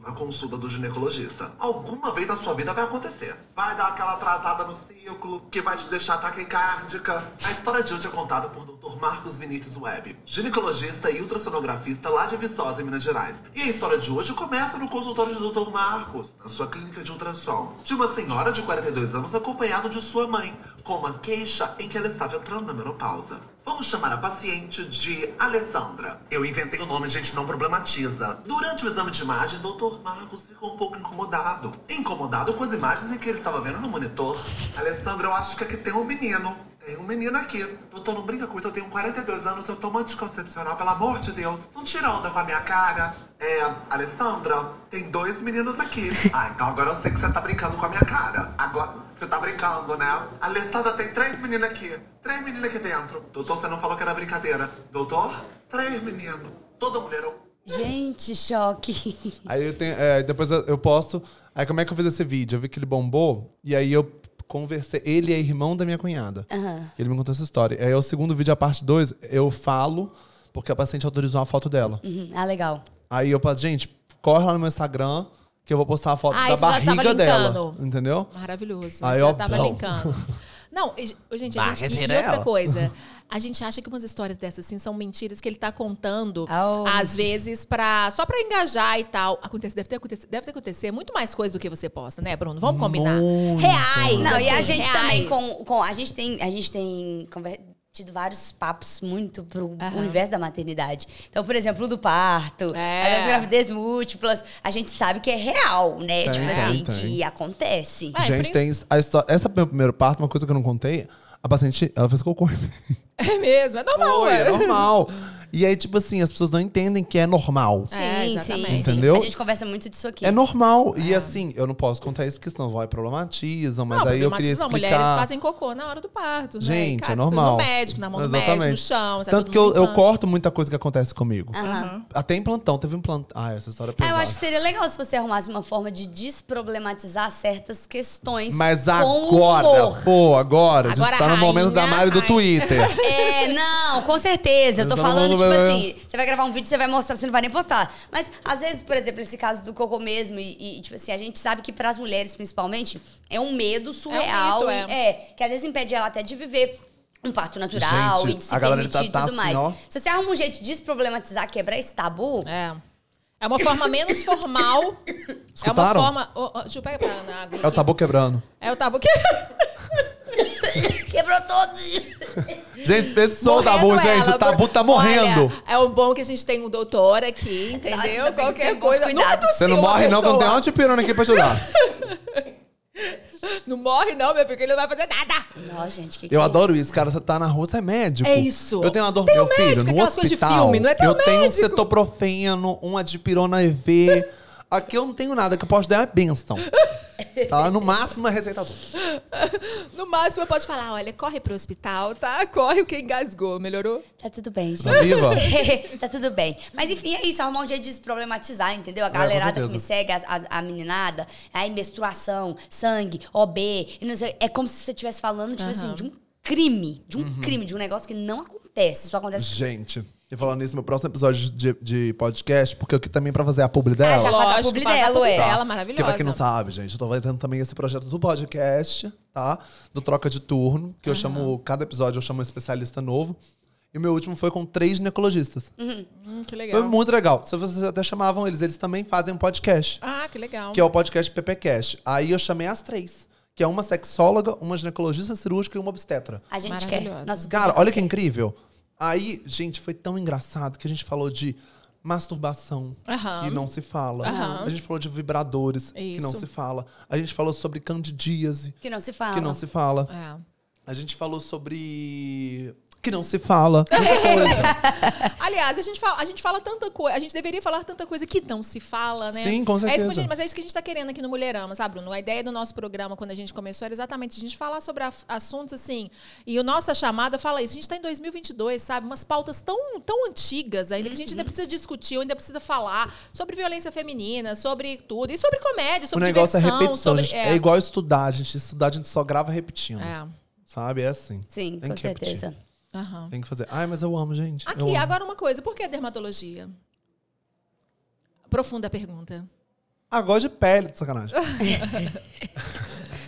[SPEAKER 4] na consulta do ginecologista. Alguma vez na sua vida vai acontecer. Vai dar aquela atrasada no ciclo, que vai te deixar taquicárdica. A história de hoje é contada por Dr. Marcos Vinícius Webb, ginecologista e ultrassonografista lá de Viçosa, em Minas Gerais. E a história de hoje começa no consultório do Dr. Marcos, na sua clínica de ultrassom, de uma senhora de 42 anos acompanhado de sua mãe, com uma queixa em que ela estava entrando na menopausa. Vamos chamar a paciente de Alessandra. Eu inventei o nome, gente, não problematiza. Durante o exame de imagem, Dr. Marcos ficou um pouco incomodado. Incomodado com as imagens em que ele estava vendo no monitor. Alessandra, eu acho que aqui tem um menino. Tem um menino aqui. Doutor, não brinca com isso, eu tenho 42 anos, eu tomo anticoncepcional, pelo amor de Deus. Não tira onda com a minha cara. É, Alessandra, tem dois meninos aqui. Ah, então agora eu sei que você tá brincando com a minha cara. Agora, você tá brincando, né? Alessandra, tem três meninos aqui. Três meninos aqui dentro. Doutor, você não falou que era brincadeira. Doutor, três meninos. Toda mulher é um
[SPEAKER 1] Gente, choque.
[SPEAKER 3] Aí eu tenho, é, depois eu, eu posto. Aí como é que eu fiz esse vídeo? Eu vi que ele bombou e aí eu conversei. Ele é irmão da minha cunhada.
[SPEAKER 1] Aham.
[SPEAKER 3] Ele me contou essa história. Aí é o segundo vídeo, a parte 2, eu falo porque a paciente autorizou a foto dela.
[SPEAKER 1] Uhum, Ah, legal.
[SPEAKER 3] Aí eu falo, gente, corre lá no meu Instagram que eu vou postar a foto
[SPEAKER 2] Ah,
[SPEAKER 3] da
[SPEAKER 2] isso já tava
[SPEAKER 3] barriga dela.
[SPEAKER 2] linkando.
[SPEAKER 3] Entendeu?
[SPEAKER 2] Maravilhoso.
[SPEAKER 3] Aí,
[SPEAKER 2] Aí, eu
[SPEAKER 3] ó,
[SPEAKER 2] tava
[SPEAKER 3] blum.
[SPEAKER 2] brincando. Não, e, gente, a gente, e,
[SPEAKER 3] Marketing
[SPEAKER 2] e outra
[SPEAKER 3] dela.
[SPEAKER 2] coisa. A gente acha que umas histórias dessas assim são mentiras que ele tá contando
[SPEAKER 1] Oh.
[SPEAKER 2] às vezes para só para engajar e tal. Acontece, deve ter acontecido, deve ter acontecido muito mais coisa do que você posta, né, Bruno? Vamos combinar.
[SPEAKER 3] Muito.
[SPEAKER 2] Reais.
[SPEAKER 1] Não, e a
[SPEAKER 2] assim,
[SPEAKER 1] gente
[SPEAKER 2] reais.
[SPEAKER 1] também com, com a gente tem a gente tem conver- tido vários papos muito pro
[SPEAKER 2] Aham.
[SPEAKER 1] universo da maternidade. Então, por exemplo, o do parto,
[SPEAKER 2] É.
[SPEAKER 1] as gravidez múltiplas, a gente sabe que é real, né?
[SPEAKER 3] Tem,
[SPEAKER 1] tipo
[SPEAKER 3] tem,
[SPEAKER 1] assim,
[SPEAKER 3] tem.
[SPEAKER 1] que acontece.
[SPEAKER 2] Ah, é
[SPEAKER 3] gente,
[SPEAKER 2] por
[SPEAKER 3] tem a história. Essa meu primeiro parto, uma coisa que eu não contei, a paciente, ela fez cocô. em mim.
[SPEAKER 2] É mesmo, é normal,
[SPEAKER 3] Foi,
[SPEAKER 2] ué.
[SPEAKER 3] é normal. E aí, tipo assim, as pessoas não entendem que é
[SPEAKER 2] É,
[SPEAKER 3] normal.
[SPEAKER 1] Sim, sim,
[SPEAKER 2] exatamente.
[SPEAKER 1] sim.
[SPEAKER 3] Entendeu?
[SPEAKER 1] A gente conversa muito disso aqui.
[SPEAKER 3] É normal. E assim, eu não posso contar isso porque senão vai problematizam, mas
[SPEAKER 2] não,
[SPEAKER 3] aí eu queria
[SPEAKER 2] problematizam,
[SPEAKER 3] explicar.
[SPEAKER 2] mulheres fazem cocô na hora do parto, né?
[SPEAKER 3] Gente,
[SPEAKER 2] Cara,
[SPEAKER 3] é normal.
[SPEAKER 2] No médico, na mão do médico, no chão. sai
[SPEAKER 3] Tanto
[SPEAKER 2] todo
[SPEAKER 3] que eu,
[SPEAKER 2] mundo
[SPEAKER 3] eu
[SPEAKER 2] limpando.
[SPEAKER 3] corto muita coisa que acontece comigo.
[SPEAKER 1] Aham.
[SPEAKER 3] Até em plantão, teve um plantão. Ah, essa história é
[SPEAKER 1] Ah, eu
[SPEAKER 3] pesada.
[SPEAKER 1] acho que seria legal se você arrumasse uma forma de desproblematizar certas questões
[SPEAKER 3] Mas
[SPEAKER 1] com
[SPEAKER 3] agora,
[SPEAKER 1] humor.
[SPEAKER 3] pô, agora, a gente
[SPEAKER 2] Agora,
[SPEAKER 3] tá no momento da
[SPEAKER 2] rainha,
[SPEAKER 3] Mari do
[SPEAKER 2] ai.
[SPEAKER 3] Twitter.
[SPEAKER 1] É, não, com certeza. Eu tô
[SPEAKER 3] Mas eu não
[SPEAKER 1] falando,
[SPEAKER 3] vou-
[SPEAKER 1] tipo
[SPEAKER 3] eu-
[SPEAKER 1] assim, você vai gravar um vídeo, você vai mostrar, você não vai nem postar. Mas, às vezes, por exemplo, esse caso do cocô mesmo, e, e, tipo assim, a gente sabe que pras mulheres, principalmente, é um medo surreal.
[SPEAKER 2] mito,
[SPEAKER 1] e-
[SPEAKER 2] é.
[SPEAKER 1] é, que às vezes impede ela até de viver um parto natural
[SPEAKER 3] Gente,
[SPEAKER 1] e de se
[SPEAKER 3] a galera
[SPEAKER 1] permitir
[SPEAKER 3] tá-
[SPEAKER 1] e
[SPEAKER 3] tá
[SPEAKER 1] tudo
[SPEAKER 3] assim,
[SPEAKER 1] mais.
[SPEAKER 3] ó.
[SPEAKER 1] Se você arruma um jeito de desproblematizar, quebrar esse tabu,
[SPEAKER 2] É. É uma forma menos formal. É uma
[SPEAKER 3] Escutaram?
[SPEAKER 2] forma. Ô, ô, deixa eu pegar pra- na água.
[SPEAKER 3] É o
[SPEAKER 2] aqui.
[SPEAKER 3] tabu quebrando.
[SPEAKER 2] É o tabu que.
[SPEAKER 1] quebrou todo.
[SPEAKER 3] É. Gente, pensou
[SPEAKER 2] Morrendo
[SPEAKER 3] o tabu, gente.
[SPEAKER 2] ela,
[SPEAKER 3] O tabu tá
[SPEAKER 2] Bru-
[SPEAKER 3] morrendo.
[SPEAKER 2] Olha, é o bom que a gente tem um doutor aqui, entendeu?
[SPEAKER 1] Ainda bem que tem
[SPEAKER 2] Qualquer
[SPEAKER 1] bons
[SPEAKER 2] coisa. Nunca
[SPEAKER 1] cuidados.
[SPEAKER 2] tossiu
[SPEAKER 3] Você não
[SPEAKER 2] uma
[SPEAKER 3] morre, não, que eu não tenho
[SPEAKER 2] pessoa.
[SPEAKER 3] antipirona aqui pra ajudar.
[SPEAKER 2] Não morre, não, meu filho, que ele não vai fazer nada.
[SPEAKER 1] Não, gente, que que
[SPEAKER 3] Eu
[SPEAKER 1] é
[SPEAKER 3] adoro isso, cara. Você tá na rua, você é médico.
[SPEAKER 2] É isso.
[SPEAKER 3] Eu tenho uma dor
[SPEAKER 2] Tem um
[SPEAKER 3] meu filho,
[SPEAKER 2] médico,
[SPEAKER 3] no
[SPEAKER 2] aquelas coisas de
[SPEAKER 3] hospital.
[SPEAKER 2] filme, não é teu
[SPEAKER 3] eu tenho um
[SPEAKER 2] médico.
[SPEAKER 3] cetoprofeno, um adipirona EV. Aqui eu não tenho nada que eu posso dar é uma benção. Tá? No máximo é receitador.
[SPEAKER 2] No máximo, pode falar: olha, corre pro hospital, tá? Corre, o que engasgou, melhorou?
[SPEAKER 1] Tá tudo bem, gente.
[SPEAKER 3] Tá viva?
[SPEAKER 1] tá tudo bem. Mas enfim, é isso. Arrumar um jeito de se problematizar, entendeu? A galerada que
[SPEAKER 3] É, certeza.
[SPEAKER 1] me segue, as- as- a, meninada, aí menstruação, sangue, OB, e não sei. É como se você estivesse falando, tipo assim, de um crime. De um
[SPEAKER 3] Uhum.
[SPEAKER 1] crime, de um negócio que não acontece. Só acontece.
[SPEAKER 3] Gente, e falando nisso, meu próximo episódio de, de podcast, porque eu aqui também pra fazer a publi
[SPEAKER 2] É,
[SPEAKER 1] Ah,
[SPEAKER 3] dela.
[SPEAKER 1] já faz a
[SPEAKER 2] Lógico,
[SPEAKER 1] publi
[SPEAKER 2] faz a
[SPEAKER 1] dela,
[SPEAKER 2] publi
[SPEAKER 1] ué.
[SPEAKER 2] dela, Tá.
[SPEAKER 3] Porque
[SPEAKER 2] é maravilhosa.
[SPEAKER 3] Tá. pra quem não sabe, gente, eu tô fazendo também esse projeto do podcast, tá? Do Troca de Turno, que eu chamo, cada episódio eu chamo um especialista novo. E o meu último foi com três ginecologistas.
[SPEAKER 2] Hum, que
[SPEAKER 3] Foi
[SPEAKER 2] legal.
[SPEAKER 3] muito legal. Se vocês até chamavam eles, eles também fazem um podcast,
[SPEAKER 2] Ah, que legal.
[SPEAKER 3] que é o podcast PPcast. Aí eu chamei as três, que é uma sexóloga, uma ginecologista cirúrgica e uma obstetra.
[SPEAKER 1] A gente quer.
[SPEAKER 2] Maravilhosa.
[SPEAKER 1] Nosso-
[SPEAKER 3] Cara, olha que incrível. Aí, gente, foi tão engraçado que a gente falou de masturbação,
[SPEAKER 2] Aham.
[SPEAKER 3] que não se fala.
[SPEAKER 2] Aham.
[SPEAKER 3] A gente falou de vibradores, que não
[SPEAKER 2] Isso.
[SPEAKER 3] se fala. A gente falou sobre candidíase,
[SPEAKER 1] que não se fala.
[SPEAKER 3] que não se fala.
[SPEAKER 2] É.
[SPEAKER 3] A gente falou sobre... que não se fala.
[SPEAKER 2] É,
[SPEAKER 3] Muita coisa.
[SPEAKER 2] Aliás, a gente fala, a gente fala tanta coisa, a gente deveria falar tanta coisa que não se fala, né?
[SPEAKER 3] Sim, com
[SPEAKER 2] É isso que a
[SPEAKER 3] certeza.
[SPEAKER 2] gente- mas é isso que a gente tá querendo aqui no Mulherama, sabe, Bruno? A ideia do nosso programa, quando a gente começou, era exatamente a gente falar sobre af- assuntos assim. E a nossa chamada fala isso. A gente tá em 2022, sabe? Umas pautas tão, tão antigas ainda que a gente
[SPEAKER 3] Uhum.
[SPEAKER 2] ainda precisa discutir, ainda precisa falar sobre violência feminina, sobre tudo. E sobre comédia,
[SPEAKER 3] o
[SPEAKER 2] sobre
[SPEAKER 3] negócio é
[SPEAKER 2] diversão,
[SPEAKER 3] repetição.
[SPEAKER 2] sobre-
[SPEAKER 3] gente. É. igual estudar, gente. Estudar a gente só grava repetindo.
[SPEAKER 2] É.
[SPEAKER 3] Sabe? É assim.
[SPEAKER 1] Sim,
[SPEAKER 3] Tem
[SPEAKER 1] com
[SPEAKER 3] que repetir.
[SPEAKER 1] certeza.
[SPEAKER 2] Aham.
[SPEAKER 3] Tem que fazer. Ai, mas eu amo, gente. eu
[SPEAKER 2] Aqui,
[SPEAKER 3] amo.
[SPEAKER 2] agora uma coisa. Por que dermatologia? Profunda pergunta.
[SPEAKER 3] Agora de pele, de sacanagem.
[SPEAKER 1] Vou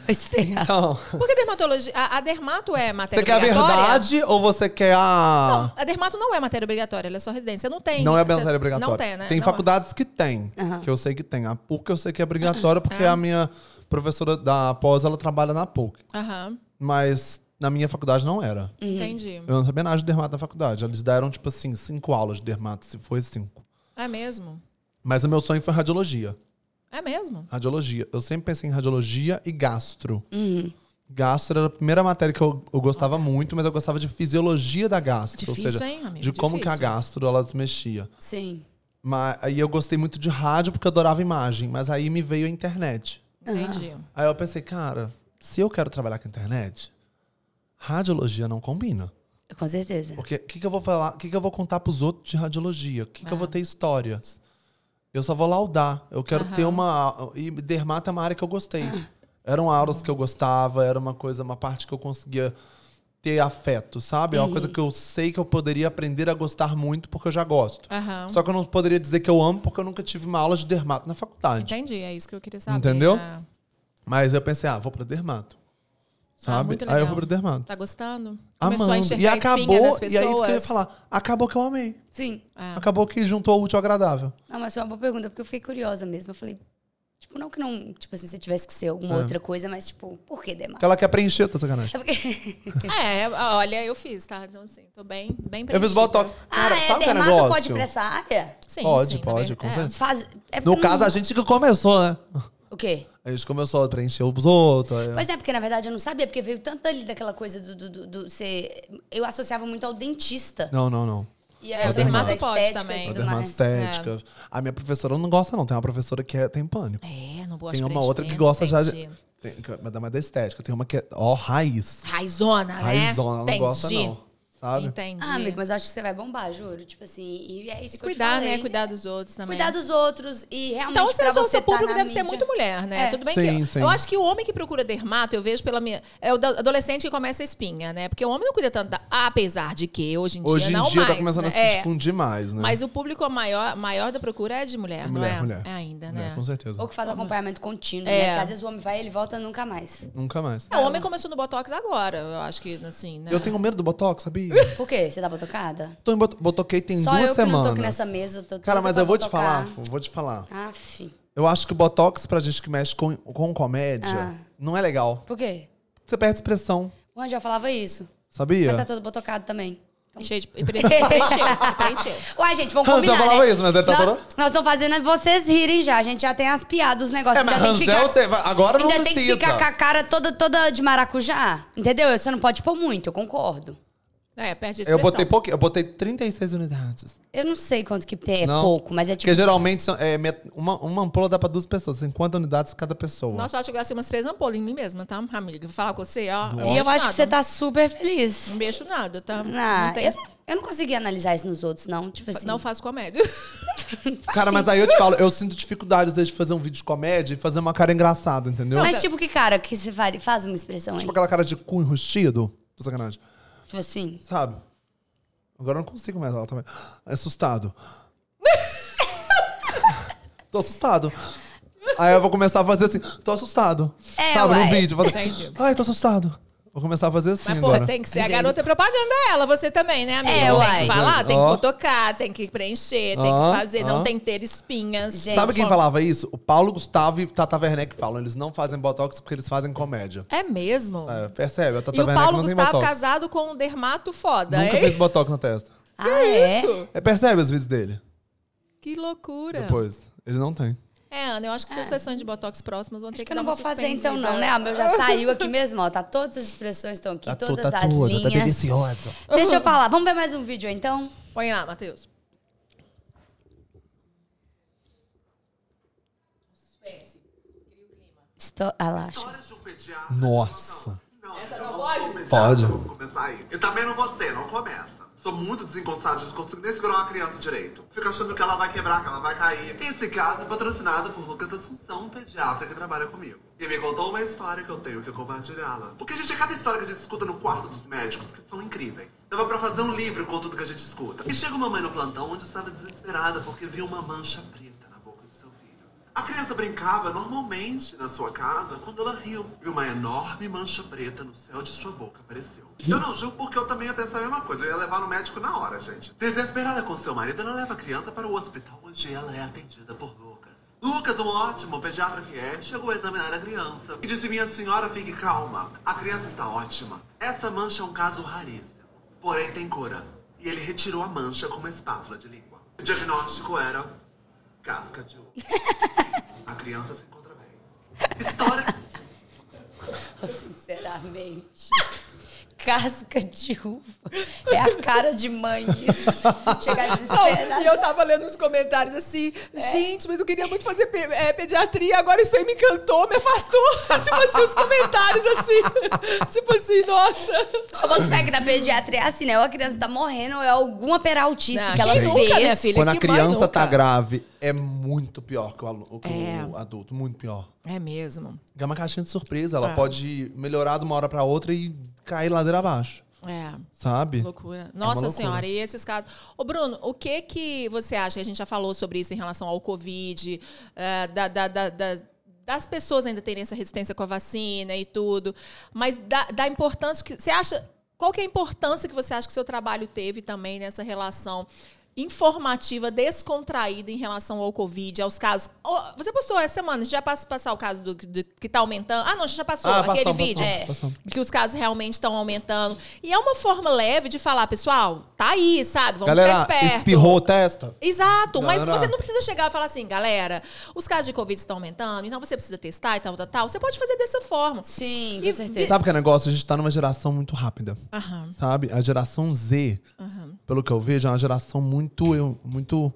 [SPEAKER 1] esperar.
[SPEAKER 3] Então...
[SPEAKER 2] Porque dermatologia. A, a dermato é matéria
[SPEAKER 3] Você quer a
[SPEAKER 2] obrigatória?
[SPEAKER 3] verdade ou você quer a.
[SPEAKER 2] A dermato não é matéria obrigatória, ela é só residência. Não tem.
[SPEAKER 3] Não, é
[SPEAKER 2] você-
[SPEAKER 3] matéria obrigatória.
[SPEAKER 2] Não tem, né?
[SPEAKER 3] Tem
[SPEAKER 2] Não é.
[SPEAKER 3] faculdades que tem,
[SPEAKER 1] Aham.
[SPEAKER 3] que eu sei que tem. A PUC eu sei que é obrigatória, porque
[SPEAKER 2] Ah.
[SPEAKER 3] a minha professora da pós, ela trabalha na PUC.
[SPEAKER 2] Aham,
[SPEAKER 3] Mas na minha faculdade não era.
[SPEAKER 1] Uhum.
[SPEAKER 2] entendi.
[SPEAKER 3] Eu não sabia nada de dermato na faculdade. Eles deram, tipo assim, cinco aulas de dermato, se foi cinco.
[SPEAKER 2] É mesmo?
[SPEAKER 3] Mas o meu sonho foi radiologia.
[SPEAKER 2] É mesmo?
[SPEAKER 3] Radiologia. Eu sempre pensei em radiologia e gastro. Gastro era a primeira matéria que eu, eu gostava muito, mas eu gostava de fisiologia da gastro.
[SPEAKER 2] Difícil,
[SPEAKER 3] ou seja,
[SPEAKER 2] hein, amigo?
[SPEAKER 3] de como que a
[SPEAKER 2] Difícil.
[SPEAKER 3] gastro ela se mexia.
[SPEAKER 1] Sim.
[SPEAKER 3] Mas aí eu gostei muito de rádio porque eu adorava imagem, mas aí me veio a internet.
[SPEAKER 2] Entendi.
[SPEAKER 3] Aí eu pensei, cara, se eu quero trabalhar com internet, radiologia não combina.
[SPEAKER 1] Com certeza.
[SPEAKER 3] Porque o que, que eu vou falar, o que, que eu vou contar pros outros de radiologia? O que, que eu vou ter histórias? Eu só vou laudar. Eu quero ter uma. E dermata é uma área que eu gostei. Eram aulas que eu gostava, era uma coisa, uma parte que eu conseguia ter afeto, sabe? É uma coisa que eu sei que eu poderia aprender a gostar muito porque eu já gosto.
[SPEAKER 2] Aham.
[SPEAKER 3] Só que eu não poderia dizer que eu amo porque eu nunca tive uma aula de dermato na faculdade.
[SPEAKER 2] Entendi, é isso que eu queria saber.
[SPEAKER 3] Entendeu?
[SPEAKER 2] Ah,
[SPEAKER 3] Mas eu pensei, ah, vou pra dermato. Sabe?
[SPEAKER 2] muito
[SPEAKER 3] Aí eu
[SPEAKER 2] legal.
[SPEAKER 3] vou pra dermato.
[SPEAKER 2] Tá gostando? Começou a
[SPEAKER 3] Amando.
[SPEAKER 2] enxergar
[SPEAKER 3] Ah, E
[SPEAKER 2] a espinha
[SPEAKER 3] acabou,
[SPEAKER 2] das pessoas.
[SPEAKER 3] e aí isso que eu ia falar. Acabou que eu amei.
[SPEAKER 1] Sim.
[SPEAKER 2] Ah.
[SPEAKER 3] Acabou que juntou o útil ao agradável.
[SPEAKER 1] Não, mas foi uma boa pergunta, porque eu fiquei curiosa mesmo. Eu falei, tipo, não que não, tipo assim, se tivesse que ser
[SPEAKER 3] É.
[SPEAKER 1] alguma outra coisa, mas tipo, por que demais?
[SPEAKER 3] Porque ela quer preencher, tá sacanagem.
[SPEAKER 1] É porque-
[SPEAKER 2] É, olha, eu fiz, tá? Então, assim, tô bem, bem
[SPEAKER 3] Eu fiz
[SPEAKER 2] preenchida.
[SPEAKER 3] botox. Cara,
[SPEAKER 1] ah,
[SPEAKER 3] sabe
[SPEAKER 1] é,
[SPEAKER 3] o que é
[SPEAKER 1] dermato
[SPEAKER 3] negócio?
[SPEAKER 1] pode ir pra essa área?
[SPEAKER 2] Sim,
[SPEAKER 3] Pode,
[SPEAKER 2] sim, também-
[SPEAKER 3] pode, com
[SPEAKER 2] é.
[SPEAKER 3] certeza.
[SPEAKER 1] Faz, é porque
[SPEAKER 3] No
[SPEAKER 1] não-
[SPEAKER 3] caso, a gente que começou, né?
[SPEAKER 1] O quê?
[SPEAKER 3] A gente começou a preencher os outros. aí-
[SPEAKER 1] Pois é, porque na verdade eu não sabia, porque veio tanto ali daquela coisa do, do, do, do ser... Eu associava muito ao dentista.
[SPEAKER 3] Não, não, não.
[SPEAKER 1] E aí,
[SPEAKER 2] É,
[SPEAKER 1] o dermato
[SPEAKER 2] dermato pode
[SPEAKER 1] estética
[SPEAKER 2] também.
[SPEAKER 1] e
[SPEAKER 3] A
[SPEAKER 1] tudo mais.
[SPEAKER 3] dermatostética. A minha professora não gosta, não. Tem uma professora que é- tem pânico.
[SPEAKER 2] É, não gosto
[SPEAKER 3] Tem
[SPEAKER 2] de
[SPEAKER 3] uma outra que
[SPEAKER 2] preenchimento,
[SPEAKER 3] gosta já de.
[SPEAKER 2] entendi.
[SPEAKER 3] Tem, mas da- mas da estética. Tem uma que é. Ó, raiz.
[SPEAKER 2] Raizona, né?
[SPEAKER 3] Raizona. Ela não
[SPEAKER 2] Entendi.
[SPEAKER 3] gosta, não. Sabe?
[SPEAKER 2] Entendi.
[SPEAKER 1] Ah, amigo, mas eu acho que você vai bombar, juro. Tipo assim, e é isso
[SPEAKER 2] E
[SPEAKER 1] que eu te
[SPEAKER 2] cuidar,
[SPEAKER 1] falei.
[SPEAKER 2] né? Cuidar dos outros também.
[SPEAKER 1] Cuidar dos outros e realmente
[SPEAKER 2] Então, você,
[SPEAKER 1] pra
[SPEAKER 2] o
[SPEAKER 1] você
[SPEAKER 2] seu
[SPEAKER 1] tá
[SPEAKER 2] público
[SPEAKER 1] na
[SPEAKER 2] deve ser
[SPEAKER 1] mídia.
[SPEAKER 2] muito mulher, né?
[SPEAKER 1] É.
[SPEAKER 2] Tudo bem
[SPEAKER 3] Sim,
[SPEAKER 2] que
[SPEAKER 3] sim.
[SPEAKER 2] eu acho que o homem que procura dermato, eu vejo pela minha, é o da- adolescente que começa a espinha, né? Porque o homem não cuida tanto, da- apesar de que hoje em dia
[SPEAKER 3] Hoje em
[SPEAKER 2] não
[SPEAKER 3] dia
[SPEAKER 2] mais,
[SPEAKER 3] tá começando
[SPEAKER 2] né?
[SPEAKER 3] a se
[SPEAKER 2] É,
[SPEAKER 3] difundir mais, né?
[SPEAKER 2] Mas o público maior, maior da procura é de mulher,
[SPEAKER 3] É mulher,
[SPEAKER 2] não é?
[SPEAKER 3] mulher.
[SPEAKER 2] É ainda,
[SPEAKER 3] Mulher,
[SPEAKER 2] né?
[SPEAKER 3] Com certeza.
[SPEAKER 1] Ou que faz um acompanhamento contínuo,
[SPEAKER 2] É.
[SPEAKER 1] né? Porque às vezes o homem vai, ele volta nunca mais.
[SPEAKER 3] Nunca mais.
[SPEAKER 2] É, o homem começou no botox agora, eu acho que assim, né?
[SPEAKER 3] Eu tenho um medo do Botox, sabia?
[SPEAKER 1] Por quê? Você tá botocada?
[SPEAKER 3] Tô em bot- Botoquei tem
[SPEAKER 1] Só
[SPEAKER 3] duas
[SPEAKER 1] eu que não
[SPEAKER 3] semanas.
[SPEAKER 1] tô aqui nessa mesa. eu Tô
[SPEAKER 3] Cara,
[SPEAKER 1] toda
[SPEAKER 3] mas
[SPEAKER 1] pra
[SPEAKER 3] eu vou te falar,
[SPEAKER 1] botocar.
[SPEAKER 3] Fo, vou te falar.
[SPEAKER 1] Aff.
[SPEAKER 3] Eu acho que o Botox, pra gente que mexe com, com
[SPEAKER 1] Ah.
[SPEAKER 3] comédia, não é legal.
[SPEAKER 1] Por quê?
[SPEAKER 3] Você perde expressão,
[SPEAKER 1] O Angel falava isso.
[SPEAKER 3] sabia?
[SPEAKER 1] Mas tá todo botocado também.
[SPEAKER 2] Cheio de... Preencheu, preencheu.
[SPEAKER 1] Uai, gente, vamos
[SPEAKER 3] Rangel
[SPEAKER 1] combinar,
[SPEAKER 3] falava
[SPEAKER 1] né?
[SPEAKER 3] isso, mas ele tá
[SPEAKER 1] Nós-
[SPEAKER 3] toda-
[SPEAKER 1] Nós estamos fazendo é vocês rirem já. A gente já tem as piadas, os negócios.
[SPEAKER 3] É, mas
[SPEAKER 1] Ainda tem que
[SPEAKER 3] Rangel,
[SPEAKER 1] ficar-
[SPEAKER 3] você vai- agora não
[SPEAKER 1] Ainda tem que
[SPEAKER 3] precisa.
[SPEAKER 1] ficar com a cara toda, toda de maracujá. Entendeu? Você não pode pôr muito, eu concordo.
[SPEAKER 2] É, perde a expressão.
[SPEAKER 3] Eu botei pouco, eu botei 36 unidades.
[SPEAKER 1] Eu não sei quanto que tem, é
[SPEAKER 3] Não.
[SPEAKER 1] pouco, mas é
[SPEAKER 3] Porque
[SPEAKER 1] tipo...
[SPEAKER 3] geralmente são- é, met- uma, uma ampola dá pra duas pessoas, 50 unidades cada pessoa.
[SPEAKER 2] Nossa, eu acho que eu gastei umas três ampolas em mim mesma, tá, amiga? Vou falar com você, ó.
[SPEAKER 1] E eu acho que você tá super feliz.
[SPEAKER 2] Não beijo nada, tá?
[SPEAKER 1] Ah,
[SPEAKER 2] não, tem-
[SPEAKER 1] eu, eu não consegui analisar isso nos outros, não. Tipo assim.
[SPEAKER 2] não faço comédia.
[SPEAKER 3] Cara, mas aí eu te falo, eu sinto dificuldade às vezes de fazer um vídeo de comédia e fazer uma cara engraçada, entendeu?
[SPEAKER 1] mas tipo, que cara que você faz, faz uma expressão
[SPEAKER 2] é
[SPEAKER 1] aí?
[SPEAKER 3] Tipo
[SPEAKER 1] Tipo,
[SPEAKER 3] aquela cara de cu enrustido. Tô sacanagem.
[SPEAKER 1] assim.
[SPEAKER 3] Sabe? Agora eu não consigo mais ela também. Assustado. tô assustado. Aí eu vou começar a fazer assim, tô assustado.
[SPEAKER 1] É,
[SPEAKER 3] sabe, no
[SPEAKER 1] uai.
[SPEAKER 3] vídeo. vou fazer,
[SPEAKER 2] Entendi.
[SPEAKER 3] Ai, tô assustado. Vou começar a fazer assim
[SPEAKER 2] Mas,
[SPEAKER 3] agora.
[SPEAKER 2] pô, tem que ser a garota propaganda ela, você também, né, amiga?
[SPEAKER 1] É,
[SPEAKER 2] Tem
[SPEAKER 1] uai.
[SPEAKER 2] que falar, tem que
[SPEAKER 3] Ó.
[SPEAKER 2] botocar, tem que preencher, tem
[SPEAKER 3] Ó,
[SPEAKER 2] que fazer,
[SPEAKER 3] ó.
[SPEAKER 2] não tem que ter espinhas.
[SPEAKER 1] Gente,
[SPEAKER 3] Sabe quem falava isso? O Paulo Gustavo e Tata Werneck falam. Eles não fazem botox porque eles fazem comédia.
[SPEAKER 2] É mesmo?
[SPEAKER 3] É, percebe? A Tata
[SPEAKER 2] E o
[SPEAKER 3] Werneck
[SPEAKER 2] Paulo
[SPEAKER 3] não tem
[SPEAKER 2] Gustavo
[SPEAKER 3] botox.
[SPEAKER 2] casado com um dermato foda, é
[SPEAKER 3] Nunca
[SPEAKER 2] hein?
[SPEAKER 3] fez botox na testa.
[SPEAKER 1] ah, é?
[SPEAKER 3] É, percebe os vídeos dele?
[SPEAKER 2] Que loucura.
[SPEAKER 3] Depois. Ele não tem.
[SPEAKER 2] É, Ana, eu acho que suas sessões de botox próximas vão ter que,
[SPEAKER 1] Acho que eu
[SPEAKER 2] dar
[SPEAKER 1] não
[SPEAKER 2] uma
[SPEAKER 1] vou fazer então,
[SPEAKER 2] suspendida.
[SPEAKER 1] não, né? O meu já saiu aqui mesmo, ó. Tá todas as expressões estão aqui,
[SPEAKER 3] Tá tu-
[SPEAKER 1] todas
[SPEAKER 3] tá
[SPEAKER 1] as
[SPEAKER 3] tudo, tá
[SPEAKER 1] linhas.
[SPEAKER 3] deliciosa.
[SPEAKER 1] Deixa eu falar. Vamos ver mais um vídeo, então?
[SPEAKER 2] Põe lá, Matheus.
[SPEAKER 1] Estou... Ah lá, acho.
[SPEAKER 4] Histórias de um pediatra.
[SPEAKER 3] Nossa.
[SPEAKER 4] Não,
[SPEAKER 2] Essa
[SPEAKER 4] eu
[SPEAKER 2] não
[SPEAKER 4] não
[SPEAKER 2] pode?
[SPEAKER 4] sou um pediatra,
[SPEAKER 3] Pode.
[SPEAKER 4] eu vou começar aí. Eu também não vou ser, não começa. Sou muito desengonçado, não consigo nem segurar uma criança direito. Fico achando que ela vai quebrar, que ela vai cair. Esse caso é patrocinado por Lucas Assunção, um pediatra que trabalha comigo. E me contou uma história que eu tenho que compartilhá-la. Porque, gente, é cada história que a gente escuta no quarto dos médicos que são incríveis. Dava pra fazer um livro com tudo que a gente escuta. E chega uma mãe no plantão onde estava desesperada porque viu uma mancha preta na boca do seu filho. A criança brincava normalmente na sua casa quando ela riu. E uma enorme mancha preta no céu de sua boca apareceu. Eu não julgo porque eu também ia pensar a mesma coisa. Eu ia levar no médico na hora, gente. Desesperada com seu marido, ela leva a criança para o hospital onde ela é atendida por Lucas. Lucas, um ótimo pediatra que é, chegou a examinar a criança e disse: Minha senhora, fique calma. A criança está ótima. Essa mancha é um caso raríssimo, porém tem cura. E ele retirou a mancha com uma espátula de língua. O diagnóstico era casca de ovo. A criança se encontra bem. História.
[SPEAKER 1] Sinceramente. Casca de uva. É a cara de mãe isso. Chegar
[SPEAKER 2] Não,
[SPEAKER 1] desesperada.
[SPEAKER 2] e eu tava lendo nos comentários assim, gente, mas eu queria muito fazer pe- é, pediatria, agora isso aí me encantou, me afastou. tipo assim, os comentários assim. tipo assim, nossa.
[SPEAKER 1] Eu boto fé que na pediatria é assim, né? Ou a criança tá morrendo, ou é alguma peraltice
[SPEAKER 2] Não,
[SPEAKER 1] que ela
[SPEAKER 2] quem nunca,
[SPEAKER 1] fez.
[SPEAKER 2] né, filha?
[SPEAKER 3] Quando a
[SPEAKER 2] que mãe
[SPEAKER 3] criança tá
[SPEAKER 2] nunca?
[SPEAKER 3] grave, é muito pior que o, alu- que
[SPEAKER 1] É.
[SPEAKER 3] o adulto, muito pior.
[SPEAKER 2] É mesmo.
[SPEAKER 3] É uma caixinha de surpresa, ela
[SPEAKER 2] É.
[SPEAKER 3] pode melhorar de uma hora pra outra e cair ladeira abaixo.
[SPEAKER 2] É.
[SPEAKER 3] sabe? É
[SPEAKER 2] Loucura. Nossa
[SPEAKER 3] loucura.
[SPEAKER 2] senhora, e esses casos. Ô, Bruno, o que que você acha? A gente já falou sobre isso em relação ao Covid, eh, da- da- da- da- das pessoas ainda terem essa resistência com a vacina e tudo. Mas da, da importância que. Você acha. Qual que é a importância que você acha que o seu trabalho teve também nessa relação? informativa, descontraída em relação ao Covid, aos casos. Ó, Você postou essa semana, já passa passar o caso do, do- que tá aumentando. Ah, não, já passou
[SPEAKER 3] Ah,
[SPEAKER 2] aquele
[SPEAKER 3] passou,
[SPEAKER 2] vídeo É.
[SPEAKER 3] passou, passou.
[SPEAKER 2] que os casos realmente estão aumentando. E é uma forma leve de falar, pessoal, tá aí, sabe? Vamos
[SPEAKER 3] Galera,
[SPEAKER 2] ficar esperto.
[SPEAKER 3] espirrou, testa.
[SPEAKER 2] Exato, mas
[SPEAKER 3] Galera.
[SPEAKER 2] você não precisa chegar e falar assim, galera, os casos de Covid estão aumentando, então você precisa testar e tal, tal, tal. Você pode fazer dessa forma.
[SPEAKER 1] Sim,
[SPEAKER 2] E-
[SPEAKER 1] com certeza.
[SPEAKER 3] Sabe que é negócio? A gente tá numa geração muito rápida.
[SPEAKER 2] Aham.
[SPEAKER 3] Sabe? A geração Z, pelo que eu vejo, é uma geração muito. eu- muito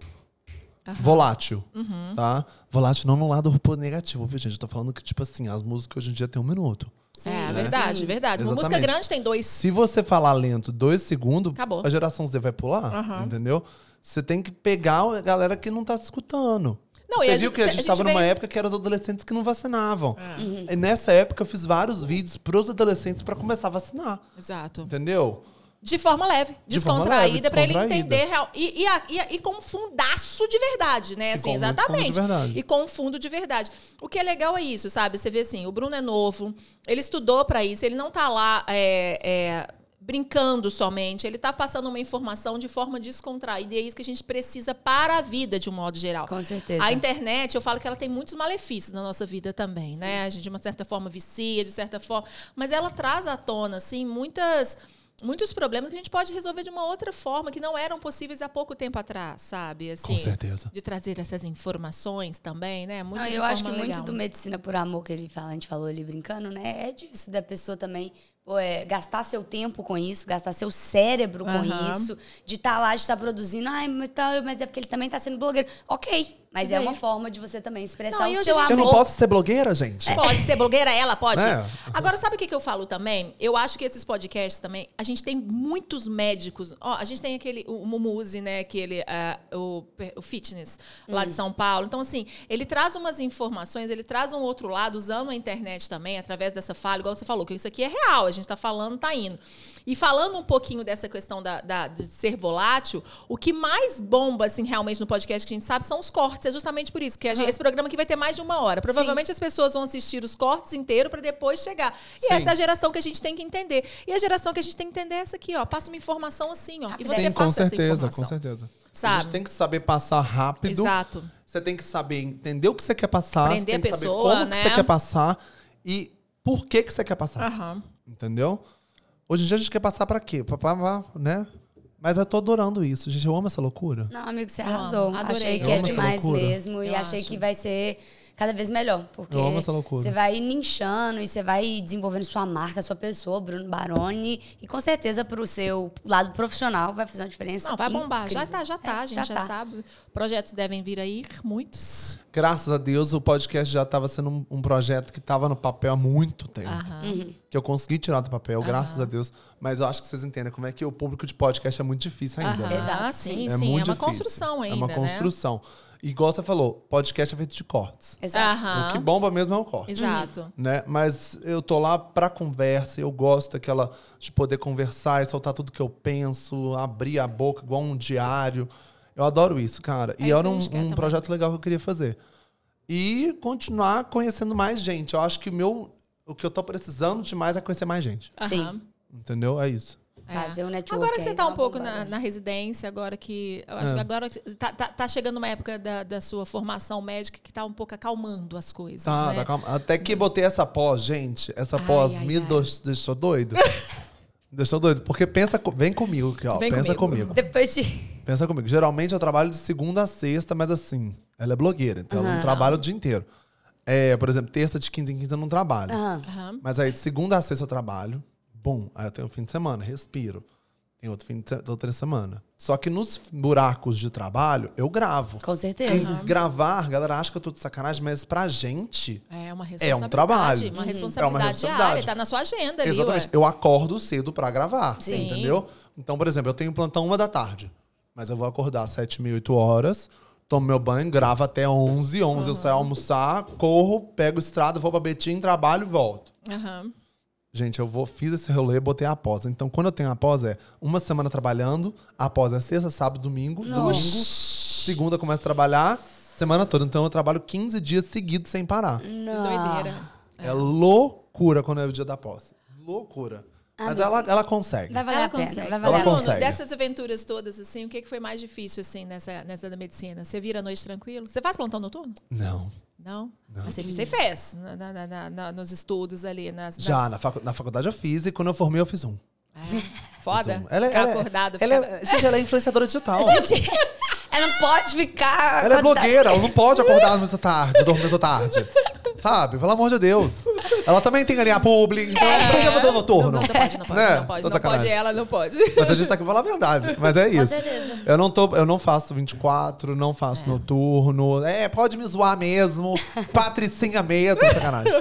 [SPEAKER 3] Volátil,
[SPEAKER 2] Uhum.
[SPEAKER 3] tá? Volátil não no lado negativo, viu, gente? Eu tô falando que, tipo assim, as músicas hoje em dia tem um minuto.
[SPEAKER 1] Sim,
[SPEAKER 2] é, verdade,
[SPEAKER 1] sim.
[SPEAKER 2] verdade. Uma música
[SPEAKER 3] Exatamente.
[SPEAKER 2] grande tem dois.
[SPEAKER 3] Se você falar lento dois segundos,
[SPEAKER 2] Acabou.
[SPEAKER 3] a geração Z vai pular, entendeu? Você tem que pegar a galera que não tá se escutando.
[SPEAKER 2] Não, e
[SPEAKER 3] Você
[SPEAKER 2] a
[SPEAKER 3] viu
[SPEAKER 2] gente-
[SPEAKER 3] que a
[SPEAKER 2] a
[SPEAKER 3] gente
[SPEAKER 2] gente
[SPEAKER 3] estava
[SPEAKER 2] vê
[SPEAKER 3] numa
[SPEAKER 2] isso- É.
[SPEAKER 3] época que eram os adolescentes que não vacinavam. E nessa época eu fiz vários vídeos pros adolescentes pra começar a vacinar,
[SPEAKER 2] Exato.
[SPEAKER 3] entendeu?
[SPEAKER 2] De forma leve,
[SPEAKER 3] De forma leve,
[SPEAKER 2] descontraída, pra ele
[SPEAKER 3] descontraída.
[SPEAKER 2] entender real. E, e, a- e, a- e com um fundaço de verdade, né? Assim,
[SPEAKER 3] com muito fundo de
[SPEAKER 2] exatamente.
[SPEAKER 3] verdade.
[SPEAKER 2] E com um fundo de verdade. O que é legal é isso, sabe? Você vê assim, o Bruno é novo, ele estudou pra isso, ele não tá lá é, é, brincando somente, ele tá passando uma informação de forma descontraída. E é isso que a gente precisa para a vida, de um modo geral.
[SPEAKER 1] Com certeza.
[SPEAKER 2] A internet, eu falo que ela tem muitos malefícios na nossa vida também, né? A gente, de uma certa forma, vicia, de certa forma. Mas ela traz à tona, assim, muitas. Muitos problemas que a gente pode resolver de uma outra forma, que não eram possíveis há pouco tempo atrás, sabe? Assim,
[SPEAKER 3] Com certeza.
[SPEAKER 2] De trazer essas informações também, né? Muito
[SPEAKER 1] Não,
[SPEAKER 2] de
[SPEAKER 1] Ah, eu acho que
[SPEAKER 2] forma
[SPEAKER 1] muito
[SPEAKER 2] legal.
[SPEAKER 1] do Medicina por Amor que ele fala, a gente falou ali brincando, né? É disso, da pessoa também pô, é, gastar seu tempo com isso, gastar seu cérebro com
[SPEAKER 2] Aham.
[SPEAKER 1] isso, de estar lá, de estar produzindo, ai, mas, tá, mas é porque ele também tá sendo blogueiro. Ok, mas
[SPEAKER 2] E
[SPEAKER 1] é
[SPEAKER 2] daí?
[SPEAKER 1] uma forma de você
[SPEAKER 2] Não,
[SPEAKER 1] também expressar
[SPEAKER 2] e
[SPEAKER 1] o
[SPEAKER 2] hoje
[SPEAKER 1] seu
[SPEAKER 2] a
[SPEAKER 1] amor.
[SPEAKER 2] gente-
[SPEAKER 3] Eu não posso ser blogueira, gente?
[SPEAKER 2] Pode ser blogueira, ela pode.
[SPEAKER 3] É.
[SPEAKER 2] Agora, sabe o que, que eu falo também? Eu acho que esses podcasts também, a gente tem muitos médicos. Ó, a gente tem aquele, o Mumuzi, né? Aquele, ah, o, o fitness lá de São Paulo. Então, assim, ele traz umas informações, ele traz um outro lado, usando a internet também, através dessa fala, igual você falou, que isso aqui é real, a gente tá falando, tá indo. E falando um pouquinho dessa questão da, da- de ser volátil, o que mais bomba, assim, realmente no podcast que a gente sabe são os cortes. É justamente por isso, que a gente- esse programa aqui vai ter mais de uma hora. Provavelmente as pessoas vão assistir os cortes inteiros para depois chegar. E
[SPEAKER 3] Sim.
[SPEAKER 2] essa é a geração que a gente tem que entender. E a geração que a gente tem que entender é essa aqui, ó. Passa uma informação assim, ó. E você
[SPEAKER 1] Sim,
[SPEAKER 2] passa
[SPEAKER 3] com
[SPEAKER 2] essa
[SPEAKER 3] certeza,
[SPEAKER 2] informação.
[SPEAKER 3] com certeza. A
[SPEAKER 2] Sabe?
[SPEAKER 3] gente tem que saber passar rápido.
[SPEAKER 2] Exato.
[SPEAKER 3] Você tem que saber entender o que você quer passar.
[SPEAKER 2] Aprender
[SPEAKER 3] você tem
[SPEAKER 2] a
[SPEAKER 3] que
[SPEAKER 2] pessoa,
[SPEAKER 3] saber como
[SPEAKER 2] né? Ah.
[SPEAKER 3] que você quer passar e por que, que você quer passar.
[SPEAKER 2] Aham.
[SPEAKER 3] Entendeu? Hoje em dia a gente quer passar pra quê? Pra, pra- pra- né? Mas eu tô adorando isso, gente. Eu amo essa loucura.
[SPEAKER 1] Não, amigo, você
[SPEAKER 2] amo,
[SPEAKER 1] arrasou.
[SPEAKER 2] adorei.
[SPEAKER 1] Achei
[SPEAKER 2] Eu
[SPEAKER 1] que é
[SPEAKER 3] amo essa
[SPEAKER 1] demais
[SPEAKER 3] loucura.
[SPEAKER 1] mesmo. e
[SPEAKER 2] Eu
[SPEAKER 1] achei
[SPEAKER 2] acho.
[SPEAKER 1] que vai ser cada vez melhor. Porque
[SPEAKER 3] Eu amo essa loucura.
[SPEAKER 1] você vai ninchando e você vai desenvolvendo sua marca, sua pessoa, Bruno Baroni. E com certeza pro seu lado profissional vai fazer uma diferença.
[SPEAKER 2] Não, vai bombar. Já
[SPEAKER 1] incrível.
[SPEAKER 2] tá, já tá.
[SPEAKER 1] É,
[SPEAKER 2] a gente já,
[SPEAKER 1] tá.
[SPEAKER 2] sabe. Projetos devem vir aí, muitos.
[SPEAKER 3] Graças a Deus, o podcast já tava sendo um, um projeto que tava no papel há muito tempo.
[SPEAKER 2] Aham.
[SPEAKER 3] Que eu consegui tirar do papel, graças a Deus. Mas eu acho que vocês entendem como é que o público de podcast é muito difícil ainda.
[SPEAKER 2] Aham.
[SPEAKER 3] né?
[SPEAKER 1] Exato,
[SPEAKER 2] Sim,
[SPEAKER 1] sim.
[SPEAKER 2] sim. É, uma
[SPEAKER 3] muito difícil.
[SPEAKER 2] construção ainda. né?
[SPEAKER 3] É uma construção. E igual você falou, podcast é feito de cortes.
[SPEAKER 2] Né?
[SPEAKER 1] Exato.
[SPEAKER 2] Aham.
[SPEAKER 3] O que bomba mesmo é o corte.
[SPEAKER 2] Exato.
[SPEAKER 3] né? Mas eu tô lá pra conversa, eu gosto daquela de poder conversar e soltar tudo que eu penso, abrir a boca igual um diário. Eu adoro isso, cara.
[SPEAKER 2] É
[SPEAKER 3] e
[SPEAKER 2] isso que
[SPEAKER 3] era
[SPEAKER 2] a
[SPEAKER 3] um,
[SPEAKER 2] gente quer
[SPEAKER 3] um
[SPEAKER 2] também.
[SPEAKER 3] projeto legal que eu queria fazer. E continuar conhecendo mais gente. Eu acho que o meu o que eu tô precisando demais é conhecer mais gente.
[SPEAKER 2] Aham.
[SPEAKER 1] Sim.
[SPEAKER 3] Entendeu? É isso.
[SPEAKER 2] É.
[SPEAKER 1] Fazer o networking.
[SPEAKER 2] Agora que você
[SPEAKER 1] aí,
[SPEAKER 2] tá
[SPEAKER 1] dá
[SPEAKER 2] um
[SPEAKER 1] Tipo, uma
[SPEAKER 2] pouco
[SPEAKER 1] bombada.
[SPEAKER 2] na, na residência, agora que. Eu acho
[SPEAKER 3] Ah.
[SPEAKER 2] que agora que tá, tá, tá chegando uma época da, da sua formação médica que tá um pouco acalmando as coisas.
[SPEAKER 3] Tá,
[SPEAKER 2] né?
[SPEAKER 3] tá calma. Até que botei essa pós, gente. Essa
[SPEAKER 2] Ai,
[SPEAKER 3] pós
[SPEAKER 2] ai,
[SPEAKER 3] me
[SPEAKER 2] ai.
[SPEAKER 3] do- deixou doido. deixou doido. Porque pensa, co- vem comigo aqui, ó.
[SPEAKER 2] Vem
[SPEAKER 3] pensa
[SPEAKER 2] comigo.
[SPEAKER 3] comigo.
[SPEAKER 1] Depois de.
[SPEAKER 3] Pensa comigo, geralmente eu trabalho de segunda a sexta, mas assim, ela é blogueira, então ela não trabalha o dia inteiro. É, por exemplo, terça de 15 em 15 eu não trabalho.
[SPEAKER 1] Aham.
[SPEAKER 2] Aham.
[SPEAKER 3] Mas aí de segunda a sexta eu trabalho, bom, aí eu tenho um fim de semana, respiro. Tem outro fim de se- outra semana. Só que nos buracos de trabalho, eu gravo.
[SPEAKER 1] Com
[SPEAKER 3] E
[SPEAKER 1] certeza.
[SPEAKER 3] Gravar, a galera acha que eu tô de sacanagem, mas pra gente.
[SPEAKER 2] É uma responsabilidade.
[SPEAKER 3] É um trabalho.
[SPEAKER 2] Uma
[SPEAKER 3] Uhum.
[SPEAKER 2] responsabilidade,
[SPEAKER 3] É uma responsabilidade.
[SPEAKER 2] diária. Tá na sua agenda ali.
[SPEAKER 3] Exatamente.
[SPEAKER 2] ué.
[SPEAKER 3] Eu acordo cedo pra gravar.
[SPEAKER 2] Sim.
[SPEAKER 3] Entendeu? Então, por exemplo, eu tenho plantão uma da tarde. Mas eu vou acordar às 7, 8 horas, tomo meu banho, gravo até 11, 11 eu saio almoçar, corro, pego estrada, vou pra Betim, trabalho e volto.
[SPEAKER 2] Aham.
[SPEAKER 3] Gente, eu vou, fiz esse rolê, botei a pós. Então, quando eu tenho a pós, é uma semana trabalhando, a pós é sexta, sábado, domingo, domingo, segunda começo a trabalhar, semana toda. Então, eu trabalho 15 dias seguidos sem parar.
[SPEAKER 1] Não.
[SPEAKER 2] Doideira.
[SPEAKER 3] É loucura quando é o dia da pós. Loucura.
[SPEAKER 2] Ah,
[SPEAKER 3] Mas ela, ela consegue.
[SPEAKER 1] Vai valer
[SPEAKER 5] Ela
[SPEAKER 1] a pena.
[SPEAKER 5] consegue.
[SPEAKER 1] Vai
[SPEAKER 3] Ela
[SPEAKER 1] valer a
[SPEAKER 2] Bruno,
[SPEAKER 3] consegue.
[SPEAKER 2] dessas aventuras todas, assim, o que que foi mais difícil, assim, nessa, nessa da medicina? Você vira à noite tranquilo? Você faz plantão noturno?
[SPEAKER 3] Não.
[SPEAKER 2] Não? Mas você, você fez na- na- na- na- na- nos estudos ali, nas...
[SPEAKER 3] Já,
[SPEAKER 2] nas...
[SPEAKER 3] na, facu- na faculdade eu fiz e quando eu formei eu fiz um.
[SPEAKER 2] É. Foda.
[SPEAKER 3] Fiz um. Ela, é-
[SPEAKER 2] ficar
[SPEAKER 3] ela, é-
[SPEAKER 2] acordado.
[SPEAKER 3] ela,
[SPEAKER 2] ficar-
[SPEAKER 3] é- gente, ela é influenciadora digital.
[SPEAKER 1] Gente, ela não pode ficar.
[SPEAKER 3] Ela é
[SPEAKER 1] acordada.
[SPEAKER 3] blogueira, ela não pode acordar muito tarde, dormir muito tarde. Sabe? Pelo amor de Deus. Ela também tem ali a publi, então por que eu vou dar noturno?
[SPEAKER 2] É. Não, não pode, não pode,
[SPEAKER 3] Né?
[SPEAKER 2] não pode. Não
[SPEAKER 3] Tô
[SPEAKER 2] pode,
[SPEAKER 3] sacanagem.
[SPEAKER 2] ela não pode.
[SPEAKER 3] Mas a gente tá aqui pra falar a verdade. Mas é isso.
[SPEAKER 1] certeza.
[SPEAKER 3] Eu não, tô, eu não faço 24, não faço noturno. É, pode me zoar mesmo. Patricinha mesmo, sacanagem.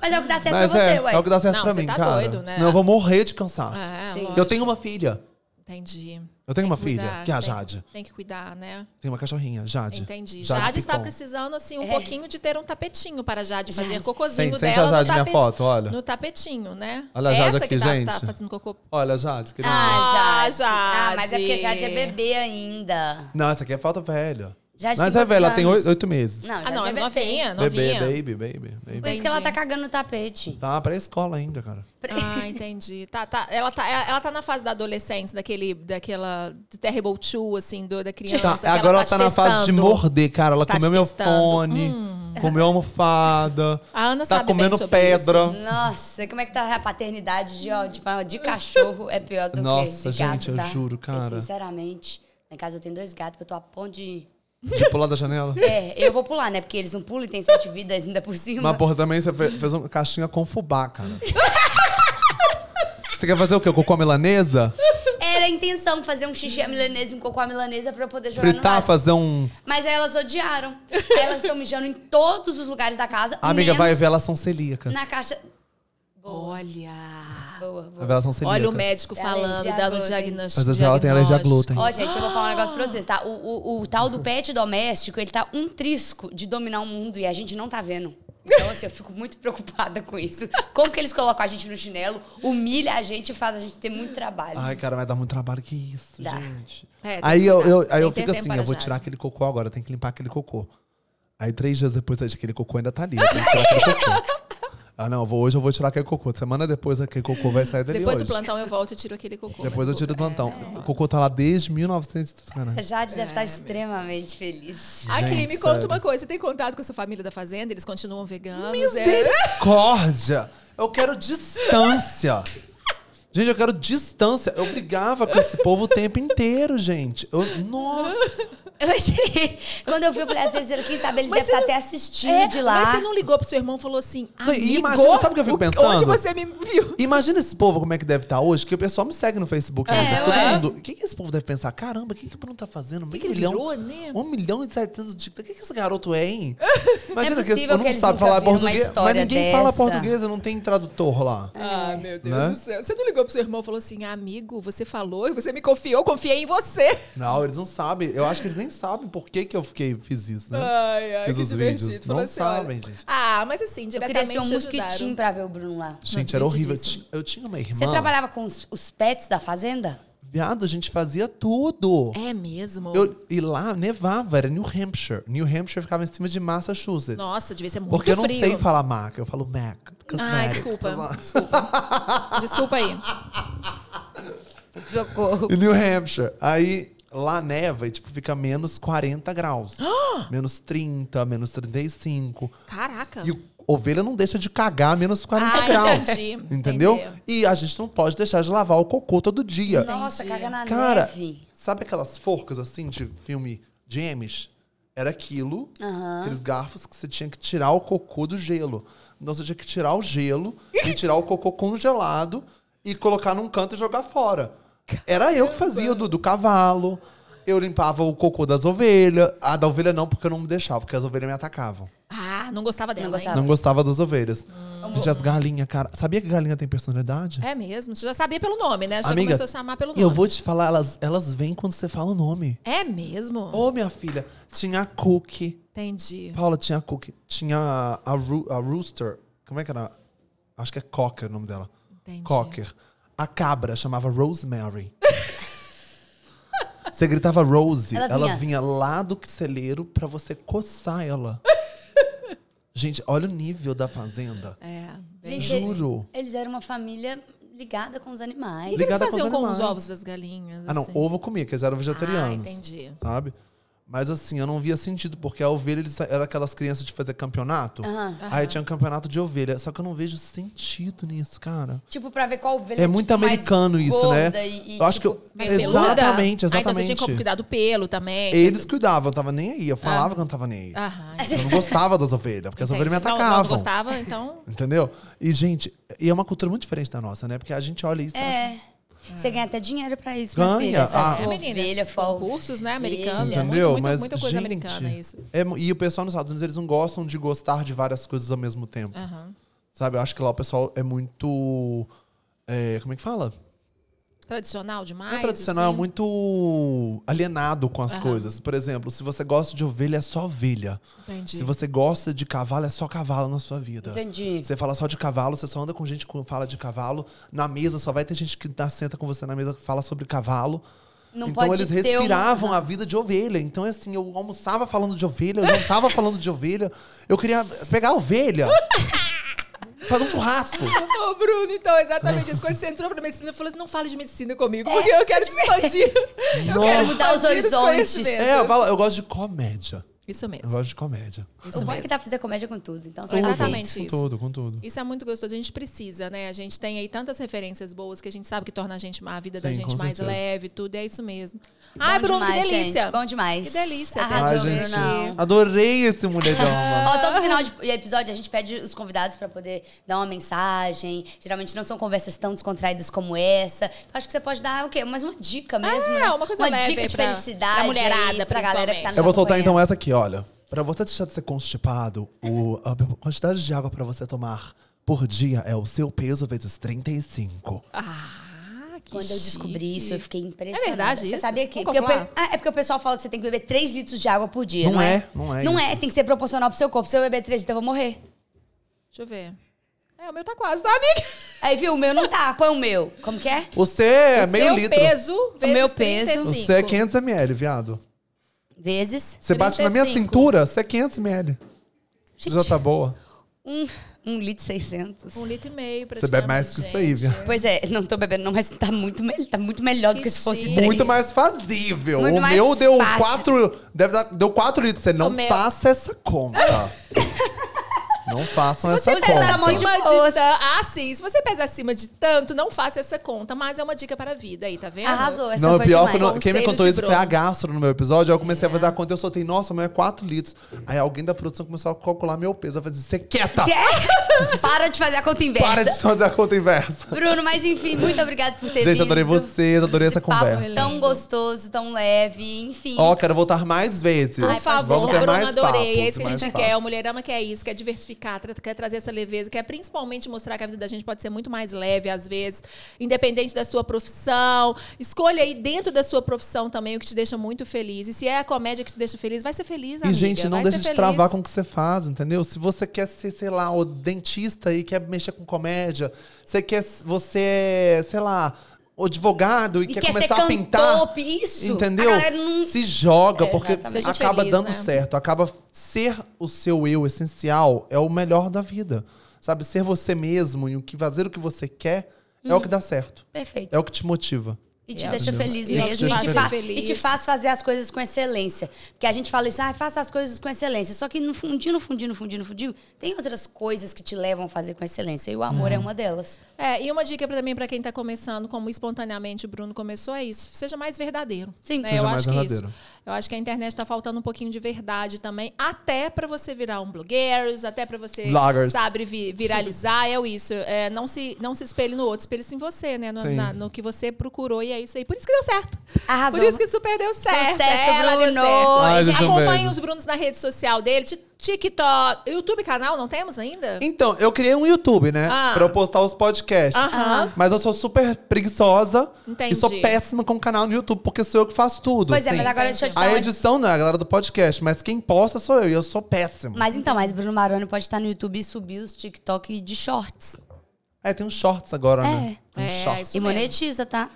[SPEAKER 1] Mas é o que dá certo
[SPEAKER 3] Mas
[SPEAKER 1] pra você,
[SPEAKER 3] é,
[SPEAKER 1] ué.
[SPEAKER 3] é o que dá certo
[SPEAKER 2] Não,
[SPEAKER 3] pra
[SPEAKER 2] você
[SPEAKER 3] mim,
[SPEAKER 2] tá
[SPEAKER 3] cara.
[SPEAKER 2] doido, né?
[SPEAKER 3] Senão eu vou morrer de cansaço.
[SPEAKER 2] É,
[SPEAKER 1] Sim.
[SPEAKER 2] lógico.
[SPEAKER 3] eu tenho uma filha.
[SPEAKER 2] Entendi.
[SPEAKER 3] Eu tenho uma filha,
[SPEAKER 2] cuidar,
[SPEAKER 3] que é a
[SPEAKER 2] tem
[SPEAKER 3] Jade.
[SPEAKER 2] Tem que cuidar, né?
[SPEAKER 3] Tem uma cachorrinha, Jade.
[SPEAKER 2] Entendi. Jade, está
[SPEAKER 3] Picon.
[SPEAKER 2] precisando, assim, um
[SPEAKER 1] É.
[SPEAKER 2] pouquinho de ter um tapetinho para a Jade fazer cocôzinho
[SPEAKER 3] Sente-
[SPEAKER 2] dela.
[SPEAKER 3] sente a Jade
[SPEAKER 2] no
[SPEAKER 3] minha
[SPEAKER 2] tapete-
[SPEAKER 3] foto, olha.
[SPEAKER 2] No tapetinho, né?
[SPEAKER 3] Olha a Jade
[SPEAKER 2] Essa
[SPEAKER 3] aqui,
[SPEAKER 2] que tá,
[SPEAKER 3] gente.
[SPEAKER 2] tá fazendo cocô.
[SPEAKER 3] Olha, Jade, querida.
[SPEAKER 1] Ah,
[SPEAKER 2] Ah,
[SPEAKER 1] Jade. Ah, mas é porque
[SPEAKER 2] Jade.
[SPEAKER 1] Jade é bebê ainda.
[SPEAKER 3] Não, essa aqui é falta velha.
[SPEAKER 1] Jade
[SPEAKER 3] Mas
[SPEAKER 1] tem
[SPEAKER 3] é
[SPEAKER 1] quantos
[SPEAKER 3] velha, ela tem
[SPEAKER 1] anos?
[SPEAKER 3] oito, oito meses.
[SPEAKER 1] Não, Jade
[SPEAKER 2] Ah, não,
[SPEAKER 1] é
[SPEAKER 2] é
[SPEAKER 1] bebê.
[SPEAKER 2] novinha,
[SPEAKER 3] Bebê,
[SPEAKER 2] novinha.
[SPEAKER 3] baby, baby,
[SPEAKER 1] Por
[SPEAKER 3] baby.
[SPEAKER 1] isso que ela
[SPEAKER 2] Entendi.
[SPEAKER 1] tá cagando no tapete.
[SPEAKER 3] Tá pra escola ainda, cara.
[SPEAKER 2] Ah, entendi. Tá, tá. Ela, tá, ela tá na fase da adolescência, daquele, daquela Terrible Two, assim, do, da criança.
[SPEAKER 3] Tá,
[SPEAKER 2] que
[SPEAKER 3] agora ela
[SPEAKER 2] te
[SPEAKER 3] tá na fase de
[SPEAKER 2] testando.
[SPEAKER 3] morder, cara. Ela
[SPEAKER 2] Tá te
[SPEAKER 3] comeu meu
[SPEAKER 2] testando. Hum.
[SPEAKER 3] fone, comeu a almofada,
[SPEAKER 2] A Ana
[SPEAKER 3] tá
[SPEAKER 2] sabe bem
[SPEAKER 3] comendo
[SPEAKER 2] sobre
[SPEAKER 3] pedra.
[SPEAKER 1] Nossa, como é que tá a paternidade de, ó, de, falar de cachorro é pior do que
[SPEAKER 3] Nossa,
[SPEAKER 1] de gato,
[SPEAKER 3] gente, eu
[SPEAKER 1] tá?
[SPEAKER 3] juro, cara.
[SPEAKER 1] E, sinceramente, lá em casa eu tenho dois gatos que eu tô a ponto de...
[SPEAKER 3] De pular da janela.
[SPEAKER 1] É, eu vou pular, né? Porque eles não pulam e tem sete vidas ainda por cima.
[SPEAKER 3] Mas, porra, também você fe- fez uma caixinha com fubá, cara. Você quer fazer o quê? Cocô à milanesa?
[SPEAKER 1] Era a intenção fazer um xixi à milanesa e um cocô à milanesa pra eu poder jogar no
[SPEAKER 3] Fritar,
[SPEAKER 1] vaso.
[SPEAKER 3] fazer um...
[SPEAKER 1] Mas aí elas odiaram. Aí elas estão mijando em todos os lugares da casa.
[SPEAKER 3] Amiga,
[SPEAKER 1] menos
[SPEAKER 3] vai ver, elas são celíacas.
[SPEAKER 1] Na caixa.
[SPEAKER 2] Olha.
[SPEAKER 1] Boa,
[SPEAKER 3] Vai
[SPEAKER 1] boa.
[SPEAKER 3] ver, elas são celíacas.
[SPEAKER 2] Olha o médico
[SPEAKER 1] É
[SPEAKER 2] falando,
[SPEAKER 1] alergia a
[SPEAKER 2] dando
[SPEAKER 1] glúten.
[SPEAKER 2] diagnóstico.
[SPEAKER 3] Às vezes ela tem alergia a
[SPEAKER 2] diagnóstico.
[SPEAKER 1] Ó,
[SPEAKER 3] glúten.
[SPEAKER 1] gente, eu vou falar um negócio pra vocês, tá? O, o, o tal do pet doméstico, ele tá um trisco de dominar o mundo e a gente não tá vendo. Então, assim, eu fico muito preocupada com isso. Como que eles colocam a gente no chinelo, humilha a gente e faz a gente ter muito trabalho.
[SPEAKER 3] Ai, cara, vai dar muito trabalho. Que isso,
[SPEAKER 1] Dá.
[SPEAKER 3] gente.
[SPEAKER 2] É, tem
[SPEAKER 3] aí
[SPEAKER 2] que
[SPEAKER 3] eu,
[SPEAKER 2] cuidar.
[SPEAKER 3] eu-
[SPEAKER 2] Tem
[SPEAKER 3] aí eu
[SPEAKER 2] que ter
[SPEAKER 3] fico
[SPEAKER 2] tempo
[SPEAKER 3] assim,
[SPEAKER 2] para
[SPEAKER 3] eu vou
[SPEAKER 2] Jade.
[SPEAKER 3] tirar aquele cocô agora, tem que limpar aquele cocô. Aí três dias depois aquele cocô ainda tá ali, eu tenho que tirar aquele cocô. Ah, não, eu vou- hoje eu vou tirar aquele cocô. Semana depois aquele cocô vai sair dali
[SPEAKER 2] Depois
[SPEAKER 3] hoje.
[SPEAKER 2] do plantão eu volto e tiro aquele cocô.
[SPEAKER 3] Depois eu
[SPEAKER 2] mas
[SPEAKER 3] tiro do
[SPEAKER 2] cocô-
[SPEAKER 3] plantão.
[SPEAKER 2] é,
[SPEAKER 3] O cocô tá lá desde 1900.
[SPEAKER 1] A
[SPEAKER 3] sacanagem.
[SPEAKER 1] Jade deve estar extremamente feliz.
[SPEAKER 2] Aqui,
[SPEAKER 3] Gente,
[SPEAKER 2] me conta
[SPEAKER 3] sério.
[SPEAKER 2] uma coisa. Você tem contato com a sua família da fazenda? Eles continuam veganos? É.
[SPEAKER 3] Misericórdia! Eu quero distância! Gente, eu quero distância. Eu brigava com esse povo o tempo inteiro, gente. Eu, nossa!
[SPEAKER 1] Eu achei. Quando eu vi, eu falei, às vezes, ele, quem sabe, ele
[SPEAKER 2] Mas
[SPEAKER 1] deve
[SPEAKER 2] você
[SPEAKER 1] estar
[SPEAKER 2] não-
[SPEAKER 1] até assistindo
[SPEAKER 2] É,
[SPEAKER 1] de lá.
[SPEAKER 2] Mas você não ligou pro seu irmão e falou assim,
[SPEAKER 3] Não, e
[SPEAKER 2] amigo,
[SPEAKER 3] imagina, sabe o que eu fico pensando?
[SPEAKER 2] Onde você me viu?
[SPEAKER 3] Imagina esse povo como é que deve estar hoje, que o pessoal me segue no Facebook, né?
[SPEAKER 1] É,
[SPEAKER 3] todo
[SPEAKER 1] ué.
[SPEAKER 3] mundo. O que, que esse povo deve pensar? Caramba, o que, que o Bruno tá fazendo? Meio
[SPEAKER 2] que que ele
[SPEAKER 3] milhão,
[SPEAKER 2] virou, né?
[SPEAKER 3] Um milhão e 700 de. O que, que esse garoto é, hein?
[SPEAKER 1] É
[SPEAKER 3] que esse
[SPEAKER 1] possível
[SPEAKER 3] povo
[SPEAKER 1] que
[SPEAKER 3] não
[SPEAKER 1] eles
[SPEAKER 3] sabe
[SPEAKER 1] nunca
[SPEAKER 3] falar
[SPEAKER 1] viram uma
[SPEAKER 3] português, mas
[SPEAKER 1] história
[SPEAKER 3] ninguém fala
[SPEAKER 1] dessa.
[SPEAKER 3] português, não tem tradutor lá.
[SPEAKER 2] Ah, meu Deus
[SPEAKER 3] Né?
[SPEAKER 2] do céu. Você não ligou pro seu irmão e falou assim, amigo, você falou, você me confiou, eu confiei em você.
[SPEAKER 3] Não, eles não sabem. Eu acho que eles nem sabem por que, que eu fiquei, fiz isso, né?
[SPEAKER 1] Ah,
[SPEAKER 2] Ai, ai,
[SPEAKER 3] Fiz
[SPEAKER 2] que
[SPEAKER 3] os
[SPEAKER 2] divertido.
[SPEAKER 3] vídeos.
[SPEAKER 2] Falou
[SPEAKER 3] Não
[SPEAKER 2] assim, olha-
[SPEAKER 3] sabem, gente.
[SPEAKER 2] Ah, mas assim,
[SPEAKER 1] Eu queria
[SPEAKER 2] diretamente
[SPEAKER 1] ser um
[SPEAKER 2] ajudaram.
[SPEAKER 1] mosquitinho pra ver o Bruno lá.
[SPEAKER 3] Gente,
[SPEAKER 2] Não,
[SPEAKER 3] era horrível. Eu
[SPEAKER 2] entendi
[SPEAKER 3] ti- Eu tinha uma irmã.
[SPEAKER 1] Você trabalhava com os, os pets da fazenda?
[SPEAKER 3] Viado, a gente fazia tudo.
[SPEAKER 2] É mesmo?
[SPEAKER 3] Eu, e lá nevava, era New Hampshire. New Hampshire ficava em cima de Massachusetts.
[SPEAKER 2] Nossa, devia ser muito
[SPEAKER 3] Porque eu não
[SPEAKER 2] frio.
[SPEAKER 3] sei falar Mac, eu falo Mac.
[SPEAKER 2] Ah,
[SPEAKER 3] cosmetics,
[SPEAKER 2] desculpa,
[SPEAKER 3] cosmetics.
[SPEAKER 2] desculpa. Desculpa aí.
[SPEAKER 1] Socorro.
[SPEAKER 3] Em New Hampshire. Aí lá neva e tipo fica menos 40 graus. menos 30, menos 35.
[SPEAKER 2] Caraca.
[SPEAKER 3] E ovelha não deixa de cagar a menos 40
[SPEAKER 2] Ah,
[SPEAKER 3] graus.
[SPEAKER 2] entendi.
[SPEAKER 3] Entendeu?
[SPEAKER 2] Entendi.
[SPEAKER 3] E a gente não pode deixar de lavar o cocô todo dia.
[SPEAKER 1] Nossa, caga
[SPEAKER 2] Ah,
[SPEAKER 1] na
[SPEAKER 3] Cara,
[SPEAKER 1] neve.
[SPEAKER 3] sabe aquelas forcas assim de filme James? Era aquilo, aqueles garfos que você tinha que tirar o cocô do gelo. Então você tinha que tirar o gelo e tirar o cocô congelado e colocar num canto e jogar fora. Era eu que fazia do, do cavalo. Eu limpava o cocô das ovelhas. A da ovelha não, porque eu não me deixava, porque as ovelhas me atacavam.
[SPEAKER 2] Ah, não gostava dela,
[SPEAKER 1] Não gostava.
[SPEAKER 3] Não gostava das ovelhas. Gente, as galinhas, cara. Sabia que galinha tem personalidade?
[SPEAKER 2] hein? É mesmo, você já sabia pelo nome, né? Já
[SPEAKER 3] Amiga,
[SPEAKER 2] começou a chamar pelo nome.
[SPEAKER 3] Eu vou te falar, elas, elas vêm quando você fala o nome.
[SPEAKER 2] É mesmo?
[SPEAKER 3] Ô, minha filha, tinha a Cookie.
[SPEAKER 2] Entendi.
[SPEAKER 3] Paula tinha a Cookie. Tinha a, a, Ru- a Rooster. Como é que era? Acho que é Cocker o nome dela.
[SPEAKER 2] Entendi.
[SPEAKER 3] Cocker. A cabra chamava Rosemary. Você gritava Rose,
[SPEAKER 1] Ela
[SPEAKER 3] ela vinha,
[SPEAKER 1] vinha.
[SPEAKER 3] lá do celeiro pra você coçar ela. Gente, olha o nível da fazenda.
[SPEAKER 2] É.
[SPEAKER 1] Gente,
[SPEAKER 3] Juro.
[SPEAKER 1] Eles eram uma família ligada com os animais.
[SPEAKER 2] O que eles
[SPEAKER 3] Ligada com os
[SPEAKER 2] faziam com os
[SPEAKER 3] animais.
[SPEAKER 2] ovos das galinhas?
[SPEAKER 3] Ah, não,
[SPEAKER 2] assim?
[SPEAKER 3] ovo comia, que eles eram
[SPEAKER 2] Ah,
[SPEAKER 3] vegetarianos.
[SPEAKER 2] entendi.
[SPEAKER 3] Sabe? Mas assim, eu não via sentido, porque a ovelha eles, era aquelas crianças de fazer campeonato.
[SPEAKER 1] Aham.
[SPEAKER 3] Aí tinha um campeonato de ovelha. Só que eu não vejo sentido nisso, cara.
[SPEAKER 1] Tipo, pra ver qual ovelha
[SPEAKER 3] É muito
[SPEAKER 1] tipo, mais
[SPEAKER 3] americano isso, né?
[SPEAKER 1] gorda E, e,
[SPEAKER 3] eu acho
[SPEAKER 1] tipo,
[SPEAKER 3] que eu-
[SPEAKER 2] Mas peluda? Ah,
[SPEAKER 3] Exatamente,
[SPEAKER 2] então você tinha
[SPEAKER 3] exatamente.
[SPEAKER 2] que cuidar do pelo também. tinha
[SPEAKER 3] Eles cuidavam, eu tava nem aí. Eu falava que eu não tava nem aí.
[SPEAKER 2] Aham,
[SPEAKER 3] Eu não gostava das ovelhas, porque as
[SPEAKER 2] Ah. entendi.
[SPEAKER 3] ovelhas me
[SPEAKER 2] Não,
[SPEAKER 3] atacavam.
[SPEAKER 2] Não, gostava, então.
[SPEAKER 3] Entendeu? E, gente, e é uma cultura muito diferente da nossa, né? Porque a gente olha isso e acha,
[SPEAKER 1] É. Você ganha até dinheiro pra isso, minha
[SPEAKER 3] Ganha,
[SPEAKER 1] filha. Se a
[SPEAKER 3] ah.
[SPEAKER 1] sua
[SPEAKER 2] É,
[SPEAKER 1] ovelha
[SPEAKER 2] meninas,
[SPEAKER 1] for ao-
[SPEAKER 2] concursos, né, americanos.
[SPEAKER 1] Ovelha.
[SPEAKER 3] entendeu?
[SPEAKER 2] muito,
[SPEAKER 3] Mas,
[SPEAKER 2] muita coisa
[SPEAKER 3] gente,
[SPEAKER 2] americana, isso.
[SPEAKER 3] é mu- e o pessoal nos Estados Unidos, eles não gostam de gostar de várias coisas ao mesmo tempo.
[SPEAKER 2] Aham.
[SPEAKER 3] Sabe? Eu acho que lá o pessoal é muito... é, como é que fala?
[SPEAKER 2] Tradicional
[SPEAKER 1] Ah,
[SPEAKER 2] demais.
[SPEAKER 3] Não é tradicional,
[SPEAKER 2] assim.
[SPEAKER 3] é muito alienado com as
[SPEAKER 2] Aham.
[SPEAKER 3] coisas. Por exemplo, se você gosta de ovelha, é só ovelha.
[SPEAKER 2] Entendi.
[SPEAKER 3] Se você gosta de cavalo, é só cavalo na sua vida.
[SPEAKER 1] Entendi.
[SPEAKER 3] Você fala só de cavalo, você só anda com gente que fala de cavalo. Na mesa só vai ter gente que tá, senta com você na mesa que fala sobre cavalo.
[SPEAKER 1] Não
[SPEAKER 3] então
[SPEAKER 1] pode
[SPEAKER 3] eles
[SPEAKER 1] ter um-
[SPEAKER 3] respiravam a vida de ovelha. Então, assim, eu almoçava falando de ovelha, eu jantava falando de ovelha. Eu queria pegar a ovelha. fazer um churrasco.
[SPEAKER 2] Ô, Bruno, então, exatamente isso. Quando você entrou pra medicina, eu falei assim, não fale de medicina comigo, porque eu quero te expandir. Eu
[SPEAKER 3] Nossa.
[SPEAKER 2] quero
[SPEAKER 1] É. Mudar os
[SPEAKER 2] expandir
[SPEAKER 1] horizontes.
[SPEAKER 2] conhecimentos.
[SPEAKER 3] É, eu, falo, eu gosto de comédia.
[SPEAKER 2] Isso
[SPEAKER 3] Eu
[SPEAKER 2] mesmo,
[SPEAKER 3] gosto de comédia.
[SPEAKER 2] isso
[SPEAKER 1] O bom é que
[SPEAKER 2] mesmo.
[SPEAKER 1] dá pra fazer comédia com tudo. Então,
[SPEAKER 2] Tudo. Exatamente.
[SPEAKER 3] com
[SPEAKER 2] isso.
[SPEAKER 3] tudo, com tudo.
[SPEAKER 2] Isso é muito gostoso, a gente precisa, né? A gente tem aí tantas referências boas que a gente sabe que torna a gente a vida da
[SPEAKER 3] Sim,
[SPEAKER 2] gente
[SPEAKER 3] com
[SPEAKER 2] mais
[SPEAKER 3] certeza.
[SPEAKER 2] leve, tudo, e é isso mesmo.
[SPEAKER 1] Bom
[SPEAKER 2] Ai, Bruno,
[SPEAKER 1] demais,
[SPEAKER 2] que delícia.
[SPEAKER 1] Gente, bom demais.
[SPEAKER 2] Que delícia.
[SPEAKER 1] Arrasou,
[SPEAKER 3] Ai, gente,
[SPEAKER 1] Brunão.
[SPEAKER 3] adorei esse mulherão.
[SPEAKER 1] Ó, todo final de episódio a gente pede os convidados pra poder dar uma mensagem. Geralmente não são conversas tão descontraídas como essa. Então, acho que você pode dar o quê? Mais uma dica mesmo,
[SPEAKER 2] É,
[SPEAKER 1] né?
[SPEAKER 2] uma coisa leve
[SPEAKER 1] dica
[SPEAKER 2] aí
[SPEAKER 1] de
[SPEAKER 2] pra-
[SPEAKER 1] felicidade
[SPEAKER 2] pra mulherada,
[SPEAKER 1] aí, pra galera que tá
[SPEAKER 2] principalmente.
[SPEAKER 1] nos
[SPEAKER 3] Eu vou soltar
[SPEAKER 1] acompanhando.
[SPEAKER 3] então essa aqui, olha. Pra você deixar de ser constipado, o- a quantidade de água pra você tomar por dia é o seu peso vezes 35.
[SPEAKER 2] Ah, que
[SPEAKER 1] Quando eu descobri
[SPEAKER 2] chique.
[SPEAKER 1] isso, eu fiquei impressionada.
[SPEAKER 2] É verdade
[SPEAKER 1] Você
[SPEAKER 2] isso?
[SPEAKER 1] sabia
[SPEAKER 2] Vamos
[SPEAKER 1] que... porque eu
[SPEAKER 2] calcular?
[SPEAKER 1] pe- Ah, é porque o pessoal fala que você tem que beber 3 litros de água por dia, não,
[SPEAKER 3] Não é, não é
[SPEAKER 1] Não
[SPEAKER 3] isso.
[SPEAKER 1] é, tem que ser proporcional pro seu corpo. Se eu beber 3 litros, eu vou morrer.
[SPEAKER 2] Deixa eu ver. É, o meu tá quase, tá, amiga?
[SPEAKER 1] Aí, viu? O meu não tá. Põe o meu. Como que é?
[SPEAKER 3] Você é
[SPEAKER 2] o
[SPEAKER 3] meio
[SPEAKER 2] seu
[SPEAKER 3] litro.
[SPEAKER 2] peso vezes
[SPEAKER 1] meu peso.
[SPEAKER 2] 35.
[SPEAKER 3] Você é 500 ml, viado.
[SPEAKER 1] Vezes...
[SPEAKER 3] Você bate na minha
[SPEAKER 2] 35.
[SPEAKER 3] cintura, você é 500 ml. Você já tá boa.
[SPEAKER 1] Um, um litro e 600.
[SPEAKER 2] Um litro e meio,
[SPEAKER 3] Você bebe mais que isso aí,
[SPEAKER 2] gente.
[SPEAKER 3] viado.
[SPEAKER 1] Pois é, não tô bebendo não, mas tá muito, mel- tá muito melhor do
[SPEAKER 2] Que
[SPEAKER 1] que se fosse
[SPEAKER 2] chique.
[SPEAKER 1] três.
[SPEAKER 3] Muito mais fazível.
[SPEAKER 1] Muito
[SPEAKER 3] o
[SPEAKER 1] mais
[SPEAKER 3] meu deu
[SPEAKER 1] fácil.
[SPEAKER 3] 4. Deve dar, deu 4 litros. Você não
[SPEAKER 2] O meu-
[SPEAKER 3] faça essa conta. não façam
[SPEAKER 2] Se
[SPEAKER 3] essa
[SPEAKER 2] você pesa
[SPEAKER 1] mão
[SPEAKER 3] conta.
[SPEAKER 1] de
[SPEAKER 2] acima de,
[SPEAKER 1] boas.
[SPEAKER 2] tan- Ah, sim. Se você pesa acima de tanto, não faça essa conta. Mas é uma dica para a vida aí, tá vendo?
[SPEAKER 1] Arrasou, essa
[SPEAKER 3] Não,
[SPEAKER 1] foi
[SPEAKER 3] pior
[SPEAKER 1] demais.
[SPEAKER 3] que eu não- quem me
[SPEAKER 2] Conselhos
[SPEAKER 3] contou
[SPEAKER 2] de
[SPEAKER 3] isso foi
[SPEAKER 2] Bruno.
[SPEAKER 3] a Gastro no meu episódio. Aí eu comecei a fazer a conta e eu soltei, nossa, meu é 4 litros. Aí alguém da produção começou a calcular meu peso. Eu falei, assim, você é quieta!
[SPEAKER 2] é
[SPEAKER 1] Quer? Para de fazer a conta inversa.
[SPEAKER 3] Para de fazer a conta inversa.
[SPEAKER 1] Bruno, mas enfim, muito obrigada por ter vindo.
[SPEAKER 3] Gente, adorei vocês, adorei
[SPEAKER 1] Esse
[SPEAKER 3] essa
[SPEAKER 2] é
[SPEAKER 1] papo é
[SPEAKER 3] conversa.
[SPEAKER 1] tão gostoso, tão leve, enfim.
[SPEAKER 3] Ó, quero voltar mais vezes.
[SPEAKER 2] Por favor,
[SPEAKER 3] Vamos ter
[SPEAKER 2] Bruno,
[SPEAKER 3] mais papos,
[SPEAKER 2] adorei. é isso que a
[SPEAKER 3] mais
[SPEAKER 2] gente
[SPEAKER 3] papos.
[SPEAKER 2] quer. O Mulherama quer isso, quer diversificar, tra- quer trazer essa leveza, quer principalmente mostrar que a vida da gente pode ser muito mais leve, às vezes, independente da sua profissão. Escolha aí dentro da sua profissão também o que te deixa muito feliz. E se é a comédia que te deixa feliz, vai ser feliz,
[SPEAKER 3] E,
[SPEAKER 2] amiga.
[SPEAKER 3] gente, não
[SPEAKER 2] vai
[SPEAKER 3] deixa
[SPEAKER 2] ser
[SPEAKER 3] de
[SPEAKER 2] feliz.
[SPEAKER 3] travar com o que você faz, entendeu? Se você quer ser, sei lá, o dentista e quer mexer com comédia, você quer, você, é, sei lá, o advogado e,
[SPEAKER 1] E
[SPEAKER 3] quer,
[SPEAKER 1] quer
[SPEAKER 3] começar
[SPEAKER 1] ser
[SPEAKER 3] a pintar.
[SPEAKER 1] cantor, isso.
[SPEAKER 3] Entendeu?
[SPEAKER 1] A galera não-
[SPEAKER 3] Se joga,
[SPEAKER 1] É,
[SPEAKER 3] porque
[SPEAKER 1] exatamente.
[SPEAKER 2] Seja
[SPEAKER 3] acaba
[SPEAKER 2] feliz,
[SPEAKER 3] dando
[SPEAKER 2] né?
[SPEAKER 3] certo. Acaba ser o seu eu essencial é o melhor da vida. Sabe? Ser você mesmo e o que fazer o que você quer é o que dá certo.
[SPEAKER 1] Perfeito.
[SPEAKER 3] É o que te motiva.
[SPEAKER 1] E te
[SPEAKER 2] É,
[SPEAKER 1] deixa
[SPEAKER 2] eu-
[SPEAKER 1] feliz
[SPEAKER 2] eu
[SPEAKER 1] mesmo.
[SPEAKER 3] te
[SPEAKER 1] E te,
[SPEAKER 3] faço
[SPEAKER 1] fa-
[SPEAKER 2] feliz.
[SPEAKER 1] e te faz fazer as coisas com excelência. Porque a gente fala isso, ah, faça as coisas com excelência. Só que no fundinho, no fundinho, no fundinho, no fundinho, tem outras coisas que te levam a fazer com excelência. E o amor
[SPEAKER 3] Uhum.
[SPEAKER 1] é uma delas.
[SPEAKER 2] É, e uma dica pra- também para quem tá começando, como espontaneamente o Bruno começou, é isso. Seja mais verdadeiro.
[SPEAKER 1] Sim.
[SPEAKER 2] né?
[SPEAKER 1] Seja
[SPEAKER 2] eu
[SPEAKER 3] mais
[SPEAKER 2] acho
[SPEAKER 3] verdadeiro.
[SPEAKER 2] que isso. Eu acho que a internet tá faltando um pouquinho de verdade também, até pra você virar um blogueiros, até pra você,
[SPEAKER 3] Bloggers.
[SPEAKER 2] sabe, vi- viralizar, é o isso. É, não, se, não se espelhe no outro, espelhe-se em você, né? No,
[SPEAKER 3] Sim.
[SPEAKER 2] na- no que você procurou e é isso aí. Por isso que deu certo.
[SPEAKER 1] Arrasou.
[SPEAKER 2] Por isso que super deu certo.
[SPEAKER 1] Sucesso,
[SPEAKER 2] Ela deu
[SPEAKER 1] Bruno.
[SPEAKER 2] certo.
[SPEAKER 3] Ai, gente, um
[SPEAKER 2] Acompanhe
[SPEAKER 3] beijo.
[SPEAKER 2] os Brunos na rede social dele, ti- TikTok, YouTube canal, não temos ainda?
[SPEAKER 3] Então, eu criei um YouTube, né?
[SPEAKER 2] Ah.
[SPEAKER 3] Pra eu postar os podcasts.
[SPEAKER 2] Aham.
[SPEAKER 3] Mas eu sou super preguiçosa.
[SPEAKER 2] Entendi.
[SPEAKER 3] E sou péssima com o canal no YouTube, porque sou eu que faço tudo.
[SPEAKER 1] Pois é,
[SPEAKER 3] assim.
[SPEAKER 1] mas agora deixa eu te dar
[SPEAKER 3] A
[SPEAKER 2] um
[SPEAKER 1] uma
[SPEAKER 3] edição não é a galera do podcast, mas quem posta sou eu, e eu sou péssima.
[SPEAKER 1] Mas então, mas Bruno Maroni pode estar no YouTube e subir os TikTok de shorts.
[SPEAKER 3] É, tem uns shorts agora, né? Tem
[SPEAKER 2] É,
[SPEAKER 3] uns shorts.
[SPEAKER 2] isso
[SPEAKER 1] E
[SPEAKER 2] mesmo.
[SPEAKER 1] monetiza, tá?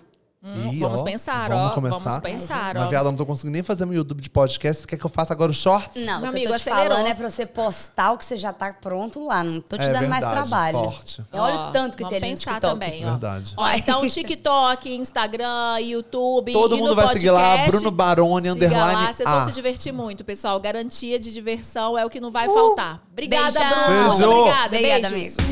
[SPEAKER 2] Hum,
[SPEAKER 3] Ih,
[SPEAKER 2] vamos
[SPEAKER 3] ó,
[SPEAKER 2] pensar,
[SPEAKER 3] vamos
[SPEAKER 2] ó.
[SPEAKER 3] Começar?
[SPEAKER 2] Vamos pensar,
[SPEAKER 3] Mas,
[SPEAKER 2] ó.
[SPEAKER 3] viado, eu não tô conseguindo nem fazer meu YouTube de podcast. Você quer que eu faça agora o shorts?
[SPEAKER 1] Não,
[SPEAKER 2] Meu
[SPEAKER 1] o que eu
[SPEAKER 2] amigo,
[SPEAKER 1] tô te
[SPEAKER 2] acelerou.
[SPEAKER 1] falando é pra você postar o que você já tá pronto lá. Não tô te
[SPEAKER 3] É
[SPEAKER 1] dando mais
[SPEAKER 3] verdade,
[SPEAKER 1] trabalho.
[SPEAKER 3] forte.
[SPEAKER 1] Olha
[SPEAKER 2] Ó,
[SPEAKER 1] o tanto que
[SPEAKER 2] vamos
[SPEAKER 1] tem ali no
[SPEAKER 2] pensar
[SPEAKER 1] TikTok.
[SPEAKER 2] também, ó.
[SPEAKER 3] Verdade.
[SPEAKER 2] Ó, então TikTok, Instagram, YouTube,
[SPEAKER 3] Todo
[SPEAKER 2] e
[SPEAKER 3] mundo
[SPEAKER 2] no
[SPEAKER 3] vai
[SPEAKER 2] podcast,
[SPEAKER 3] seguir lá, Bruno Baroni,
[SPEAKER 2] siga
[SPEAKER 3] underline
[SPEAKER 2] lá, vocês
[SPEAKER 3] A.
[SPEAKER 2] vão se divertir muito, pessoal. Garantia de diversão é o que não vai faltar. Obrigada,
[SPEAKER 1] Uh! Beijão.
[SPEAKER 2] Bruno.
[SPEAKER 3] Beijo.
[SPEAKER 2] Obrigada,
[SPEAKER 1] Obrigada,
[SPEAKER 2] beijos.
[SPEAKER 1] amigo.